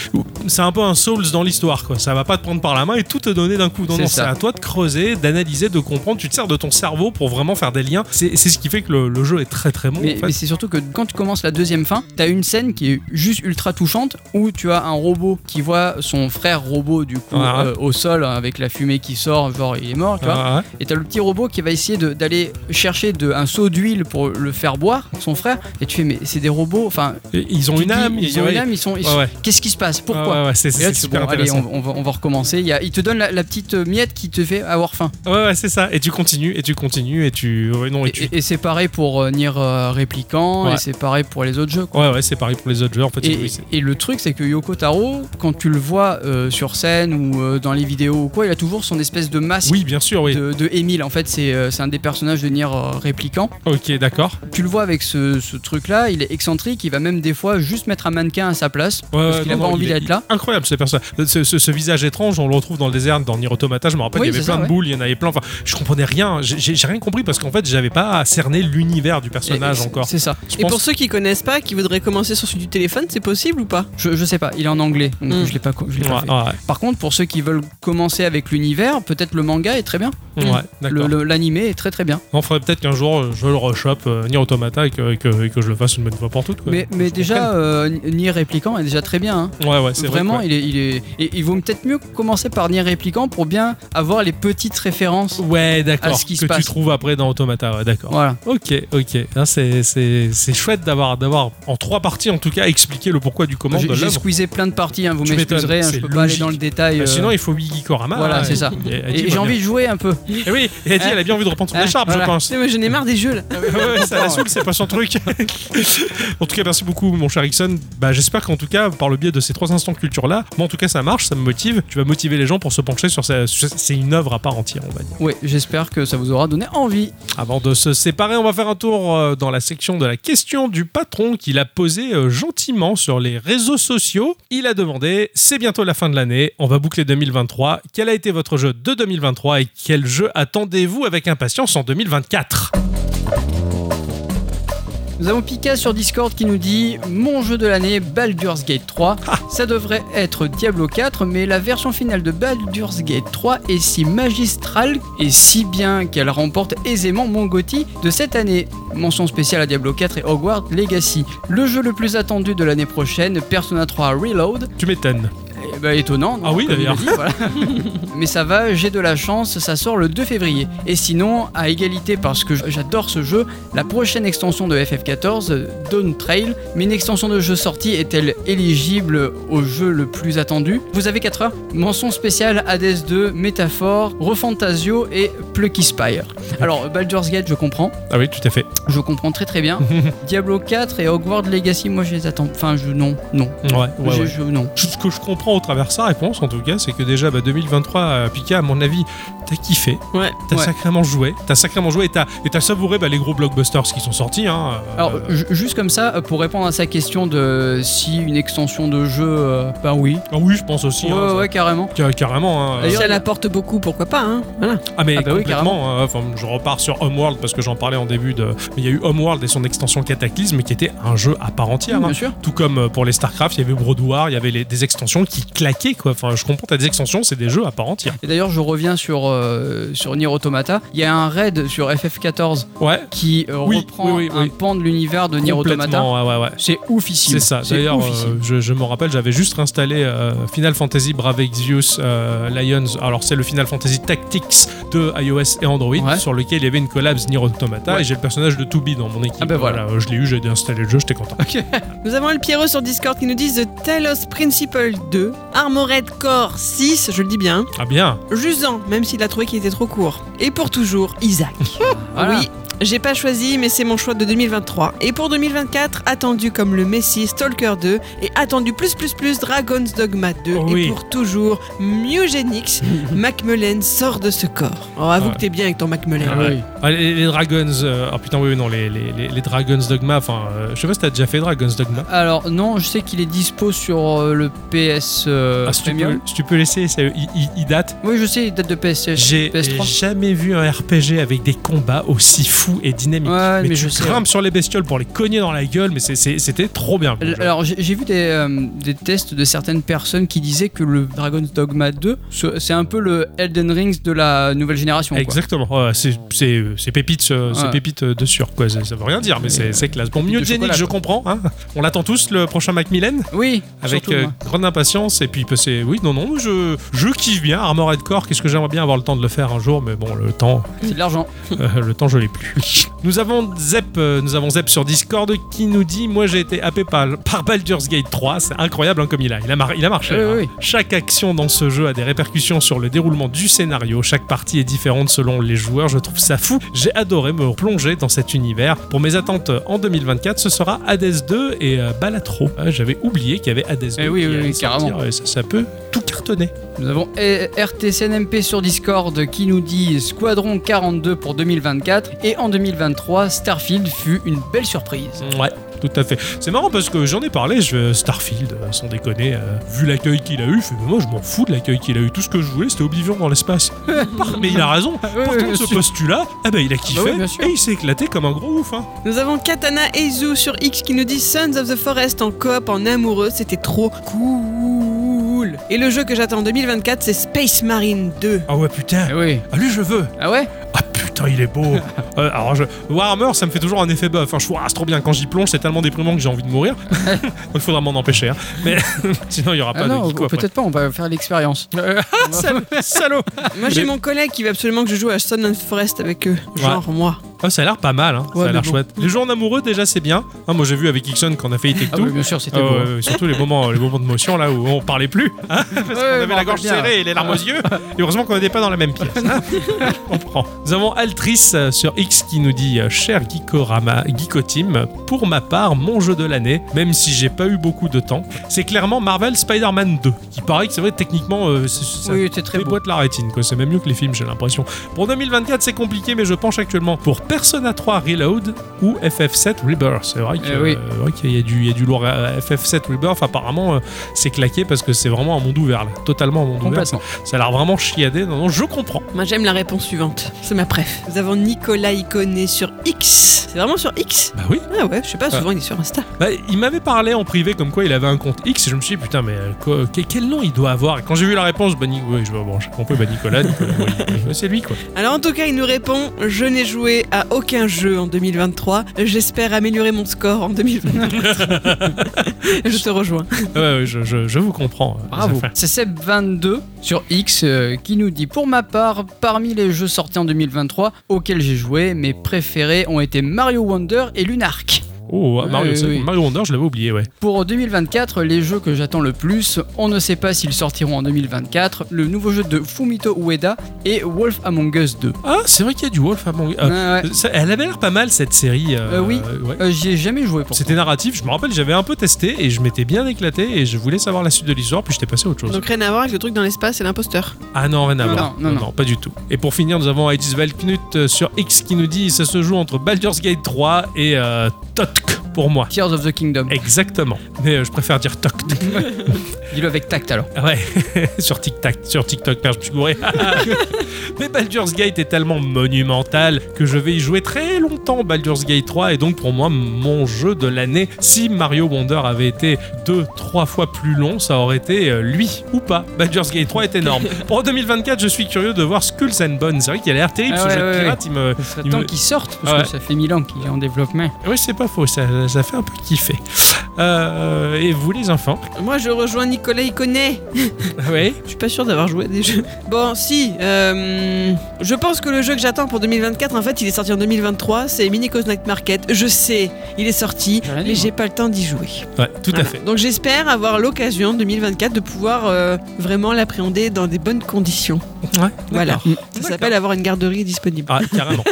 c'est un peu un Souls dans l'histoire, quoi. Ça va pas te prendre par la main et tout te donner d'un coup. Non,
C'est
non, c'est
ça.
à toi de creuser, d'analyser, de comprendre. Tu te sers de ton cerveau pour vraiment faire des liens. C'est c'est ce qui fait que le, le jeu est très très bon.
Mais,
en fait.
mais c'est surtout que quand tu commences la deuxième fin, t'as une scène qui est juste ultra touchante où tu as un robot qui voit son frère robot du coup
Ouais, ouais.
euh, au sol avec la fumée qui sort, genre il est mort, tu vois.
Ah, ouais.
Et t'as le petit robot qui va essayer de- d'aller chercher de, un seau d'huile pour le faire boire, son frère. Et tu fais, mais c'est des robots, enfin.
Et Ils ont
tu
une
te dis,
âme.
ils ont
ouais.
une âme, ils sont. ils
Ouais,
sont-
ouais.
Qu'est-ce qui se passe Pourquoi quoi.
ouais, ouais, c'est
Et là,
c'est
tu fais,
super
bon, allez,
intéressant.
on, on va, on va recommencer. Il, y a- il te donne la, la petite miette qui te fait avoir faim.
Ouais, ouais, c'est ça. Et tu continues, et tu continues, et tu. Ouais, non, et tu.
Et, et c'est pareil pour euh, Nier euh, Replicant,
Ouais.
et c'est pareil pour les autres jeux. quoi.
Ouais, ouais, c'est pareil pour les autres jeux. En fait,
Et,
oui, c'est-
et le truc, c'est que Yoko Taro, quand tu le vois euh, sur scène ou euh, dans les vidéos ou quoi, il a toujours son espèce de masque
oui, bien sûr, oui.
de, de Emile. En fait, c'est euh, c'est un des personnages de Nier euh, Replicant.
Ok, d'accord.
Tu le vois avec ce, ce truc-là, il est excentrique, il va même des fois juste mettre un mannequin à sa place parce
Ouais,
qu'il a
non,
pas
non,
envie
il est-
d'être là.
Incroyable ce personnage. Euh, Ce, ce- ce visage étrange, on le retrouve dans le désert, dans Nier Automata. Je me rappelle,
Oui,
il y avait
c'est
plein
ça,
de
ouais.
boules, il y en avait plein. Enfin, je comprenais rien. J'ai- J'ai j'ai rien compris parce qu'en fait, j'avais pas cerné l'univers du
Et- et
personnage
c'est-
encore.
C'est ça.
Je
Et
pense-
pour ceux qui connaissent pas, qui voudraient commencer sur celui du téléphone, c'est possible ou pas
Je, je sais pas, il est en anglais, donc
Mm.
je l'ai pas, co- je l'ai
Ouais,
pas fait.
ouais,
Par contre, pour ceux qui veulent commencer avec l'univers, peut-être le manga est très bien.
ouais, d'accord.
Mm. Le- le- L'animé est très très bien.
On ferait peut-être qu'un jour euh, je le rechoppe euh, Nier Automata et que, et que- et que je le fasse une bonne fois pour toutes. quoi.
mais mais
Je
déjà, euh, Nier Replicant est déjà très bien. hein.
comprenne. ouais, ouais, c'est
Vraiment,
Vrai,
il est, il est. Et il vaut peut-être mieux commencer par Nier Replicant pour bien avoir les petites références.
quoi. Ouais,
à
d'accord.
ce qui se
que tu
passe.
trouves après dans Automata, ouais, d'accord.
Voilà.
Ok, ok. Hein, c'est- C'est c'est chouette d'avoir, d'avoir, en trois parties en tout cas, expliqué le pourquoi du comment
J'ai
de
j'ai
l'œuvre.
squeezé plein de parties, hein, vous
Tu m'étonnes,
m'excuserez, hein,
c'est
je peux pas aller
logique.
dans le détail.
Bah,
euh,
sinon, il faut Wiggy Korama.
voilà,
hein,
c'est ça.
et- et-
Et
et-
j'ai envie de jouer un peu.
Eh oui, et elle dit, elle a bien envie de reprendre son
Ah,
écharpe,
voilà. Ah
je pense.
C'est moi Eh j'en ai marre des jeux là.
Ouais, ouais, ça la saoule, c'est pas son truc. en tout cas, merci beaucoup, mon cher Ixon. Bah, j'espère qu'en tout cas, par le biais de ces trois instants culture là, moi en tout cas, ça marche, ça me motive. Tu vas motiver les gens pour se pencher sur ça. C'est une œuvre à part entière, on va dire.
Ouais, j'espère que ça vous aura donné envie.
Avant de se séparer, on va faire un tour euh, dans la section de la question du patron qu'il a posée euh, gentiment sur les réseaux sociaux. Il a demandé c'est bientôt la fin de l'année, on va boucler 2023. Quel a été votre jeu de 2023 et quel jeu attendez-vous avec impatience en 2024
Nous avons Pika sur Discord qui nous dit Mon jeu de l'année, Baldur's Gate 3.
Ah.
Ça devrait être Diablo 4, mais la version finale de Baldur's Gate 3 est si magistrale et si bien qu'elle remporte aisément mon GOTY de cette année. Mention spéciale à Diablo 4 et Hogwarts Legacy. Le jeu le plus attendu de l'année prochaine, Persona 3 Reload.
Tu m'étonnes.
Eh ben, étonnant. non
Ah oui,
Comme il le
d'ailleurs.
dit, voilà. mais ça va, j'ai de la chance, ça sort le 2 février. Et sinon, à égalité, parce que j'adore ce jeu, la prochaine extension de FF14, euh, Dawn Trail, mais une extension de jeu sortie est-elle éligible au jeu le plus attendu Vous avez 4 heures Mention spéciale Hades 2, Métaphore, Refantasio et Plucky Spire. Alors, Baldur's Gate, je comprends.
Ah oui, tout à fait.
Je comprends très très bien. Diablo 4 et Hogwarts Legacy, moi je les attends. Enfin, je. Non, non.
Ouais, ouais,
Je-
ouais.
je- non.
Ce que je comprends au travers de sa réponse, en tout cas, c'est que déjà, bah, 2023, euh, Pika, à mon avis, t'as kiffé,
Ouais.
t'as
Ouais.
sacrément joué, t'as sacrément joué et t'as et t'as savouré bah, les gros blockbusters qui sont sortis. Hein, euh,
Alors, ju- juste comme ça, euh, pour répondre à sa question de si une extension de jeu, euh, ben oui.
ah oui, je pense aussi.
Ouais,
hein, ça-
ouais, carrément.
Car- carrément. hein.
Si
D'ailleurs,
elle
il y a-
apporte beaucoup, pourquoi pas hein. Voilà.
Ah mais
Ah bah oui,
complètement. hein. Enfin, je repars sur Homeworld parce que j'en parlais en début de. Mais il y a eu Homeworld et son extension Cataclysme qui était un jeu à part entière. hein.
Bien sûr.
Tout comme euh, pour les Starcraft, il y avait Brodoir, il y avait les- des extensions qui claquaient quoi. Enfin, je comprends, t'as des extensions, c'est des jeux à part entière.
Et d'ailleurs, je reviens sur, euh, sur Nier Automata. Il y a un raid sur FF14
Ouais.
qui euh,
Oui,
reprend
oui, oui,
un
oui.
pan de l'univers de Nier Automata.
Complètement, ouais, ouais, ouais.
C'est oufissime.
C'est ça. D'ailleurs,
oufissime.
euh, je, je me rappelle, j'avais juste installé euh, Final Fantasy Brave Exvius euh, Lions. Alors, c'est le Final Fantasy Tactics de iOS et Android,
Ouais.
sur lequel il y avait une collab Nier Automata.
Ouais.
Et j'ai le personnage de Toubi dans mon équipe.
Ah ben voilà.
euh, je l'ai eu, j'ai installé le jeu, j'étais content.
Nous avons El Pierrot sur Discord qui nous dit The Talos Principle 2, Armored Core 6, je le dis bien,
Ah bien.
Jusant, même s'il a trouvé qu'il était trop court. Et pour toujours, Isaac.
Ah
Voilà.
Oui, j'ai pas choisi, mais c'est mon choix de 2023. Et pour 2024, attendu comme le Messi Stalker 2, et attendu plus plus plus Dragon's Dogma 2,
Oh
et
oui.
pour toujours Mugénix, Macmillan sort de ce corps. Oh, avoue
Ouais.
que t'es bien avec ton Macmillan.
Ah ouais. Ah, les, les Dragons. euh, ah putain, oui, oui, non, les, les, les- les Dragons Dogma. Enfin, euh, je sais pas si t'as déjà fait Dragons Dogma.
Alors, non, je sais qu'il est dispo sur euh, le PS euh,
Ah, si, tu peux,
Premium.
si tu peux laisser, c'est- il, il- il date.
Oui, je sais, il date de PS,
J'ai
PS3.
jamais vu un RPG avec des combats aussi fous et dynamiques.
Ouais, mais
mais,
je
je
sais.
grimpe sur les bestioles pour les cogner dans la gueule, mais c'est- c'est- c'était trop bien.
L- Alors j'ai j'ai vu des, euh, des tests de certaines personnes qui disaient que le Dragon's Dogma 2, ce- c'est un peu le Elden Rings de la nouvelle génération. quoi.
Exactement, Ouais, c'est- c'est c'est pépite, euh, c'est
Ouais. euh,
pépite euh, de sûr, quoi. Ça, ça veut rien dire, mais c'est c'est classe. Bon,
pépite
mieux
de
Jenny,
chocolat,
je comprends, hein. on l'attend tous, le prochain Macmillan,
Oui,
avec
surtout, hein.
euh,
moi.
grande impatience, et puis bah, c'est, oui, non, non, je, je kiffe bien Armored Core, qu'est-ce que j'aimerais bien avoir le temps de le faire un jour, mais bon, le temps,
c'est de l'argent.
euh, le temps, je l'ai plus. Oui. Nous avons Zep, euh, nous avons Zep sur Discord qui nous dit Moi j'ai été happé par, par Baldur's Gate 3, c'est incroyable hein, comme il a, il a, mar- il a marché.
Oui,
hein.
oui.
Chaque action dans ce jeu a des répercussions sur le déroulement du scénario, chaque partie est différente selon les joueurs, je trouve ça fou. J'ai adoré me plonger dans cet univers. Pour mes attentes euh, en 2024, ce sera Hades 2 et euh, Balatro. Ah, J'avais oublié qu'il y avait Hades 2.
Eh oui,
qui
oui,
allait
oui,
sortir,
carrément.
et ça, ça peut tout cartonner.
Nous avons eh, RTCNMP sur Discord qui nous dit Squadron 42 pour 2024 et en 2023 Starfield fut une belle surprise.
Ouais, tout à fait. C'est marrant parce que j'en ai parlé, je, Starfield, euh, sans déconner, euh, vu l'accueil qu'il a eu, je fais, mais moi je m'en fous de l'accueil qu'il a eu. Tout ce que je voulais, c'était Oblivion dans l'espace. Par- mais il a raison.
Ah oui,
Par
bien
contre, ce
sûr.
postulat, ah bah, il a kiffé
bah oui, bien sûr.
et il s'est éclaté comme un gros ouf. Hein.
Nous avons Katana Eizu sur X qui nous dit Sons of the Forest en coop en amoureux, c'était trop cool. Et le jeu que j'attends en 2024, c'est Space Marine 2.
Ah ouais, putain.
Ah oui.
Ah lui, je veux.
Ah ouais
Ah putain, il est beau. Euh, alors, je- Warhammer, ça me fait toujours un effet buff. Hein. Je trouve, ah, c'est trop bien. Quand j'y plonge, c'est tellement déprimant que j'ai envie de mourir. il faudra m'en empêcher. hein. Mais sinon, il n'y aura
Ah
pas de
non,
geeko après.
peut-être pas, on va faire l'expérience.
Ah, salaud, salaud.
Moi j'ai
Mais-
mon collègue qui veut absolument que je joue à Sons of the Forest avec eux. Genre moi.
Ah, ça a l'air pas mal, hein. ça
Ouais,
a
mais
l'air
bon.
chouette. Les jeux en amoureux, déjà, c'est bien. Hein, moi, j'ai vu avec Ixon qu'on a fait Take
Ah
Two.
oui, bien sûr, c'était
Ah
beau.
ouais, ouais, surtout les moments, les moments de motion là où on parlait plus, hein, parce qu'on
je m'en
avait la
rappelle
gorge
bien.
serrée et les larmes aux yeux. Et heureusement qu'on n'était pas dans la même pièce. hein. Je comprends. Nous avons Altrice euh, sur X qui nous dit euh, cher Geekorama, Geekotim, pour ma part, mon jeu de l'année, même si j'ai pas eu beaucoup de temps, c'est clairement Marvel Spider-Man 2, qui paraît que c'est vrai techniquement, euh, c'est- c'est- ça
Oui, c'était très
des
beau.
boîtes la rétine, quoi. C'est même mieux que les films, j'ai l'impression. Pour 2024, c'est compliqué, mais je penche actuellement pour Persona 3 Reload ou FF7 Rebirth. C'est vrai que,
Eh oui.
euh, c'est vrai qu'il y a du, il y a du lourd. euh, FF7 Rebirth, apparemment, euh, c'est claqué parce que c'est vraiment un monde ouvert, là. Totalement un monde ouvert. Ça,
Complètement.
ça a l'air vraiment chiadé. Non, non, je comprends.
Moi j'aime la réponse suivante. C'est ma préf. Nous avons Nicolas Iconé sur X. C'est vraiment sur X
Bah oui.
Ah ouais, je sais pas, souvent il est sur Insta.
Bah, il m'avait parlé en privé comme quoi il avait un compte X et je me suis dit putain mais euh, quoi- que- quel nom il doit avoir et quand j'ai vu la réponse bah, Ni- oui, je, bon, j'ai compris bah, Nicolas, Nicolas, oui, oui, c'est lui quoi
Alors en tout cas, il nous répond Je n'ai joué à aucun jeu en 2023. J'espère améliorer mon score en 2024. je te rejoins.
Ouais, ouais, je, je- je vous comprends euh,
Bravo.
Zafin.
C'est Seb22 sur X euh, qui nous dit Pour ma part, parmi les jeux sortis en 2023 auxquels j'ai joué, mes préférés ont été Mario Wonder et Lunark.
oh
Ouais,
Mario,
oui,
c'est-
oui.
Mario Wonder je l'avais oublié ouais
Pour 2024, les jeux que j'attends le plus, on ne sait pas s'ils sortiront en 2024, le nouveau jeu de Fumito Ueda et Wolf Among Us 2.
Ah, c'est vrai qu'il y a du Wolf Among Us.
Ouais, ouais.
euh, Ça- elle avait l'air pas mal cette série. euh,
Euh, oui.
ouais.
Euh, J'y ai jamais joué pour
C'était narratif, je me rappelle, j'avais un peu testé et je m'étais bien éclaté et je voulais savoir la suite de l'histoire, puis j'étais passé à autre chose.
Donc rien à voir avec le truc dans l'espace, c'est l'imposteur.
Ah non, rien à
Non,
voir.
non, non, non.
pas du tout. Et pour finir, nous avons Edis Valknut sur X qui nous dit ça se joue entre Baldur's Gate 3 et euh, Totk pour moi.
Tears of the Kingdom.
Exactement. Mais euh, je préfère dire Totk.
Dis-le avec tact alors.
Ah Ouais, sur TikTok, sur TikTok, merde, je me suis gouré. Mais Baldur's Gate est tellement monumental que je vais y jouer très longtemps Baldur's Gate 3 est donc pour moi mon jeu de l'année. Si Mario Wonder avait été deux, trois fois plus long, ça aurait été euh, lui ou pas. Baldur's Gate 3 est énorme. Pour 2024, je suis curieux de voir Skulls and Bones. C'est vrai qu'il a l'air terrible
Ah
ce
ouais,
jeu de
ouais,
pirate. Il me, il
Tant
me-
qu'ils sortent, parce
Ah ouais.
que ça fait mille ans qu'il est en développement.
Oui, c'est pas faux. Ça, ça fait un peu kiffer. Euh, et vous les enfants
Moi je rejoins Nicolas Iconé.
Oui.
Je suis pas sûr d'avoir joué à des jeux. Bon, si. euh, je pense que le jeu que j'attends pour 2024, en fait, il est sorti en 2023. C'est Minico's Night Market. Je sais, il est sorti,
J'ai rien dit,
mais
moi.
j'ai pas le temps d'y jouer.
Ouais, tout à
Ah.
Voilà.
fait.
Donc j'espère avoir l'occasion en 2024 de pouvoir euh, vraiment l'appréhender dans des bonnes conditions.
Ouais,
Voilà.
d'accord.
Ça s'appelle avoir une garderie disponible.
Ah, carrément.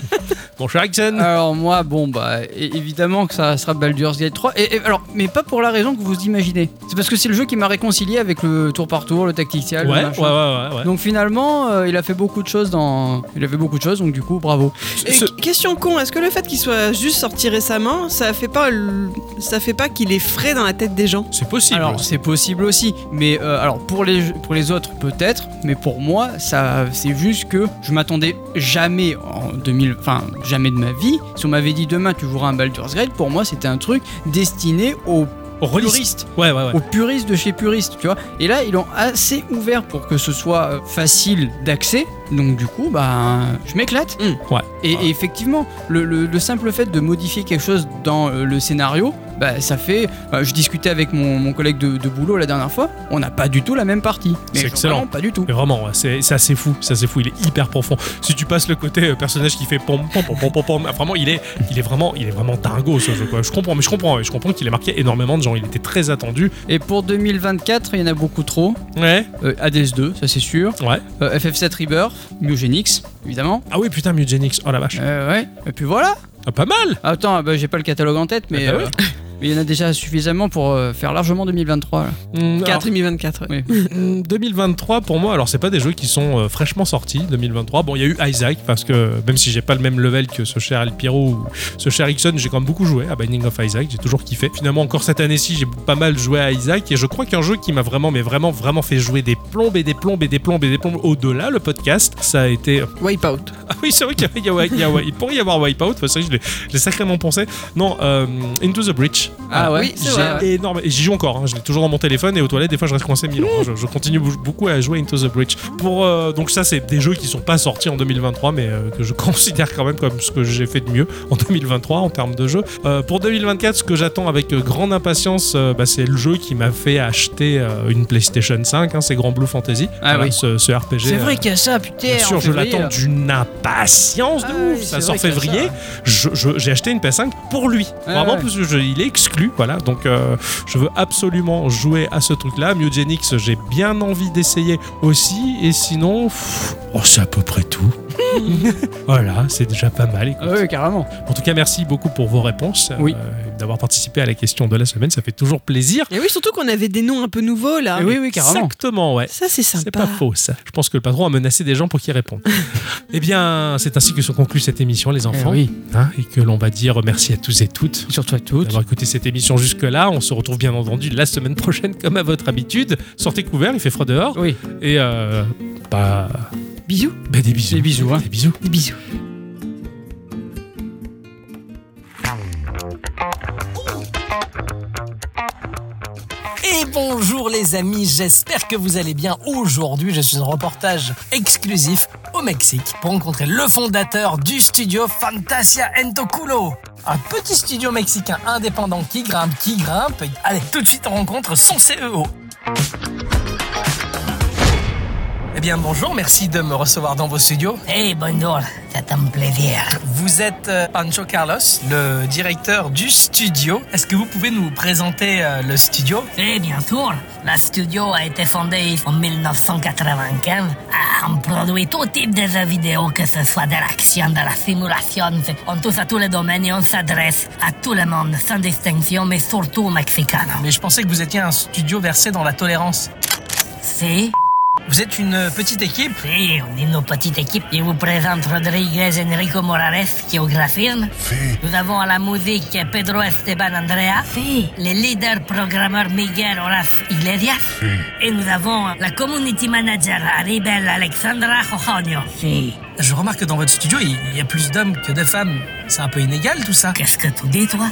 Mon cher Jackson.
Alors moi, bon bah é- évidemment que ça sera Baldur's Gate 3. Et, et alors, mais pas pour la raison que vous imaginez. C'est parce que c'est le jeu qui m'a réconcilié avec le tour par tour, le tactical. le
Ouais, ouais,
machin.
ouais, ouais. ouais.
Donc finalement, euh, il a fait beaucoup de choses dans. Il a fait beaucoup de choses, donc du coup, bravo.
Et
Ce-
qu- question con, est-ce que le fait qu'il soit juste sorti récemment, ça fait pas l- ça fait pas qu'il est frais dans la tête des gens
C'est possible.
Alors c'est possible aussi, mais euh, alors pour les pour les autres peut-être, mais pour moi, ça c'est juste que je m'attendais jamais en 2000, enfin jamais de ma vie. Si on m'avait dit demain tu joueras un Baldur's Gate, pour moi c'était un truc destiné aux
Reliste.
puristes.
Ouais, ouais, ouais.
aux puristes de chez puristes, tu vois. Et là, ils l'ont assez ouvert pour que ce soit euh, facile d'accès. Donc du coup, bah, je m'éclate.
Ouais.
Et, et effectivement, le, le- le simple fait de modifier quelque chose dans euh, le scénario, bah, ça fait. euh, je discutais avec mon, mon collègue de, de boulot la dernière fois, on n'a pas du tout la même partie. Mais
C'est
genre
excellent.
vraiment Pas du tout.
Mais vraiment, ouais, c'est c'est assez fou, c'est assez fou, il est hyper profond. Si tu passes le côté euh, personnage qui fait pom pom pom pom pom, pom, vraiment il est il est vraiment il est vraiment dingo ce jeu quoi. Je comprends mais je comprends, ouais, je comprends qu'il ait marqué énormément de gens, il était très attendu.
Et pour 2024, il y en a beaucoup trop.
Ouais.
Euh, ADS 2, ça c'est sûr.
Ouais.
Euh, FF7 Rebirth, Mugenix, évidemment.
Ah oui, putain Mugenix, oh la vache.
Euh, ouais. Et puis voilà.
Ah, pas mal.
Attends, bah, j'ai pas le catalogue en tête, mais
Ah bah
euh, mais il y en a déjà suffisamment pour euh, faire largement 2023. là.
Hum,
4 2024. ouais.
Hum, 2023 pour moi alors c'est pas des jeux qui sont euh, fraîchement sortis 2023 bon il y a eu Isaac parce que même si j'ai pas le même level que ce cher El Piro ou ce cher Ixon j'ai quand même beaucoup joué à Binding of Isaac j'ai toujours kiffé finalement encore cette année-ci j'ai pas mal joué à Isaac et je crois qu'un jeu qui m'a vraiment mais vraiment vraiment fait jouer des plombes et des plombes et des plombes et des plombes au-delà le podcast ça a été
Wipeout.
ah oui, c'est vrai qu'il y a- il y a- il y a- il pourrait y avoir Wipeout. C'est vrai que je l'ai- je l'ai sacrément pensé. Non, euh, Into the Breach.
Ah ouais,
oui,
J'ai
c'est vrai.
énorme. Et j'y joue encore. hein. Je l'ai toujours dans mon téléphone et aux toilettes. Des fois, je reste coincé mille ans. hein. Je, je continue bou- beaucoup à jouer Into the Breach. Pour euh, donc ça, c'est des jeux qui sont pas sortis en 2023, mais euh, que je considère quand même comme ce que j'ai fait de mieux en 2023 en termes de jeux. Euh, pour 2024, ce que j'attends avec euh, grande impatience, euh, bah, c'est le jeu qui m'a fait acheter euh, une PlayStation 5. hein, c'est Grand Blue Fantasy.
Ah oui.
ce, ce RPG.
C'est
euh,
vrai qu'il y a ça, putain.
Bien sûr,
en
je
février,
l'attends
là.
d'une impatience de
Ah
ouf.
oui,
ça
c'est
sort
vrai qu'il y a
février. Je- je- J'ai acheté une PS5 pour lui.
Ouais,
Vraiment,
Ah ouais.
parce que je- il est exclu. Voilà. Donc, euh, je veux absolument jouer à ce truc-là. Mugenix, j'ai bien envie d'essayer aussi. Et sinon, pff, oh, c'est à peu près tout. voilà, c'est déjà pas mal. écoute.
Ah ouais, carrément.
En tout cas, merci beaucoup pour vos réponses.
Oui.
euh, D'avoir participé à la question de la semaine. Ça fait toujours plaisir.
Et oui, surtout qu'on avait des noms un peu nouveaux là.
Eh oui, oui, carrément.
Exactement, ouais.
Ça, c'est sympa.
C'est pas faux, ça. Je pense que le patron a menacé des gens pour qu'ils répondent. eh bien, c'est ainsi que se conclut cette émission, les
Eh
enfants.
oui,
Hein, et que l'on va dire merci à tous et toutes
surtout à toutes.
d'avoir écouté cette émission jusque-là. On se retrouve bien entendu la semaine prochaine, comme à votre habitude. Sortez couverts, il fait froid dehors.
Oui,
Et euh, bah,
Bisous.
bah, des bisous.
des bisous. Hein.
Des bisous.
Des bisous.
Et bonjour les amis, j'espère que vous allez bien. Aujourd'hui, je suis en reportage exclusif au Mexique pour rencontrer le fondateur du studio Fantasia Entoculo. Un petit studio mexicain indépendant qui grimpe, qui grimpe. Allez, tout de suite on rencontre son E CEO. Eh bien bonjour, merci de me recevoir dans vos studios.
Hey, Eh, bonjour, c'est un plaisir.
Vous êtes euh, Pancho Carlos, le directeur du studio. Est-ce que vous pouvez nous présenter euh, le studio
Et bien sûr, la studio a été fondée en 1995. Ah, On produit tout type de jeux vidéo, que ce soit de l'action, de la simulation. c'est- On touche à tous les domaines et on s'adresse à tout le monde, sans distinction, mais surtout aux Mexicains.
Mais je pensais que vous étiez un studio versé dans la tolérance.
Si
Vous êtes une euh, petite équipe
Si, on est nos petites équipes. Je vous présente Rodriguez Enrico Morales qui est au graphisme. Nous avons à la musique Pedro Esteban Andrea. Le leader programmeur Miguel Horace Iglesias. Et nous avons la community manager Aribel Alexandra Jojonio.
Je remarque que dans votre studio, il il y a plus d'hommes que de femmes. C'est un peu inégal tout ça.
Qu'est-ce que tu dis, toi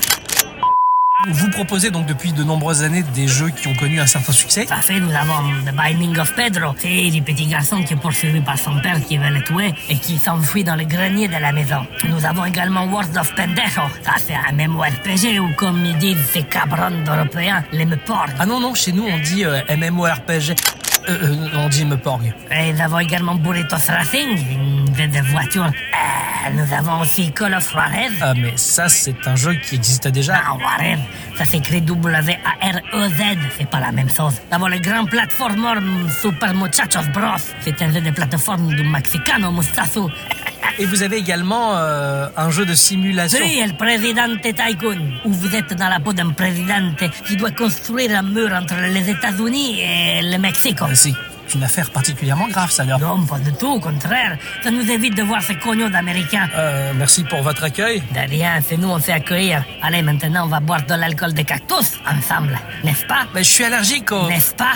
Vous proposez donc depuis de nombreuses années des jeux qui ont connu un certain succès.
Ça fait, nous avons The Binding of Pedro. C'est du petit garçon qui est poursuivi par son père qui veut le tuer et qui s'enfuit dans le grenier de la maison. Nous avons également World of Pendejo. Ça, c'est un MMORPG ou comme ils disent ces cabrons d'Européens, les meporg.
Ah non, non, chez nous on dit euh, MMORPG. Euh, euh, on dit Meporg.
Et nous avons également Burritos Racing, une de de voitures. Euh, nous avons aussi Call of Juarez.
Ah mais ça c'est un jeu qui existe déjà.
Ah, Juarez, ça s'écrit W-A-R-E-Z, E c'est pas la même chose. D'abord, le grand platformer mm, Super Muchachos Bros, c'est un jeu de plateforme du Mexicano Mustasu.
Et vous avez également euh, un jeu de simulation.
Oui, le Presidente Tycoon, où vous êtes dans la peau d'un présidente qui doit construire un mur entre les États-Unis et le Mexique.
Euh, C'est une affaire particulièrement grave ça alors.
Non, pas du tout, au contraire. Ça nous évite de voir ces cognons d'Américains.
Euh, merci pour votre accueil.
De rien, c'est nous, on fait accueillir. Allez, maintenant, on va boire de l'alcool de cactus ensemble, n'est-ce pas
Bah, je suis allergique au...
N'est-ce pas